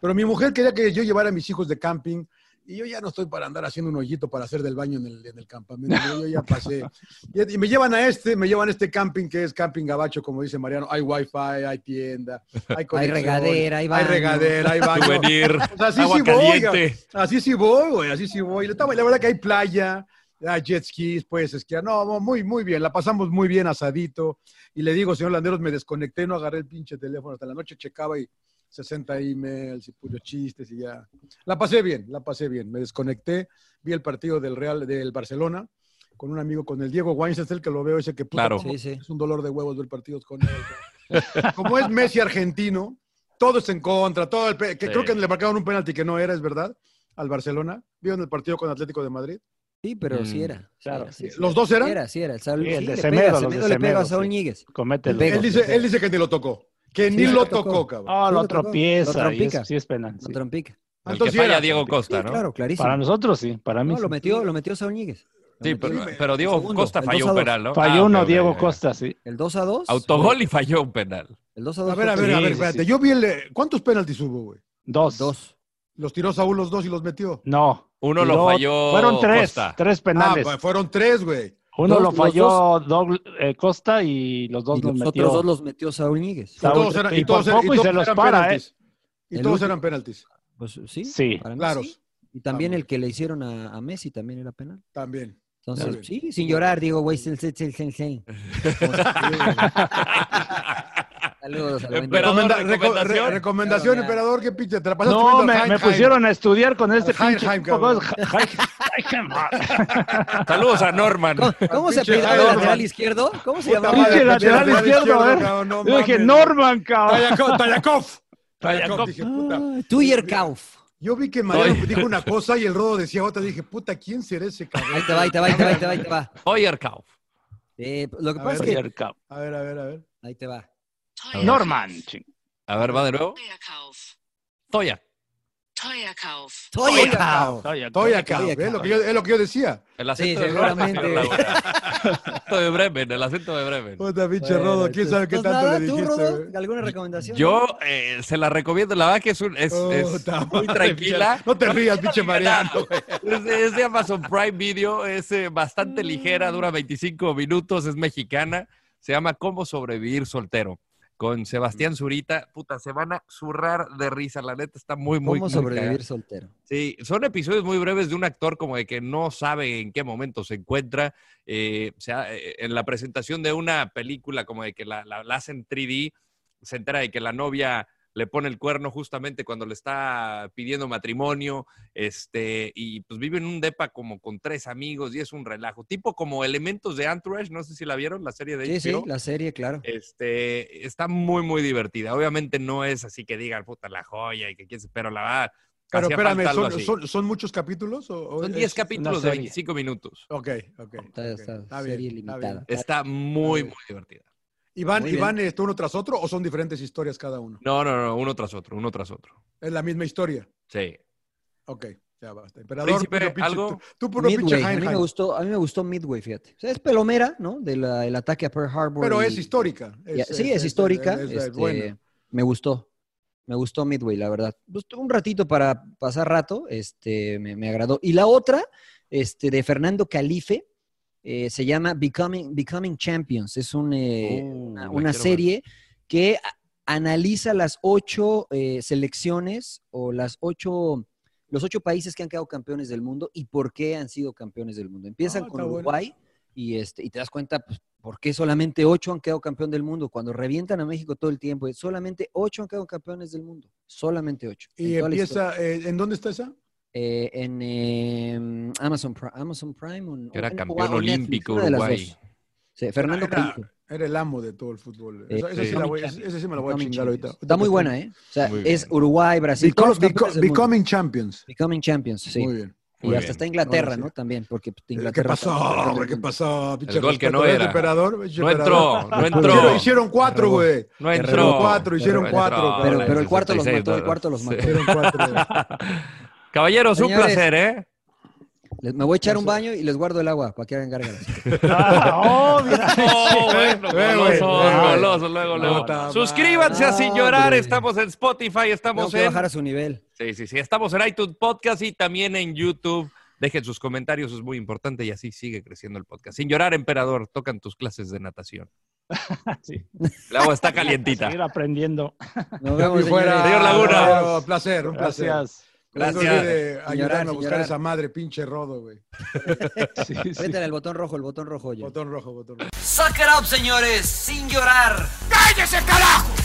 Speaker 3: Pero mi mujer quería que yo llevara a mis hijos de camping y yo ya no estoy para andar haciendo un hoyito para hacer del baño en el, en el campamento. Yo, yo ya pasé. Y, y me llevan a este, me llevan a este camping que es Camping Gabacho, como dice Mariano. Hay wifi, hay tienda, hay conexión,
Speaker 2: regadera, hay
Speaker 3: Hay
Speaker 2: baño.
Speaker 3: regadera, hay baño.
Speaker 1: Souvenir,
Speaker 3: O sea, así
Speaker 1: agua
Speaker 3: sí voy,
Speaker 1: caliente.
Speaker 3: Así sí voy, güey, así sí voy. La la verdad que hay playa, hay jet skis, puedes esquiar. No, muy, muy bien. La pasamos muy bien asadito. Y le digo, señor Landeros, me desconecté, no agarré el pinche teléfono. Hasta la noche checaba y 60 emails y puros chistes y ya. La pasé bien, la pasé bien. Me desconecté, vi el partido del Real, del Barcelona con un amigo, con el Diego Weinstein, el que lo veo ese que puta,
Speaker 1: Claro.
Speaker 3: cómo
Speaker 1: Sí, sí.
Speaker 3: es un dolor de huevos ver partidos con él. Como es Messi argentino, todo es en contra, todo el pe- que
Speaker 4: Sí.
Speaker 3: creo que le marcaron un penalti que no era, es verdad, al Barcelona. ¿Vieron el partido con Atlético de Madrid?
Speaker 2: Sí, pero sí era. sí era, sí, sí
Speaker 3: ¿Los dos eran?
Speaker 2: Sí era, sí era. El Saúl-
Speaker 3: Sí, el
Speaker 2: sí,
Speaker 3: de
Speaker 2: le
Speaker 3: Semedo,
Speaker 2: pega,
Speaker 3: los de
Speaker 2: Semedo le pega
Speaker 3: Semedo,
Speaker 2: a Saúl
Speaker 3: sí.
Speaker 2: Níguez.
Speaker 4: Comete
Speaker 2: Le pega,
Speaker 3: Él
Speaker 2: le
Speaker 3: dice,
Speaker 2: pega.
Speaker 3: él dice que ni lo tocó, que
Speaker 2: Sí, sí
Speaker 3: ni lo
Speaker 2: lo tocó.
Speaker 3: tocó, cabrón.
Speaker 4: Ah,
Speaker 2: Sí,
Speaker 4: lo
Speaker 2: lo tocó,
Speaker 4: tropieza.
Speaker 2: lo trompica.
Speaker 4: y es- sí, es penal.
Speaker 2: Lo
Speaker 4: sí.
Speaker 2: trompica.
Speaker 4: El
Speaker 1: que
Speaker 4: sí
Speaker 1: falla
Speaker 4: era.
Speaker 1: Diego Costa, ¿no?
Speaker 2: Claro, clarísimo.
Speaker 4: Para nosotros sí, para mí.
Speaker 2: No,
Speaker 4: sí.
Speaker 2: lo metió, lo metió Saúl Níguez. Lo
Speaker 1: Sí,
Speaker 2: metió.
Speaker 1: pero, pero Diego
Speaker 2: segundo,
Speaker 1: Costa
Speaker 2: el
Speaker 1: falló
Speaker 2: dos a
Speaker 1: un
Speaker 2: dos.
Speaker 1: penal, ¿no?
Speaker 4: Falló
Speaker 1: Ah,
Speaker 4: uno
Speaker 1: ok, ok,
Speaker 4: Diego
Speaker 1: ok.
Speaker 4: Costa, sí.
Speaker 2: El 2 a 2.
Speaker 1: Autogol y falló un penal.
Speaker 2: El 2 a 2.
Speaker 3: A ver, a ver, a
Speaker 4: Sí,
Speaker 3: ver,
Speaker 4: sí,
Speaker 3: espérate.
Speaker 4: sí.
Speaker 3: Yo vi el- ¿Cuántos penaltis hubo, güey?
Speaker 4: Dos.
Speaker 2: Dos.
Speaker 3: Los tiró Saúl los dos y los metió.
Speaker 4: No.
Speaker 1: Uno lo
Speaker 4: Tiró-
Speaker 1: falló
Speaker 4: Fueron tres.
Speaker 1: Costa.
Speaker 4: Tres penales.
Speaker 3: Ah, pues fueron tres, güey.
Speaker 4: uno
Speaker 2: dos,
Speaker 4: lo
Speaker 2: los
Speaker 4: falló Doug- eh, Costa y los dos
Speaker 2: Y
Speaker 4: los,
Speaker 2: los
Speaker 4: metió.
Speaker 2: otros dos los metió Saúl Níguez.
Speaker 4: Saúl.
Speaker 3: Todos eran-
Speaker 4: y,
Speaker 3: y todos
Speaker 4: por
Speaker 3: eran-
Speaker 4: poco y
Speaker 3: todos
Speaker 4: se los
Speaker 3: eran
Speaker 4: para, ¿eh?
Speaker 3: penaltis. Y
Speaker 2: El
Speaker 3: todos
Speaker 2: último-
Speaker 3: eran penaltis.
Speaker 2: Pues sí.
Speaker 4: Sí.
Speaker 2: para mí
Speaker 3: Claros.
Speaker 2: sí. Y también
Speaker 3: Vamos.
Speaker 2: el que le hicieron a, a Messi también era penal.
Speaker 3: También.
Speaker 2: Entonces,
Speaker 3: Claro.
Speaker 2: sí, sin llorar, digo, güey, sen, sen, sen, sen, sen. Como se escribe, güey. Saludos al buen
Speaker 1: Emperador,
Speaker 2: Diego.
Speaker 3: Recomenda- reco- re-
Speaker 1: recomendación.
Speaker 3: recomendación,
Speaker 2: Claro,
Speaker 3: emperador, qué pinche. Te la pasaste
Speaker 4: No,
Speaker 3: viendo
Speaker 4: me,
Speaker 3: Heim-
Speaker 4: me
Speaker 3: pues Heim.
Speaker 4: pusieron a estudiar con este
Speaker 3: Heim,
Speaker 4: pinche.
Speaker 3: Heim,
Speaker 4: poco-
Speaker 3: cabrón.
Speaker 4: Heim,
Speaker 1: Saludos a Norman.
Speaker 2: ¿Cómo, cómo se
Speaker 3: pinche
Speaker 2: apellidaba el
Speaker 3: Iron Man.
Speaker 2: lateral izquierdo? ¿Cómo se
Speaker 3: Puta
Speaker 2: llamaba?
Speaker 3: madre,
Speaker 4: Pinche
Speaker 3: me
Speaker 4: lateral
Speaker 3: pusieron
Speaker 4: izquierdo, a ver.
Speaker 3: cabrón, no
Speaker 4: Yo dije,
Speaker 3: mames.
Speaker 4: Norman, cabrón.
Speaker 3: Tayakov, Tayakov. Tayakov,
Speaker 4: Tayakov.
Speaker 3: dije, puta.
Speaker 2: Tuyer Kauf.
Speaker 3: Yo vi que Mariano dijo una cosa y el rodo decía otra. Dije, puta, ¿quién será ese cabrón?
Speaker 2: Ahí te va, ahí te va, ahí te va, ahí te va, ahí te va.
Speaker 1: Hoyer Kauf.
Speaker 2: Eh, lo que
Speaker 3: A
Speaker 2: pasa
Speaker 3: ver,
Speaker 2: es que...
Speaker 3: A ver, a ver, a ver.
Speaker 2: Ahí te va.
Speaker 4: Norman. ching.
Speaker 1: A ver, va de nuevo. Toya.
Speaker 5: Teuerkauf.
Speaker 2: Tuyer Kauf.
Speaker 3: Toyakov.
Speaker 4: Tayakov.
Speaker 3: Toyakov,
Speaker 2: Tayakov.
Speaker 3: es lo que yo- es lo que yo decía.
Speaker 1: El acento
Speaker 2: Sí,
Speaker 1: de Bremen.
Speaker 2: seguramente.
Speaker 1: señor Laguna. El acento de Bremen, el acento de Bremen.
Speaker 3: Puta, pinche rodo, quién sabe qué
Speaker 2: Pues
Speaker 3: tanto
Speaker 2: nada,
Speaker 3: le
Speaker 2: ¿tú,
Speaker 3: dijiste.
Speaker 2: Rodo?
Speaker 3: güey.
Speaker 2: ¿Alguna recomendación?
Speaker 1: Yo eh, se la recomiendo, la verdad que es, un- es, es
Speaker 3: Puta
Speaker 1: muy
Speaker 3: madre,
Speaker 1: tranquila.
Speaker 3: pinche- No te rías, pinche Mariano.
Speaker 1: Es de, es de Amazon Prime Video, es eh, bastante ligera, dura 25 minutos, es mexicana. Se llama Cómo sobrevivir soltero. con Sebastián Zurita. Puta, se van a zurrar de risa. La neta está muy, muy
Speaker 2: ¿Cómo
Speaker 1: muy
Speaker 2: sobrevivir
Speaker 1: cagada.
Speaker 2: soltero?
Speaker 1: Sí, son episodios muy breves de un actor como de que no sabe en qué momento se encuentra. eh, o sea, eh, en la presentación de una película como de que la, la- la hacen 3D, se entera de que la novia le pone el cuerno justamente cuando le está pidiendo matrimonio, este, y pues vive en un depa como con tres amigos y es un relajo, tipo como elementos de Entourage, no sé si la vieron, la serie de
Speaker 2: Sí, sí,
Speaker 1: HBO.
Speaker 2: la serie, claro.
Speaker 1: Este, está muy, muy divertida. Obviamente no es así que digan, puta, la joya y que quién se, pero la va.
Speaker 3: Pero
Speaker 1: hacía
Speaker 3: espérame,
Speaker 1: falta algo
Speaker 3: ¿son,
Speaker 1: así.
Speaker 3: son- son muchos capítulos? O, o
Speaker 1: Son
Speaker 3: es-
Speaker 1: 10
Speaker 3: es
Speaker 1: capítulos
Speaker 3: una
Speaker 1: de
Speaker 3: serie?
Speaker 1: 25 minutos.
Speaker 3: Ok, ok. ok. Está bien,
Speaker 2: serie
Speaker 3: está
Speaker 2: limitada.
Speaker 3: bien.
Speaker 1: Está muy, muy divertida.
Speaker 3: ¿Y van,
Speaker 1: Muy
Speaker 3: y
Speaker 1: bien.
Speaker 3: van, este, uno tras otro o son diferentes historias cada uno?
Speaker 1: No, no, no, uno tras otro, uno tras otro.
Speaker 3: Es la misma historia.
Speaker 1: Sí.
Speaker 3: Ok, ya basta. Emperador,
Speaker 1: Príncipe,
Speaker 3: puro pinche-
Speaker 1: ¿algo?
Speaker 3: tú- Tú puro pinche
Speaker 2: Midway, a mí, me
Speaker 3: Heinlein.
Speaker 2: gustó, a mí me gustó Midway, fíjate. O sea, es pelomera, ¿no? Del ataque a Pearl Harbor.
Speaker 3: Pero
Speaker 2: y-
Speaker 3: es histórica.
Speaker 2: Ya, sí, es, histórica. este, Me gustó. Me gustó Midway, la verdad. Pues, un ratito para pasar rato, este, me, me agradó. Y la otra, este, de Fernando Calife, eh, se llama Becoming, Becoming Champions. Es un, eh,
Speaker 3: Uh,
Speaker 2: una,
Speaker 1: la
Speaker 2: una
Speaker 1: quiero ver.
Speaker 2: serie que a- analiza las ocho eh, selecciones o las ocho, los ocho países que han quedado campeones del mundo y por qué han sido campeones del mundo. Empiezan
Speaker 3: Ah,
Speaker 2: con
Speaker 3: está bueno.
Speaker 2: Uruguay y, este, y te das cuenta pues, por qué solamente ocho han quedado campeón del mundo. Cuando revientan a México todo el tiempo, es solamente ocho han quedado campeones del mundo. Solamente ocho.
Speaker 3: Y
Speaker 2: en toda la historia.
Speaker 3: empieza, eh, ¿en dónde está esa?
Speaker 2: Eh, en eh, Amazon, Pri- Amazon Prime. o-
Speaker 1: Que era
Speaker 2: o- o-
Speaker 1: campeón
Speaker 2: o Netflix,
Speaker 1: olímpico
Speaker 2: una de las
Speaker 1: Uruguay.
Speaker 2: dos. Sí, Fernando
Speaker 3: Era-
Speaker 2: Calife.
Speaker 3: Era el amo de todo el fútbol. Esa,
Speaker 2: Eh,
Speaker 3: esa sí,
Speaker 2: sí.
Speaker 3: la voy- esa- esa sí me la voy a
Speaker 2: Becoming
Speaker 3: chingar ahorita.
Speaker 2: Champions. Está muy buena, ¿eh? O sea, es Uruguay, Brasil.
Speaker 3: Beco-
Speaker 2: todos los
Speaker 3: Beco-
Speaker 2: campeones del mundo.
Speaker 3: Becoming Champions.
Speaker 2: Becoming Champions, sí.
Speaker 3: Muy bien.
Speaker 2: Y
Speaker 3: Muy
Speaker 2: hasta
Speaker 3: bien.
Speaker 2: está Inglaterra,
Speaker 3: Ahora sí.
Speaker 2: ¿no? También, porque pues,
Speaker 3: ¿Qué
Speaker 2: Inglaterra.
Speaker 3: pasó, hombre? ¿Qué pasó? pinche
Speaker 1: El gol que
Speaker 3: respeto?
Speaker 1: no
Speaker 3: ¿Ves,
Speaker 1: era.
Speaker 3: emperador? Pinche
Speaker 1: No
Speaker 3: emperador.
Speaker 1: entró, no
Speaker 3: Hicieron,
Speaker 1: entró.
Speaker 3: hicieron cuatro, güey.
Speaker 1: No entró.
Speaker 3: Hicieron cuatro, hicieron
Speaker 1: No
Speaker 3: cuatro.
Speaker 1: entró.
Speaker 3: cabrón.
Speaker 2: Pero, pero el cuarto los
Speaker 1: 66
Speaker 2: mató, el cuarto los mató.
Speaker 1: dólares. Caballeros, un
Speaker 2: Señores.
Speaker 1: placer, ¿eh?
Speaker 2: Les- Me voy a echar un baño y les guardo el agua para que hagan gárgaras.
Speaker 4: ¡Oh, mira!
Speaker 1: Oh, bueno,
Speaker 3: Eh, güey,
Speaker 1: golosos,
Speaker 3: eh, güey.
Speaker 1: golosos, luego, luego.
Speaker 3: Puta
Speaker 1: Suscríbanse a
Speaker 2: Ah, madre.
Speaker 1: Sin Llorar, estamos en Spotify,
Speaker 2: Tengo
Speaker 1: estamos
Speaker 2: que
Speaker 1: en...
Speaker 2: bajar a su nivel.
Speaker 1: Sí, sí, sí, estamos en iTunes Podcast y también en YouTube. Dejen sus comentarios, es muy importante y así sigue creciendo el podcast. Sin Llorar, emperador, tocan tus clases de natación.
Speaker 4: Sí.
Speaker 1: El agua está calientita.
Speaker 4: Seguir aprendiendo.
Speaker 2: Nos
Speaker 3: Y
Speaker 2: vemos,
Speaker 3: fuera,
Speaker 2: señores.
Speaker 1: Señor Laguna.
Speaker 3: Laguna. Un placer, un placer.
Speaker 4: Gracias.
Speaker 3: Gracias.
Speaker 1: Gracias.
Speaker 3: ayudarme a
Speaker 2: Sin
Speaker 3: buscar
Speaker 2: llorar.
Speaker 3: esa madre, pinche rodo, güey.
Speaker 4: Sí, sí.
Speaker 2: Apriétale el botón rojo, el botón rojo. oye.
Speaker 3: Botón rojo, botón rojo.
Speaker 6: Suck it up, señores, sin llorar.
Speaker 7: ¡Cállese, carajo!